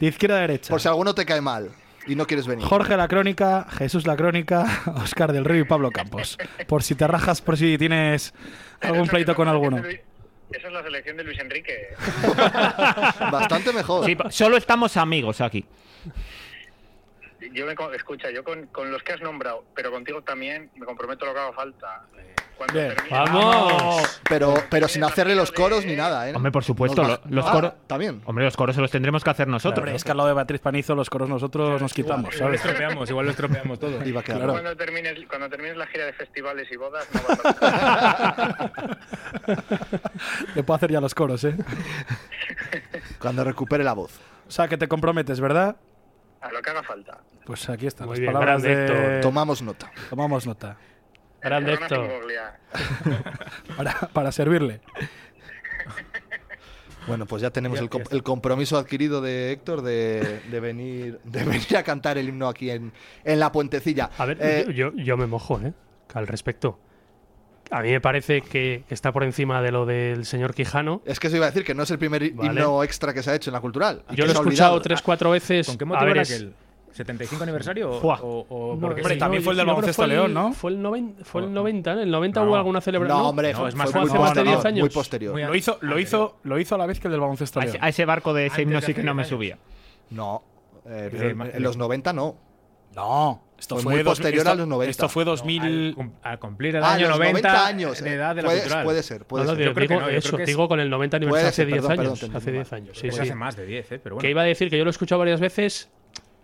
[SPEAKER 4] de izquierda a derecha.
[SPEAKER 1] Por si alguno te cae mal y no quieres venir.
[SPEAKER 4] Jorge la Crónica, Jesús la Crónica, Oscar del Río y Pablo Campos. Por si te rajas, por si tienes algún pleito con alguno.
[SPEAKER 7] Esa es la selección de Luis Enrique.
[SPEAKER 1] Bastante mejor.
[SPEAKER 3] Sí, pa- solo estamos amigos aquí.
[SPEAKER 7] Yo me, co- escucha, yo con, con los que has nombrado, pero contigo también, me comprometo lo que haga falta. Cuando
[SPEAKER 4] Bien.
[SPEAKER 7] termine-
[SPEAKER 2] ¡Vamos!
[SPEAKER 1] Pero, pero sin hacerle los coros ni nada, ¿eh?
[SPEAKER 3] Hombre, por supuesto,
[SPEAKER 1] Nos
[SPEAKER 3] lo-
[SPEAKER 1] baj-
[SPEAKER 3] los
[SPEAKER 1] Ah,
[SPEAKER 3] coros.
[SPEAKER 1] También.
[SPEAKER 3] Hombre, los coros se los tendremos que hacer nosotros.
[SPEAKER 4] Hombre, es que al lado de Beatriz Panizo los coros nosotros nos quitamos,
[SPEAKER 5] Igual lo
[SPEAKER 4] ¿sabes?
[SPEAKER 5] estropeamos, igual lo estropeamos todo.
[SPEAKER 1] Iba a quedar mal.
[SPEAKER 7] Cuando termines, cuando termines la gira de festivales y bodas, no vas a-
[SPEAKER 4] Te puedo hacer ya los coros, ¿eh?
[SPEAKER 1] Cuando recupere la voz.
[SPEAKER 4] O sea, que te comprometes, ¿verdad?
[SPEAKER 7] a lo que haga falta.
[SPEAKER 4] Pues aquí están
[SPEAKER 2] Muy
[SPEAKER 4] las
[SPEAKER 2] bien,
[SPEAKER 4] palabras
[SPEAKER 2] grande,
[SPEAKER 4] de...
[SPEAKER 3] Eh,
[SPEAKER 2] Héctor.
[SPEAKER 1] Tomamos nota.
[SPEAKER 4] Tomamos nota.
[SPEAKER 2] Grande
[SPEAKER 7] Perdona,
[SPEAKER 2] Héctor.
[SPEAKER 7] Singoglia.
[SPEAKER 4] Para, para servirle.
[SPEAKER 1] Bueno, pues ya tenemos el, com- el compromiso adquirido de Héctor de, de venir, de venir a cantar el himno aquí en, en la puentecilla.
[SPEAKER 2] A ver,
[SPEAKER 1] Eh,
[SPEAKER 2] yo, yo me mojo, ¿eh? Al respecto. A mí me parece que está por encima de lo del señor Quijano.
[SPEAKER 1] es que eso iba a decir que no es el primer
[SPEAKER 2] Vale.
[SPEAKER 1] himno extra Ah, que se ha hecho en la cultural. Aquí
[SPEAKER 2] Yo lo he
[SPEAKER 1] se ha
[SPEAKER 2] escuchado
[SPEAKER 1] olvidado.
[SPEAKER 2] tres, cuatro veces.
[SPEAKER 5] ¿Con qué
[SPEAKER 2] A
[SPEAKER 5] motivo
[SPEAKER 2] ver,
[SPEAKER 5] era
[SPEAKER 2] es-
[SPEAKER 5] aquel? ¿75 aniversario? o-
[SPEAKER 4] Buah.
[SPEAKER 5] O, o
[SPEAKER 2] No,
[SPEAKER 5] porque
[SPEAKER 4] hombre,
[SPEAKER 5] sí?
[SPEAKER 4] también fue el del
[SPEAKER 2] yo creo que
[SPEAKER 4] baloncesto
[SPEAKER 2] fue el-
[SPEAKER 4] León, ¿no?
[SPEAKER 2] Fue el 90, fue el 90 ¿no? el 90 hubo
[SPEAKER 5] No.
[SPEAKER 2] alguna celebración.
[SPEAKER 1] No, hombre,
[SPEAKER 5] No,
[SPEAKER 1] fue,
[SPEAKER 5] es más
[SPEAKER 1] fue muy,
[SPEAKER 5] hace más de
[SPEAKER 1] posterior,
[SPEAKER 2] 10 años.
[SPEAKER 1] muy posterior.
[SPEAKER 5] Muy
[SPEAKER 4] Lo hizo, lo hizo, lo hizo a la vez que el del baloncesto
[SPEAKER 3] A
[SPEAKER 4] León.
[SPEAKER 3] ese, a ese barco de ese
[SPEAKER 5] Antes
[SPEAKER 3] himno
[SPEAKER 5] de
[SPEAKER 3] sí que
[SPEAKER 5] hace
[SPEAKER 3] no me
[SPEAKER 5] 10 años.
[SPEAKER 3] subía.
[SPEAKER 1] No, eh,
[SPEAKER 5] Sí,
[SPEAKER 1] pero en-
[SPEAKER 5] más-
[SPEAKER 1] en los 90 no.
[SPEAKER 4] No, esto
[SPEAKER 1] Fue
[SPEAKER 4] fue,
[SPEAKER 1] muy
[SPEAKER 4] dos-
[SPEAKER 1] posterior
[SPEAKER 4] esto-
[SPEAKER 1] a los 90.
[SPEAKER 4] Esto fue 2000.
[SPEAKER 5] Al, cum- al cumplir el
[SPEAKER 1] Ah,
[SPEAKER 5] año
[SPEAKER 1] los
[SPEAKER 5] 90,
[SPEAKER 1] 90 años,
[SPEAKER 5] de
[SPEAKER 1] eh.
[SPEAKER 5] edad de la
[SPEAKER 1] Puede-
[SPEAKER 5] cultural.
[SPEAKER 1] puede ser, puede
[SPEAKER 5] No,
[SPEAKER 1] ser.
[SPEAKER 5] no,
[SPEAKER 2] Yo
[SPEAKER 5] yo creo que
[SPEAKER 2] digo
[SPEAKER 5] no, yo
[SPEAKER 2] eso,
[SPEAKER 5] creo que es-
[SPEAKER 2] digo con el 90
[SPEAKER 1] Puede
[SPEAKER 2] aniversario hace
[SPEAKER 1] ser,
[SPEAKER 2] 10
[SPEAKER 1] perdón, perdón,
[SPEAKER 2] años.
[SPEAKER 1] te entendí
[SPEAKER 2] hace
[SPEAKER 1] mal.
[SPEAKER 2] 10 años. sí,
[SPEAKER 5] Eso
[SPEAKER 2] sí.
[SPEAKER 5] hace más de 10, ¿eh? Pero bueno.
[SPEAKER 2] Que iba a decir que yo lo he escuchado varias veces.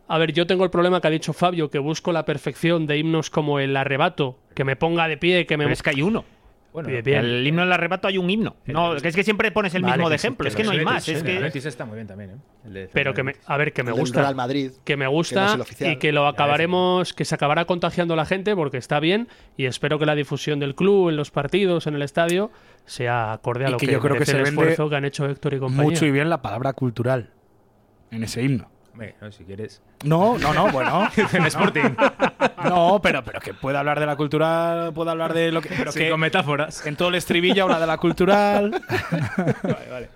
[SPEAKER 2] A ver, yo tengo el problema que ha dicho Fabio, que busco la perfección de himnos como el arrebato, que me ponga de pie, que me.
[SPEAKER 3] Pero es que hay uno.
[SPEAKER 5] bueno,
[SPEAKER 2] bien, bien.
[SPEAKER 3] El himno del arrebato hay un himno. No, es que siempre pones el
[SPEAKER 2] Vale,
[SPEAKER 3] mismo
[SPEAKER 2] que
[SPEAKER 3] de
[SPEAKER 2] sí,
[SPEAKER 3] ejemplo.
[SPEAKER 2] que
[SPEAKER 3] Es que no hay
[SPEAKER 2] sí,
[SPEAKER 3] más.
[SPEAKER 2] sí,
[SPEAKER 3] Es
[SPEAKER 2] sí,
[SPEAKER 5] El
[SPEAKER 3] que
[SPEAKER 5] Atletis está muy bien también, ¿eh? El de
[SPEAKER 2] Pero que me, a ver, que me
[SPEAKER 1] El del
[SPEAKER 2] gusta.
[SPEAKER 1] Real Madrid.
[SPEAKER 2] que me
[SPEAKER 1] no es
[SPEAKER 2] gusta
[SPEAKER 1] el oficial.
[SPEAKER 2] y que lo acabaremos, que se acabará contagiando la gente porque está bien y espero que la difusión del club en los partidos, en el estadio, sea acorde a
[SPEAKER 4] Y
[SPEAKER 2] lo
[SPEAKER 4] que
[SPEAKER 2] que,
[SPEAKER 4] yo creo que
[SPEAKER 2] merece
[SPEAKER 4] se
[SPEAKER 2] el
[SPEAKER 4] vende
[SPEAKER 2] esfuerzo que han hecho Héctor y compañía.
[SPEAKER 4] mucho y bien la palabra cultural en ese himno.
[SPEAKER 5] Hombre, no, si quieres.
[SPEAKER 4] No, no, no, bueno.
[SPEAKER 5] En Sporting.
[SPEAKER 4] No, pero, pero que pueda hablar de la cultural, pueda hablar de lo que. Pero
[SPEAKER 5] Sí,
[SPEAKER 4] que
[SPEAKER 5] con metáforas.
[SPEAKER 4] en todo el estribillo habla de la cultural.
[SPEAKER 5] vale, vale.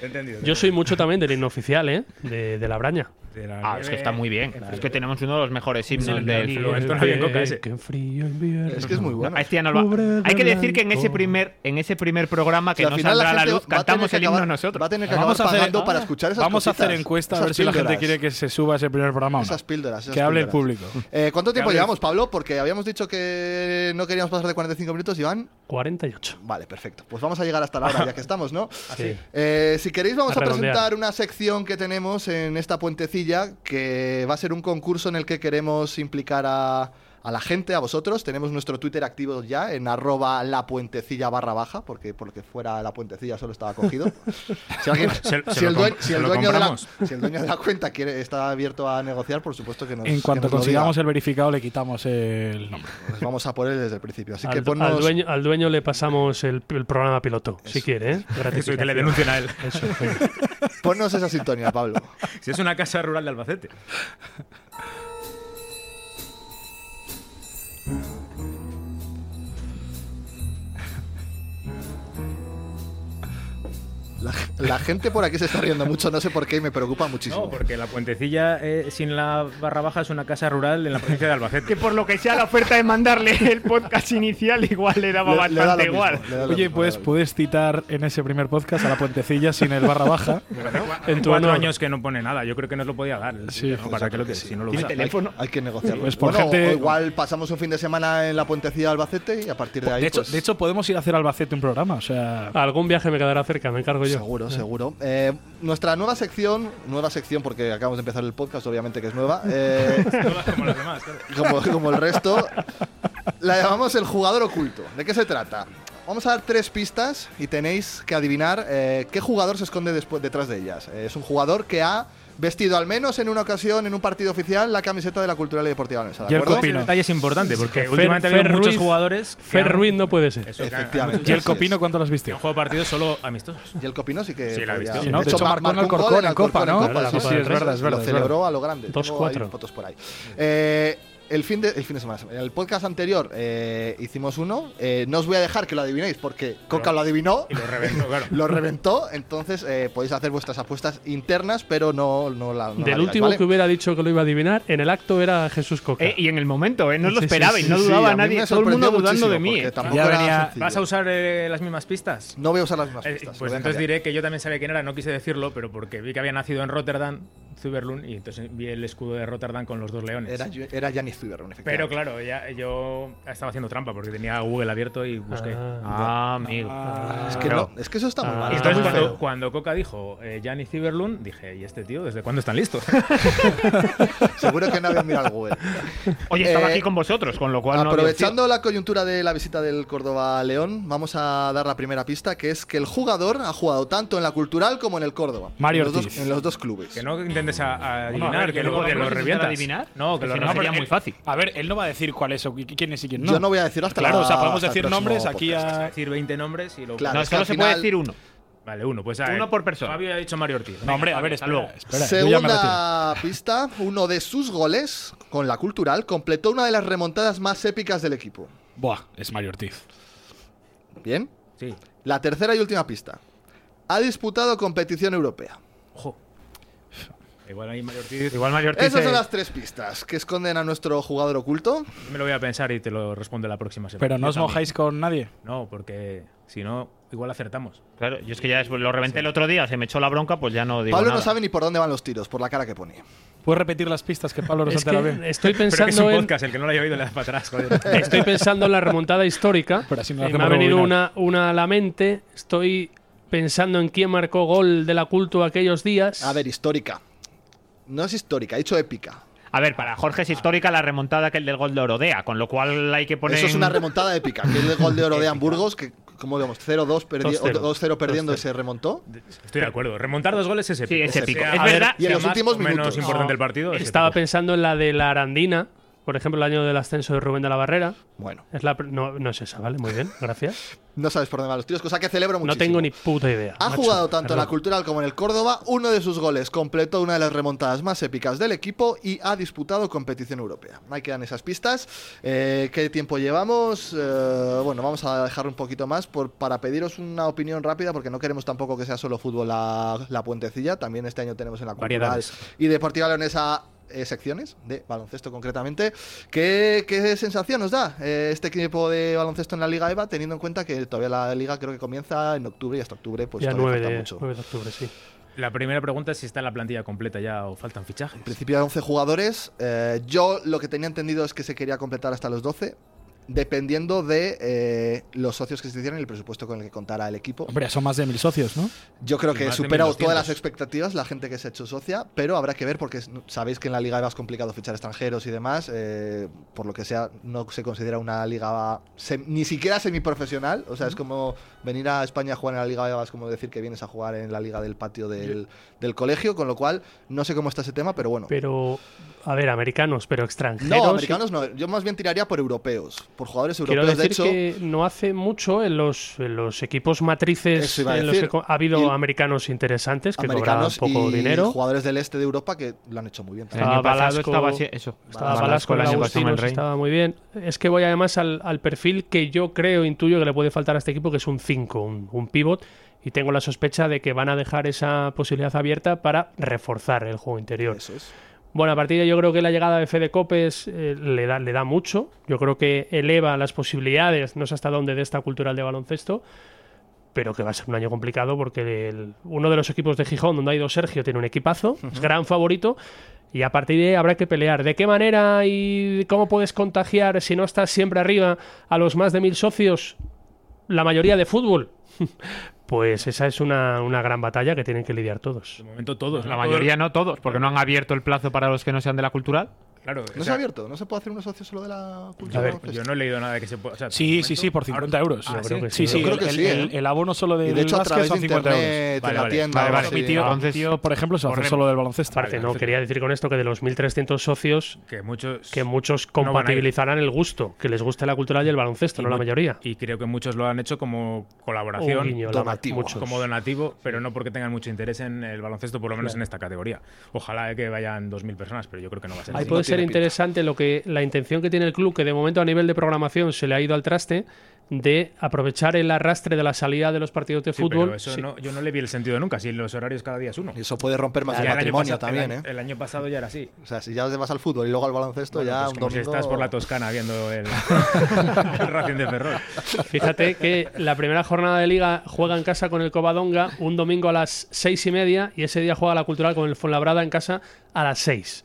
[SPEAKER 5] Entendido.
[SPEAKER 2] Yo soy mucho también del himno oficial, ¿eh? de, de la Braña.
[SPEAKER 5] De la
[SPEAKER 3] Ah, es que está muy bien. Es que tenemos uno de los mejores himnos
[SPEAKER 5] el
[SPEAKER 3] del
[SPEAKER 5] del-
[SPEAKER 3] fútbol.
[SPEAKER 5] el tono bien coca ese.
[SPEAKER 2] Que en frío invierno.
[SPEAKER 1] Es que es muy bueno.
[SPEAKER 3] A este ya no lo va-
[SPEAKER 2] Pobre
[SPEAKER 3] Hay que
[SPEAKER 2] de
[SPEAKER 3] decir que en ese
[SPEAKER 2] blanco.
[SPEAKER 3] primer, en ese primer programa que
[SPEAKER 1] Si al
[SPEAKER 3] no
[SPEAKER 1] final
[SPEAKER 3] saldrá a la
[SPEAKER 1] gente
[SPEAKER 3] luz,
[SPEAKER 1] va a tener
[SPEAKER 3] cantamos
[SPEAKER 1] que
[SPEAKER 3] el himno
[SPEAKER 1] acabar- Va
[SPEAKER 3] nosotros.
[SPEAKER 1] a tener que acabar
[SPEAKER 4] Vamos a hacer-
[SPEAKER 1] pagando para
[SPEAKER 4] ah,
[SPEAKER 1] escuchar esas
[SPEAKER 4] Vamos a hacer
[SPEAKER 1] cositas,
[SPEAKER 4] encuesta a
[SPEAKER 1] esas
[SPEAKER 4] ver si la gente
[SPEAKER 1] píldoras.
[SPEAKER 4] quiere que se suba ese primer programa. o no.
[SPEAKER 1] Esas píldoras. esas
[SPEAKER 4] que hable el
[SPEAKER 1] píldoras.
[SPEAKER 4] público.
[SPEAKER 1] Eh, ¿Cuánto tiempo
[SPEAKER 5] hable-
[SPEAKER 1] llevamos, Pablo? Porque habíamos dicho que no queríamos pasar de 45 minutos, Iván.
[SPEAKER 2] 48.
[SPEAKER 1] Vale, perfecto. Pues vamos a llegar hasta la hora ya que estamos, ¿no?
[SPEAKER 2] Sí.
[SPEAKER 1] Eh, si queréis, vamos
[SPEAKER 2] A
[SPEAKER 1] a,
[SPEAKER 2] redondear.
[SPEAKER 1] presentar una sección que tenemos en esta puentecilla, que va a ser un concurso en el que queremos implicar a, a la gente, a vosotros. Tenemos nuestro Twitter activo ya, en arroba la puentecilla barra baja, porque por lo que fuera la puentecilla solo estaba cogido. Si, alguien-
[SPEAKER 5] Se- se
[SPEAKER 1] si el
[SPEAKER 5] lo
[SPEAKER 1] dueño-
[SPEAKER 5] comp-
[SPEAKER 1] si
[SPEAKER 5] se
[SPEAKER 1] el
[SPEAKER 5] lo
[SPEAKER 1] dueño de la-
[SPEAKER 5] compramos.
[SPEAKER 1] si el dueño de la cuenta quiere, está abierto a negociar, por supuesto que nos
[SPEAKER 4] En cuanto
[SPEAKER 1] que nos lo
[SPEAKER 4] consigamos
[SPEAKER 1] diga.
[SPEAKER 4] el verificado, le quitamos el nombre.
[SPEAKER 1] Pues vamos a por él desde el principio. Así que
[SPEAKER 2] Al,
[SPEAKER 1] ponnos...
[SPEAKER 2] al dueño, al dueño le pasamos el, el programa piloto, si quiere. ¿eh?
[SPEAKER 5] Eso, y que le
[SPEAKER 2] Gratificación.
[SPEAKER 5] denuncien a él.
[SPEAKER 2] Eso, venga.
[SPEAKER 1] Ponnos esa sintonía, Pablo.
[SPEAKER 5] Si es una casa rural de Albacete.
[SPEAKER 1] La, la gente por aquí se está riendo mucho, no sé por qué, y me preocupa muchísimo.
[SPEAKER 5] No, porque la puentecilla eh, sin la barra baja es una casa rural en la provincia de Albacete.
[SPEAKER 3] Que por lo que sea la oferta de mandarle el podcast inicial igual le daba
[SPEAKER 1] Le- le da lo
[SPEAKER 3] bastante
[SPEAKER 1] mismo,
[SPEAKER 3] igual.
[SPEAKER 1] le da lo
[SPEAKER 4] Oye,
[SPEAKER 1] mismo,
[SPEAKER 4] pues
[SPEAKER 1] le da lo mismo.
[SPEAKER 4] puedes citar en ese primer podcast a la puentecilla sin el barra baja.
[SPEAKER 5] En
[SPEAKER 2] tu
[SPEAKER 5] cuatro
[SPEAKER 2] honor.
[SPEAKER 5] años que no pone nada. Yo creo que no lo podía dar.
[SPEAKER 4] Sí,
[SPEAKER 5] ¿no? para que lo que si no lo usa.
[SPEAKER 1] Hay, hay que negociarlo.
[SPEAKER 4] Pues por
[SPEAKER 1] Bueno,
[SPEAKER 4] gente-
[SPEAKER 1] o igual pasamos un fin de semana en la puentecilla de Albacete y a partir de ahí.
[SPEAKER 4] De hecho,
[SPEAKER 1] pues,
[SPEAKER 4] de hecho, podemos ir a hacer a Albacete un programa. O sea,
[SPEAKER 2] Algún viaje me quedará cerca, me encargo yo.
[SPEAKER 1] Seguro, seguro. Eh, nuestra nueva sección, nueva sección porque acabamos de empezar el podcast, obviamente que es nueva, eh,
[SPEAKER 5] Como los demás, claro.
[SPEAKER 1] como, como el resto, la llamamos el jugador oculto. ¿De qué se trata? Vamos a dar tres pistas y tenéis que adivinar eh, qué jugador se esconde despu- detrás de ellas. Eh, es un jugador que ha vestido al menos en una ocasión, en un partido oficial, la camiseta de la Cultural y Deportiva Leonesa. ¿De
[SPEAKER 4] Yo el
[SPEAKER 1] acuerdo?
[SPEAKER 4] copino.
[SPEAKER 5] Ese detalle es importante porque
[SPEAKER 2] Fer-
[SPEAKER 5] últimamente ha habido
[SPEAKER 2] Fer
[SPEAKER 5] muchos
[SPEAKER 2] Ruiz-
[SPEAKER 5] jugadores. que
[SPEAKER 2] Fer
[SPEAKER 5] han-
[SPEAKER 2] Ruiz no puede ser.
[SPEAKER 5] Eso, que han-
[SPEAKER 1] Efectivamente.
[SPEAKER 4] ¿y
[SPEAKER 1] así
[SPEAKER 4] el
[SPEAKER 1] es.
[SPEAKER 4] copino cuánto lo has
[SPEAKER 5] que han
[SPEAKER 4] visto?
[SPEAKER 5] jugado partidos solo amistosos.
[SPEAKER 1] Y el Copino sí que.
[SPEAKER 5] Sí, la ha
[SPEAKER 1] podía.
[SPEAKER 5] visto.
[SPEAKER 4] Sí, ¿no? De hecho,
[SPEAKER 1] mar-
[SPEAKER 4] marcó
[SPEAKER 1] marcó
[SPEAKER 4] en
[SPEAKER 1] un
[SPEAKER 4] Alcorcón,
[SPEAKER 1] gol en
[SPEAKER 4] en Copa,
[SPEAKER 1] Alcorcón,
[SPEAKER 4] ¿no?
[SPEAKER 1] en
[SPEAKER 4] Claro,
[SPEAKER 1] Copa,
[SPEAKER 4] sí, sí, es verdad, es verdad,
[SPEAKER 1] Lo
[SPEAKER 4] es
[SPEAKER 1] celebró a lo grande.
[SPEAKER 2] Dos,
[SPEAKER 1] Tengo ahí
[SPEAKER 2] cuatro.
[SPEAKER 1] fotos por ahí. Eh, el, fin de, el fin de semana. El podcast anterior eh, hicimos uno. Eh, no os voy a dejar que lo adivinéis porque Coca lo adivinó.
[SPEAKER 5] Y lo reventó, claro.
[SPEAKER 1] Lo reventó, entonces eh, podéis hacer vuestras apuestas internas, pero no, no la. no la
[SPEAKER 2] Del
[SPEAKER 1] digáis,
[SPEAKER 2] último
[SPEAKER 1] ¿vale?
[SPEAKER 2] que hubiera dicho que lo iba a adivinar, en el acto era Jesús Coca.
[SPEAKER 3] Eh, y en el momento, ¿eh? no lo
[SPEAKER 2] Sí, sí,
[SPEAKER 3] esperaba y
[SPEAKER 2] sí,
[SPEAKER 3] no
[SPEAKER 1] Sí,
[SPEAKER 3] dudaba
[SPEAKER 1] a mí
[SPEAKER 3] nadie.
[SPEAKER 1] me
[SPEAKER 3] Todo el mundo
[SPEAKER 1] sorprendió
[SPEAKER 3] dudando de
[SPEAKER 1] muchísimo,
[SPEAKER 3] mí.
[SPEAKER 1] porque
[SPEAKER 3] ¿eh?
[SPEAKER 1] tampoco
[SPEAKER 4] Ya
[SPEAKER 1] era
[SPEAKER 4] venía-
[SPEAKER 1] sencillo.
[SPEAKER 5] ¿Vas a usar eh, las mismas pistas?
[SPEAKER 1] No voy a usar las mismas
[SPEAKER 5] Eh,
[SPEAKER 1] pistas.
[SPEAKER 5] pues
[SPEAKER 1] lo voy a
[SPEAKER 5] entonces
[SPEAKER 1] cambiar.
[SPEAKER 5] diré que yo también sabía quién era, no quise decirlo, pero porque vi que había nacido en Rotterdam, Zuberlund, y entonces vi el escudo de Rotterdam con los dos leones.
[SPEAKER 1] Era, era Giannis Zuberlund, efectivamente.
[SPEAKER 5] pero claro, ya, yo estaba haciendo trampa porque tenía Google abierto y busqué.
[SPEAKER 2] Ah,
[SPEAKER 3] Ah, amigo.
[SPEAKER 1] Es que,
[SPEAKER 3] Claro.
[SPEAKER 1] no, es que eso está muy
[SPEAKER 2] Ah.
[SPEAKER 1] mal.
[SPEAKER 5] Y
[SPEAKER 1] está muy
[SPEAKER 5] entonces cuando,
[SPEAKER 1] feo.
[SPEAKER 5] cuando Coca dijo eh, Gianni Ciberlund, dije, ¿y este tío? ¿Desde cuándo están listos?
[SPEAKER 1] Seguro que no habían mirado el Google.
[SPEAKER 3] Oye, estaba
[SPEAKER 1] Eh,
[SPEAKER 3] aquí con vosotros, con lo cual no había
[SPEAKER 1] Aprovechando la coyuntura de la visita del Córdoba a León, vamos a dar la primera pista, que es que el jugador ha jugado tanto en la cultural como en el Córdoba.
[SPEAKER 4] Mario
[SPEAKER 1] en los, dos,
[SPEAKER 4] Ortiz.
[SPEAKER 1] en los dos clubes.
[SPEAKER 5] que no intentes a- a
[SPEAKER 3] opción.
[SPEAKER 5] adivinar,
[SPEAKER 3] No, a ver,
[SPEAKER 5] que
[SPEAKER 3] yo
[SPEAKER 5] luego
[SPEAKER 3] no
[SPEAKER 5] que
[SPEAKER 3] voy a
[SPEAKER 5] lo
[SPEAKER 3] intentar
[SPEAKER 5] revientas.
[SPEAKER 3] adivinar.
[SPEAKER 5] No, que lo
[SPEAKER 3] Si no,
[SPEAKER 5] revientas.
[SPEAKER 3] sería muy fácil.
[SPEAKER 4] A ver, él no va a decir cuál es o qui- quién es y quién no.
[SPEAKER 1] Yo no voy a decir hasta
[SPEAKER 4] Claro,
[SPEAKER 1] la-
[SPEAKER 4] o sea, podemos
[SPEAKER 1] hasta el
[SPEAKER 4] decir
[SPEAKER 1] próximo
[SPEAKER 4] nombres aquí
[SPEAKER 1] podcast.
[SPEAKER 4] a.
[SPEAKER 5] decir 20 nombres y luego.
[SPEAKER 1] Claro.
[SPEAKER 3] No,
[SPEAKER 1] es que al
[SPEAKER 3] solo se puede
[SPEAKER 1] final-
[SPEAKER 3] decir uno.
[SPEAKER 5] Vale, uno, pues a
[SPEAKER 3] Uno
[SPEAKER 5] ver.
[SPEAKER 3] por persona.
[SPEAKER 5] Fabio ya ha dicho Mario Ortiz.
[SPEAKER 4] No, hombre, a ver,
[SPEAKER 5] hasta
[SPEAKER 4] espera.
[SPEAKER 5] luego.
[SPEAKER 4] espera, yo ya me retiro.
[SPEAKER 1] Segunda pista, uno de sus goles con la cultural completó una de las remontadas más épicas del equipo.
[SPEAKER 4] Buah, es Mario Ortiz.
[SPEAKER 1] Bien.
[SPEAKER 5] Sí.
[SPEAKER 1] La tercera y última pista. Ha disputado competición europea.
[SPEAKER 5] Ojo. Igual ahí Mario Ortiz.
[SPEAKER 3] Igual Mario Ortiz.
[SPEAKER 1] Esas
[SPEAKER 3] eh,
[SPEAKER 1] son las tres pistas que esconden a nuestro jugador oculto.
[SPEAKER 5] Me lo voy a pensar y te lo respondo la próxima semana.
[SPEAKER 4] Pero no
[SPEAKER 5] Yo
[SPEAKER 4] os
[SPEAKER 5] también.
[SPEAKER 4] mojáis con nadie.
[SPEAKER 5] No, porque si no, igual acertamos.
[SPEAKER 3] Claro, yo es que ya después lo reventé el otro día, se me echó la bronca, pues ya no digo
[SPEAKER 1] Pablo
[SPEAKER 3] nada.
[SPEAKER 1] no sabe ni por dónde van los tiros, por la cara que pone.
[SPEAKER 4] ¿Puedes repetir las pistas que Pablo
[SPEAKER 2] Es
[SPEAKER 4] Rosante
[SPEAKER 2] que
[SPEAKER 4] la ve?
[SPEAKER 2] estoy
[SPEAKER 5] Pero es un
[SPEAKER 2] pensando en
[SPEAKER 5] podcast, el que no lo haya oído le das para atrás, joder.
[SPEAKER 2] estoy pensando en la remontada histórica
[SPEAKER 4] Pero así no
[SPEAKER 2] y me
[SPEAKER 4] hacemos
[SPEAKER 2] ha venido
[SPEAKER 4] rebobinar.
[SPEAKER 2] una, una a la mente. Estoy pensando en quién marcó gol de la culto aquellos días.
[SPEAKER 1] A ver, histórica. No es histórica, he dicho épica.
[SPEAKER 3] A ver, para Jorge es histórica la remontada que el del gol de Orodea, con lo cual hay que poner.
[SPEAKER 1] Eso es una remontada épica, que es el gol de oro de Hamburgos, que como digamos, 0-2 perdi-
[SPEAKER 5] 2-0.
[SPEAKER 1] o 2-0 perdiendo y se remontó.
[SPEAKER 5] Estoy de acuerdo. Remontar dos goles es épico.
[SPEAKER 3] es épico.
[SPEAKER 5] Sea-
[SPEAKER 3] Es
[SPEAKER 5] a ver,
[SPEAKER 3] verdad.
[SPEAKER 1] Y en
[SPEAKER 5] sea
[SPEAKER 1] los
[SPEAKER 5] más
[SPEAKER 1] últimos
[SPEAKER 5] o menos
[SPEAKER 1] minutos.
[SPEAKER 5] importante el partido. es
[SPEAKER 2] Estaba
[SPEAKER 5] épico.
[SPEAKER 2] pensando en la de la Arandina, por ejemplo, el año del ascenso de Rubén de la Barrera.
[SPEAKER 1] Bueno,
[SPEAKER 2] Es la pr- no, no es esa, ¿vale? Muy bien, gracias.
[SPEAKER 1] no sabes por dónde van los tiros, cosa que celebro muchísimo.
[SPEAKER 2] No tengo ni puta idea.
[SPEAKER 1] Ha
[SPEAKER 2] macho,
[SPEAKER 1] jugado tanto en la
[SPEAKER 2] perdón.
[SPEAKER 1] Cultural como en el Córdoba. Uno de sus goles completó una de las remontadas más épicas del equipo y ha disputado competición europea. Ahí quedan esas pistas. Eh, ¿Qué tiempo llevamos? Eh, bueno, vamos a dejar un poquito más por- para pediros una opinión rápida, porque no queremos tampoco que sea solo fútbol la, la puentecilla. También este año tenemos en la Cultural
[SPEAKER 5] Variedades.
[SPEAKER 1] y Deportiva Leonesa. eh, secciones de baloncesto concretamente. ¿Qué, qué sensación nos da eh, este equipo de baloncesto en la Liga EVA, teniendo en cuenta que todavía la liga creo que comienza en octubre y hasta octubre pues
[SPEAKER 2] Ya
[SPEAKER 1] todavía
[SPEAKER 2] 9
[SPEAKER 1] falta
[SPEAKER 2] de,
[SPEAKER 1] mucho?
[SPEAKER 2] 9 de octubre, sí.
[SPEAKER 5] La primera pregunta es si está la plantilla completa ya o faltan fichajes.
[SPEAKER 1] En principio hay 11 jugadores. Eh, yo lo que tenía entendido es que se quería completar hasta los 12, dependiendo de eh, los socios que se hicieran y el presupuesto con el que contara el equipo.
[SPEAKER 4] Hombre, son más de mil socios, ¿no?
[SPEAKER 1] Yo creo
[SPEAKER 5] y
[SPEAKER 1] que
[SPEAKER 5] más de
[SPEAKER 1] supera
[SPEAKER 5] 1200.
[SPEAKER 1] todas las expectativas la gente que se ha hecho socia, pero habrá que ver porque es- sabéis que en la Liga EVA es complicado fichar extranjeros y demás. eh, por lo que sea, no se considera una liga sem- ni siquiera semiprofesional. O sea, es como venir a España a jugar en la Liga EVA es como decir que vienes a jugar en la Liga del patio del, del colegio, con lo cual no sé cómo está ese tema, pero bueno.
[SPEAKER 2] Pero, a ver, americanos, pero extranjeros.
[SPEAKER 1] No, americanos no. Yo más bien tiraría por europeos, por jugadores
[SPEAKER 2] Quiero
[SPEAKER 1] europeos.
[SPEAKER 2] decir
[SPEAKER 1] de hecho,
[SPEAKER 2] que no hace mucho en los, en los equipos matrices
[SPEAKER 1] Eso iba a
[SPEAKER 2] en los que
[SPEAKER 1] decir.
[SPEAKER 2] co- ha habido
[SPEAKER 1] Y-
[SPEAKER 2] americanos interesantes que cobraban
[SPEAKER 1] americanos
[SPEAKER 2] poco
[SPEAKER 1] y
[SPEAKER 2] dinero.
[SPEAKER 1] jugadores del este de Europa que lo han hecho muy bien.
[SPEAKER 3] El
[SPEAKER 1] también.
[SPEAKER 2] Ah,
[SPEAKER 3] año pasado
[SPEAKER 2] Balasco-
[SPEAKER 3] estaba así- eso.
[SPEAKER 2] Estaba
[SPEAKER 3] Balasco
[SPEAKER 2] Balasco,
[SPEAKER 3] el año pasado en el
[SPEAKER 2] Lagustinos,
[SPEAKER 3] Rey.
[SPEAKER 2] estaba muy bien. Es que voy además al, al perfil que yo creo, intuyo que le puede faltar a este equipo, que es un 5, un, un pivot. Y tengo la sospecha de que van a dejar esa posibilidad abierta para reforzar el juego interior.
[SPEAKER 1] Eso es.
[SPEAKER 2] Bueno, a partir de ahí yo creo que la llegada de Fede Copes eh, le, da, le da mucho. Yo creo que eleva las posibilidades, no sé hasta dónde, de esta cultural de baloncesto. Pero que va a ser un año complicado porque el- uno de los equipos de Gijón, donde ha ido Sergio, tiene un equipazo, es gran favorito. Y a partir de ahí habrá que pelear. ¿De qué manera y cómo puedes contagiar, si no estás siempre arriba, a los más de mil socios, la mayoría de fútbol? pues esa es una, una gran batalla que tienen que lidiar todos.
[SPEAKER 5] De momento todos.
[SPEAKER 3] La mayoría no todos, porque no han abierto el plazo para los que no sean de la cultural.
[SPEAKER 5] Claro. o
[SPEAKER 1] No se
[SPEAKER 5] sea,
[SPEAKER 1] ha abierto, no se puede hacer un socio solo de la cultura.
[SPEAKER 2] ver,
[SPEAKER 1] Fest?
[SPEAKER 5] Yo no he leído nada de que se pueda. o sea, de
[SPEAKER 4] Sí, sí,
[SPEAKER 5] momento-
[SPEAKER 4] sí, por 50 euros.
[SPEAKER 5] Ah,
[SPEAKER 2] creo que
[SPEAKER 4] sí,
[SPEAKER 2] sí.
[SPEAKER 4] sí.
[SPEAKER 1] Yo creo que
[SPEAKER 4] el,
[SPEAKER 1] sí,
[SPEAKER 4] el-
[SPEAKER 1] ¿eh?
[SPEAKER 4] el abono solo
[SPEAKER 1] y
[SPEAKER 4] del
[SPEAKER 1] de hecho, a
[SPEAKER 4] básquet
[SPEAKER 1] través de
[SPEAKER 4] son 50 euros.
[SPEAKER 1] internet,
[SPEAKER 5] Vale,
[SPEAKER 1] en la
[SPEAKER 5] vale.
[SPEAKER 1] tienda.
[SPEAKER 3] Vale,
[SPEAKER 1] o
[SPEAKER 3] vale.
[SPEAKER 1] así.
[SPEAKER 4] Mi tío,
[SPEAKER 3] Entonces-
[SPEAKER 4] mi tío, por ejemplo, se hace
[SPEAKER 3] Corre-
[SPEAKER 4] solo del baloncesto.
[SPEAKER 2] Aparte, no, quería decir con esto que de los 1.300 socios,
[SPEAKER 5] Que muchos.
[SPEAKER 2] que muchos
[SPEAKER 5] No van a ir.
[SPEAKER 2] compatibilizarán el gusto, que les guste la cultura y el baloncesto,
[SPEAKER 5] y
[SPEAKER 2] no la
[SPEAKER 5] mu-
[SPEAKER 2] mayoría.
[SPEAKER 5] Y creo que muchos lo han hecho como
[SPEAKER 2] Un
[SPEAKER 5] colaboración.
[SPEAKER 2] guiño, la-
[SPEAKER 1] donativo.
[SPEAKER 2] muchos.
[SPEAKER 5] como donativo, pero no porque tengan mucho interés en el baloncesto, por lo menos en esta categoría. Ojalá que vayan 2.000 personas, pero yo creo que no va a ser
[SPEAKER 2] Ahí
[SPEAKER 5] así.
[SPEAKER 2] puede
[SPEAKER 1] no
[SPEAKER 2] ser
[SPEAKER 1] tiene pinta.
[SPEAKER 2] interesante lo que la intención que tiene el club, que de momento a nivel de programación se le ha ido al traste, de aprovechar el arrastre de la salida de los partidos de
[SPEAKER 5] Sí,
[SPEAKER 2] fútbol.
[SPEAKER 5] pero eso
[SPEAKER 2] Sí.
[SPEAKER 5] no- yo no le vi el sentido nunca, si los horarios cada día es uno.
[SPEAKER 1] Y Eso puede romper más
[SPEAKER 5] Ya
[SPEAKER 1] el
[SPEAKER 5] el año
[SPEAKER 1] matrimonio
[SPEAKER 5] pasado- el
[SPEAKER 1] también,
[SPEAKER 5] año-
[SPEAKER 1] ¿eh?
[SPEAKER 5] El año pasado ya era así.
[SPEAKER 1] O sea, si ya te vas al fútbol y luego al baloncesto,
[SPEAKER 5] Bueno,
[SPEAKER 1] ya
[SPEAKER 5] pues
[SPEAKER 1] un
[SPEAKER 5] como si
[SPEAKER 1] domingo-
[SPEAKER 5] estás por la Toscana viendo el, el Racing de Ferrol.
[SPEAKER 2] Fíjate que la primera jornada de liga juega en casa con el Covadonga un domingo a las seis y media y ese día juega la cultural con el Fuenlabrada en casa a las seis.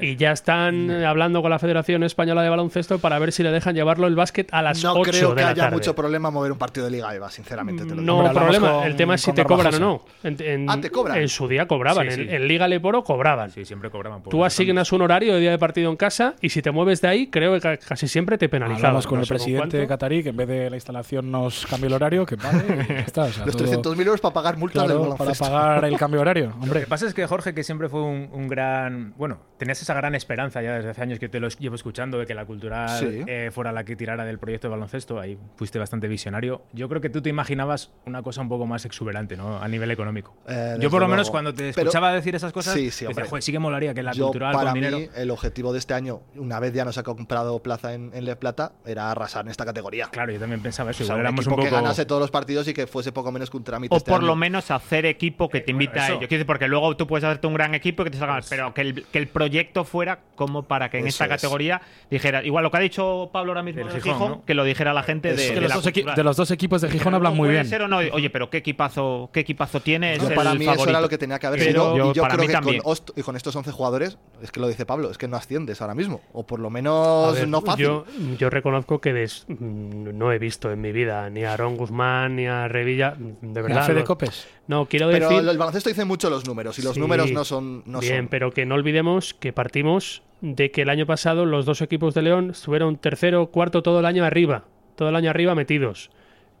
[SPEAKER 2] Y ya están eh, hablando con la Federación Española de Baloncesto para ver si le dejan llevarlo el básquet a las
[SPEAKER 1] No
[SPEAKER 2] ocho
[SPEAKER 1] creo
[SPEAKER 2] de
[SPEAKER 1] que
[SPEAKER 2] la
[SPEAKER 1] haya
[SPEAKER 2] tarde.
[SPEAKER 1] mucho problema mover un partido de Liga EVA, sinceramente. Te lo digo.
[SPEAKER 2] No
[SPEAKER 4] Hombre, hablamos
[SPEAKER 2] problema,
[SPEAKER 4] con-
[SPEAKER 2] el tema es si
[SPEAKER 4] con
[SPEAKER 2] te cobran o
[SPEAKER 4] Barbajosa.
[SPEAKER 2] no. En, en-
[SPEAKER 1] Ah, ¿te cobran?
[SPEAKER 2] en su día cobraban,
[SPEAKER 5] Sí, sí.
[SPEAKER 2] En, en Liga Leporo cobraban.
[SPEAKER 5] Sí, siempre cobraban. por
[SPEAKER 2] Tú
[SPEAKER 5] los
[SPEAKER 2] asignas un horario de día de partido en casa y si te mueves de ahí, creo que ca- casi siempre te penalizaban.
[SPEAKER 4] Hablamos con
[SPEAKER 2] No
[SPEAKER 4] el
[SPEAKER 2] sé
[SPEAKER 4] presidente de
[SPEAKER 2] cuánto.
[SPEAKER 4] Catarí que en vez de la instalación nos cambie el horario, que vale, y ya está. o sea,
[SPEAKER 1] Los
[SPEAKER 4] todo-
[SPEAKER 1] 300.000 euros para pagar multas
[SPEAKER 4] claro,
[SPEAKER 1] del
[SPEAKER 4] para
[SPEAKER 1] baloncesto.
[SPEAKER 4] pagar el cambio de horario.
[SPEAKER 5] Lo que
[SPEAKER 4] Hombre,
[SPEAKER 5] pasa es que Jorge, que siempre fue un, un gran. Bueno, tenías esa gran esperanza ya desde hace años que te lo llevo escuchando de que la cultural
[SPEAKER 1] Sí.
[SPEAKER 5] eh, fuera la que tirara del proyecto de baloncesto. Ahí fuiste bastante visionario. Yo creo que tú te imaginabas una cosa un poco más exuberante, ¿no? A nivel económico.
[SPEAKER 1] Eh, desde
[SPEAKER 5] Yo, por lo menos,
[SPEAKER 1] luego.
[SPEAKER 5] cuando te
[SPEAKER 1] Pero-
[SPEAKER 5] escuchaba decir esas cosas,
[SPEAKER 1] Sí, sí,
[SPEAKER 5] decía,
[SPEAKER 1] hombre.
[SPEAKER 5] "Joder, sí que molaría que la
[SPEAKER 1] Yo,
[SPEAKER 5] cultural
[SPEAKER 1] para
[SPEAKER 5] con
[SPEAKER 1] mí,
[SPEAKER 5] dinero.
[SPEAKER 1] el objetivo de este año, una vez ya nos ha comprado plaza en, en Le Plata, era arrasar en esta categoría.
[SPEAKER 5] Claro, yo también pensaba eso.
[SPEAKER 1] O sea,
[SPEAKER 5] Igual
[SPEAKER 1] un
[SPEAKER 5] éramos
[SPEAKER 1] equipo
[SPEAKER 5] un poco.
[SPEAKER 1] que ganase todos los partidos y que fuese poco menos que un trámite.
[SPEAKER 3] O
[SPEAKER 1] este
[SPEAKER 3] por
[SPEAKER 1] año.
[SPEAKER 3] lo menos hacer equipo que te invita
[SPEAKER 5] bueno,
[SPEAKER 3] a
[SPEAKER 5] eso.
[SPEAKER 3] ello. Quiero decir, porque luego tú puedes hacerte un gran equipo y que te salga mal, pero que el, que el proyecto fuera como para que en
[SPEAKER 1] Eso
[SPEAKER 3] esta
[SPEAKER 1] es.
[SPEAKER 3] categoría dijera, igual lo que ha dicho Pablo ahora mismo
[SPEAKER 5] Del
[SPEAKER 3] del
[SPEAKER 5] Gijón,
[SPEAKER 3] Gijón,
[SPEAKER 5] ¿no?
[SPEAKER 3] que lo dijera la gente
[SPEAKER 1] Eso.
[SPEAKER 3] de,
[SPEAKER 4] es que
[SPEAKER 3] de
[SPEAKER 4] los
[SPEAKER 3] la
[SPEAKER 4] dos equi-
[SPEAKER 3] cultural.
[SPEAKER 4] de los dos equipos de Gijón
[SPEAKER 3] Pero
[SPEAKER 4] hablan muy
[SPEAKER 3] puede
[SPEAKER 4] bien.
[SPEAKER 3] ser o no, oye, pero qué equipazo, qué equipazo tiene.
[SPEAKER 1] Yo
[SPEAKER 3] es
[SPEAKER 1] para
[SPEAKER 3] el
[SPEAKER 1] mí eso
[SPEAKER 3] favorito.
[SPEAKER 1] era lo que tenía que haber
[SPEAKER 3] Pero-
[SPEAKER 1] sido. y
[SPEAKER 3] Yo-
[SPEAKER 1] yo
[SPEAKER 3] para
[SPEAKER 1] creo
[SPEAKER 3] mí
[SPEAKER 1] que con,
[SPEAKER 3] también.
[SPEAKER 1] ost- y con estos 11 jugadores, Es que lo dice Pablo, es que no asciendes ahora mismo. O por lo menos
[SPEAKER 2] A ver,
[SPEAKER 1] no fácil.
[SPEAKER 2] Yo, yo reconozco que des- no he visto en mi vida ni a Aaron Guzmán ni a Revilla. De verdad.
[SPEAKER 4] Fede
[SPEAKER 2] lo-
[SPEAKER 4] Copes.
[SPEAKER 2] No, quiero
[SPEAKER 1] Pero
[SPEAKER 2] decir.
[SPEAKER 1] el baloncesto dice mucho los números y los
[SPEAKER 2] Sí.
[SPEAKER 1] números no son. No
[SPEAKER 2] bien,
[SPEAKER 1] son.
[SPEAKER 2] pero que no olvidemos que partimos de que el año pasado los dos equipos de León estuvieron tercero, cuarto todo el año arriba, todo el año arriba metidos.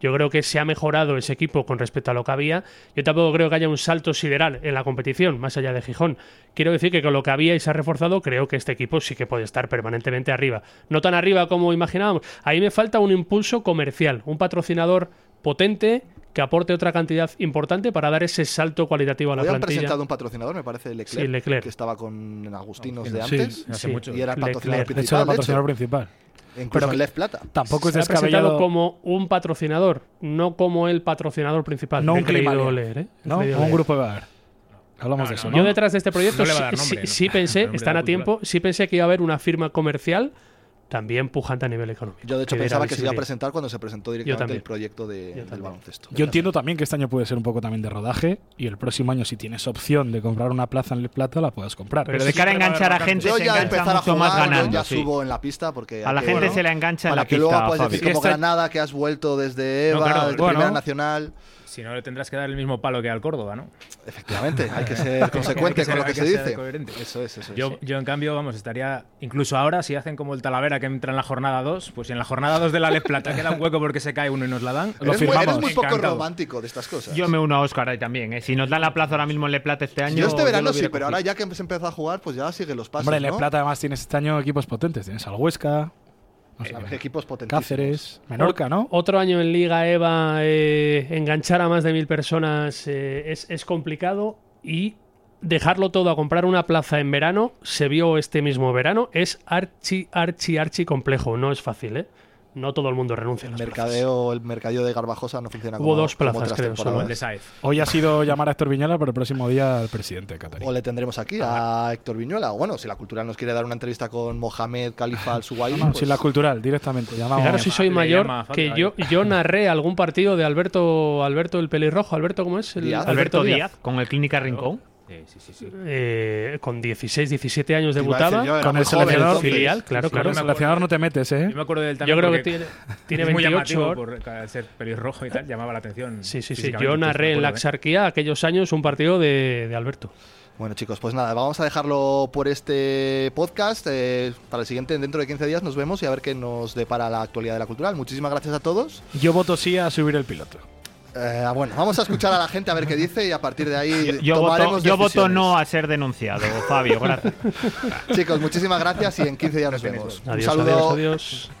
[SPEAKER 2] Yo creo que se ha mejorado ese equipo con respecto a lo que había. Yo tampoco creo que haya un salto sideral en la competición, más allá de Gijón. Quiero decir que con lo que había y se ha reforzado, creo que este equipo sí que puede estar permanentemente arriba. No tan arriba como imaginábamos. Ahí me falta un impulso comercial, un patrocinador potente que aporte otra cantidad importante para dar ese salto cualitativo a la
[SPEAKER 1] Hoy han
[SPEAKER 2] plantilla.
[SPEAKER 1] presentado un patrocinador, me parece, Leclerc,
[SPEAKER 2] Sí, Leclerc.
[SPEAKER 1] que estaba con Agustinos de
[SPEAKER 5] Sí,
[SPEAKER 1] antes.
[SPEAKER 5] hace
[SPEAKER 2] Sí.
[SPEAKER 5] mucho.
[SPEAKER 1] Y era el patrocinador
[SPEAKER 2] Leclerc.
[SPEAKER 4] De hecho,
[SPEAKER 1] principal.
[SPEAKER 4] era
[SPEAKER 1] de
[SPEAKER 4] patrocinador
[SPEAKER 1] hecho.
[SPEAKER 4] principal.
[SPEAKER 1] Incluso
[SPEAKER 4] Pero
[SPEAKER 1] en
[SPEAKER 4] que-
[SPEAKER 1] Left Plata.
[SPEAKER 4] Tampoco es
[SPEAKER 2] se ha presentado
[SPEAKER 4] descabellado.
[SPEAKER 2] como un patrocinador, no como el patrocinador principal.
[SPEAKER 4] No
[SPEAKER 2] He
[SPEAKER 4] un
[SPEAKER 2] creído
[SPEAKER 4] clima,
[SPEAKER 2] leer, ¿eh? He
[SPEAKER 4] ¿no?
[SPEAKER 2] creído
[SPEAKER 4] Un
[SPEAKER 2] leer.
[SPEAKER 4] grupo de bar. Hablamos de eso, ¿no?
[SPEAKER 2] Yo detrás de este proyecto
[SPEAKER 5] No le va a dar
[SPEAKER 2] sí-
[SPEAKER 5] nombre,
[SPEAKER 2] sí,
[SPEAKER 5] ¿no?
[SPEAKER 2] sí pensé,
[SPEAKER 5] Nombre
[SPEAKER 2] están
[SPEAKER 5] de
[SPEAKER 2] a
[SPEAKER 5] cultural.
[SPEAKER 2] tiempo, sí pensé que iba a haber una firma comercial también pujante a nivel económico.
[SPEAKER 1] Yo, de hecho,
[SPEAKER 2] diera
[SPEAKER 1] pensaba que se iba a
[SPEAKER 2] visibilidad.
[SPEAKER 1] presentar cuando se presentó directamente
[SPEAKER 2] también.
[SPEAKER 1] el proyecto de- del
[SPEAKER 2] también.
[SPEAKER 1] baloncesto.
[SPEAKER 4] Yo entiendo también que este año puede ser un poco también de rodaje y el próximo año si tienes opción de comprar una plaza en Le Plata la puedas comprar.
[SPEAKER 3] Pero de cara a enganchar a gente
[SPEAKER 1] Yo
[SPEAKER 3] se
[SPEAKER 1] ya
[SPEAKER 3] engancha
[SPEAKER 1] empezar a
[SPEAKER 3] mucho
[SPEAKER 1] jugar,
[SPEAKER 3] más
[SPEAKER 1] yo
[SPEAKER 3] ganando.
[SPEAKER 1] ya
[SPEAKER 3] sí.
[SPEAKER 1] subo en la pista porque
[SPEAKER 3] A la
[SPEAKER 1] hay que-
[SPEAKER 3] gente
[SPEAKER 1] bueno,
[SPEAKER 3] se le engancha en
[SPEAKER 1] para
[SPEAKER 3] la
[SPEAKER 1] que
[SPEAKER 3] pista.
[SPEAKER 1] luego pues, puedas
[SPEAKER 3] Javi.
[SPEAKER 1] decir
[SPEAKER 4] Y
[SPEAKER 1] como
[SPEAKER 4] esta-
[SPEAKER 1] Granada que has vuelto desde
[SPEAKER 5] No,
[SPEAKER 1] Eva,
[SPEAKER 5] claro,
[SPEAKER 1] desde
[SPEAKER 4] bueno.
[SPEAKER 1] Primera Nacional.
[SPEAKER 5] Si no, le tendrás que dar el mismo palo que al Córdoba, ¿no?
[SPEAKER 1] Efectivamente, hay que ser consecuente
[SPEAKER 5] Hay que
[SPEAKER 1] con lo
[SPEAKER 5] ser-
[SPEAKER 1] que,
[SPEAKER 5] hay
[SPEAKER 1] se
[SPEAKER 5] que ser
[SPEAKER 1] dice.
[SPEAKER 5] coherente.
[SPEAKER 1] Eso es, eso es.
[SPEAKER 5] Yo, yo, en cambio, vamos, estaría. Incluso ahora, si hacen como el Talavera que entra en la jornada 2, pues si en la jornada 2 de la Les Plata queda un hueco porque se cae uno y nos la dan.
[SPEAKER 1] eres,
[SPEAKER 4] Lo
[SPEAKER 1] muy,
[SPEAKER 4] firmamos.
[SPEAKER 1] eres muy poco
[SPEAKER 5] Encantado.
[SPEAKER 1] romántico de estas cosas.
[SPEAKER 3] Yo me uno a Oscar ahí también. ¿eh? Si nos dan la plaza ahora mismo en Le Plata este año.
[SPEAKER 1] Yo este
[SPEAKER 3] lo
[SPEAKER 1] verano sí,
[SPEAKER 3] hubiera
[SPEAKER 1] pero
[SPEAKER 3] cogido.
[SPEAKER 1] ahora ya que se empezó a jugar, pues ya sigue los pasos.
[SPEAKER 4] Hombre, en Le
[SPEAKER 1] ¿no?
[SPEAKER 4] Plata además tienes este año equipos potentes. Tienes al Huesca, no sé,
[SPEAKER 1] Eh, Equipos potentes.
[SPEAKER 4] Cáceres, Menorca, ¿no?
[SPEAKER 2] Otro año en Liga Eva, eh, enganchar a más de mil personas eh, es, es complicado y dejarlo todo a comprar una plaza en verano, se vio este mismo verano, es archi, archi, archi complejo, no es fácil, ¿eh? No todo el mundo renuncia a
[SPEAKER 1] El
[SPEAKER 2] las plazas.
[SPEAKER 1] mercadeo, el mercadeo de Garbajosa no funciona
[SPEAKER 2] Hubo
[SPEAKER 1] como,
[SPEAKER 2] dos plazas,
[SPEAKER 1] como otras
[SPEAKER 2] creo, solo.
[SPEAKER 5] O
[SPEAKER 1] temporadas.
[SPEAKER 5] el de Saez.
[SPEAKER 4] Hoy ha sido llamar a Héctor Viñola, pero el próximo día al presidente de Catarí.
[SPEAKER 1] O le tendremos aquí a Héctor Viñuela. O bueno, si la cultura nos quiere dar una entrevista con Mohamed Khalifa Al-Suwaidi.
[SPEAKER 4] No,
[SPEAKER 1] pues-
[SPEAKER 4] sin Ah, la cultural, directamente. Llamamos.
[SPEAKER 2] Fijaros si soy
[SPEAKER 5] Le
[SPEAKER 2] mayor,
[SPEAKER 5] llama a
[SPEAKER 2] que
[SPEAKER 5] falta,
[SPEAKER 2] yo, yo narré algún partido de Alberto, Alberto el pelirrojo, Alberto, ¿cómo es? El-
[SPEAKER 1] Díaz.
[SPEAKER 3] Alberto Díaz con el Clínica Rincón.
[SPEAKER 5] Sí, sí, sí. sí.
[SPEAKER 2] Eh, con 16, 17 años
[SPEAKER 1] Te iba a decir
[SPEAKER 2] debutaba.
[SPEAKER 1] yo, era
[SPEAKER 4] con
[SPEAKER 1] muy
[SPEAKER 4] el
[SPEAKER 1] joven,
[SPEAKER 4] seleccionador
[SPEAKER 1] entonces.
[SPEAKER 2] filial, claro,
[SPEAKER 4] Claro,
[SPEAKER 2] claro.
[SPEAKER 4] el seleccionador no te metes, ¿eh?
[SPEAKER 5] Yo me acuerdo del
[SPEAKER 2] Yo
[SPEAKER 5] también
[SPEAKER 2] creo que
[SPEAKER 5] porque
[SPEAKER 2] tiene, tiene
[SPEAKER 5] es muy
[SPEAKER 2] 28
[SPEAKER 5] llamativo
[SPEAKER 2] horas.
[SPEAKER 5] por al ser pelirrojo y tal, llamaba la atención.
[SPEAKER 2] Sí, sí, sí.
[SPEAKER 5] físicamente,
[SPEAKER 2] Yo
[SPEAKER 5] pues, me
[SPEAKER 2] narré en la
[SPEAKER 5] acuerdo, ¿eh?
[SPEAKER 2] exarquía aquellos años un partido de, de Alberto.
[SPEAKER 1] Bueno, chicos, pues nada, vamos a dejarlo por este podcast. eh, para el siguiente, dentro de 15 días, nos vemos y a ver qué nos depara la actualidad de la cultural. Muchísimas gracias a todos.
[SPEAKER 4] Yo voto sí a subir el piloto.
[SPEAKER 1] Eh, bueno, vamos a escuchar a la gente a ver qué dice y a partir de ahí
[SPEAKER 3] Yo, yo voto,
[SPEAKER 1] tomaremos
[SPEAKER 3] yo voto
[SPEAKER 1] decisiones.
[SPEAKER 3] no a ser denunciado, Fabio. Gracias.
[SPEAKER 1] Chicos, muchísimas gracias y en 15 días nos vemos. Un
[SPEAKER 2] Adiós,
[SPEAKER 1] saludo.
[SPEAKER 2] adiós, adiós.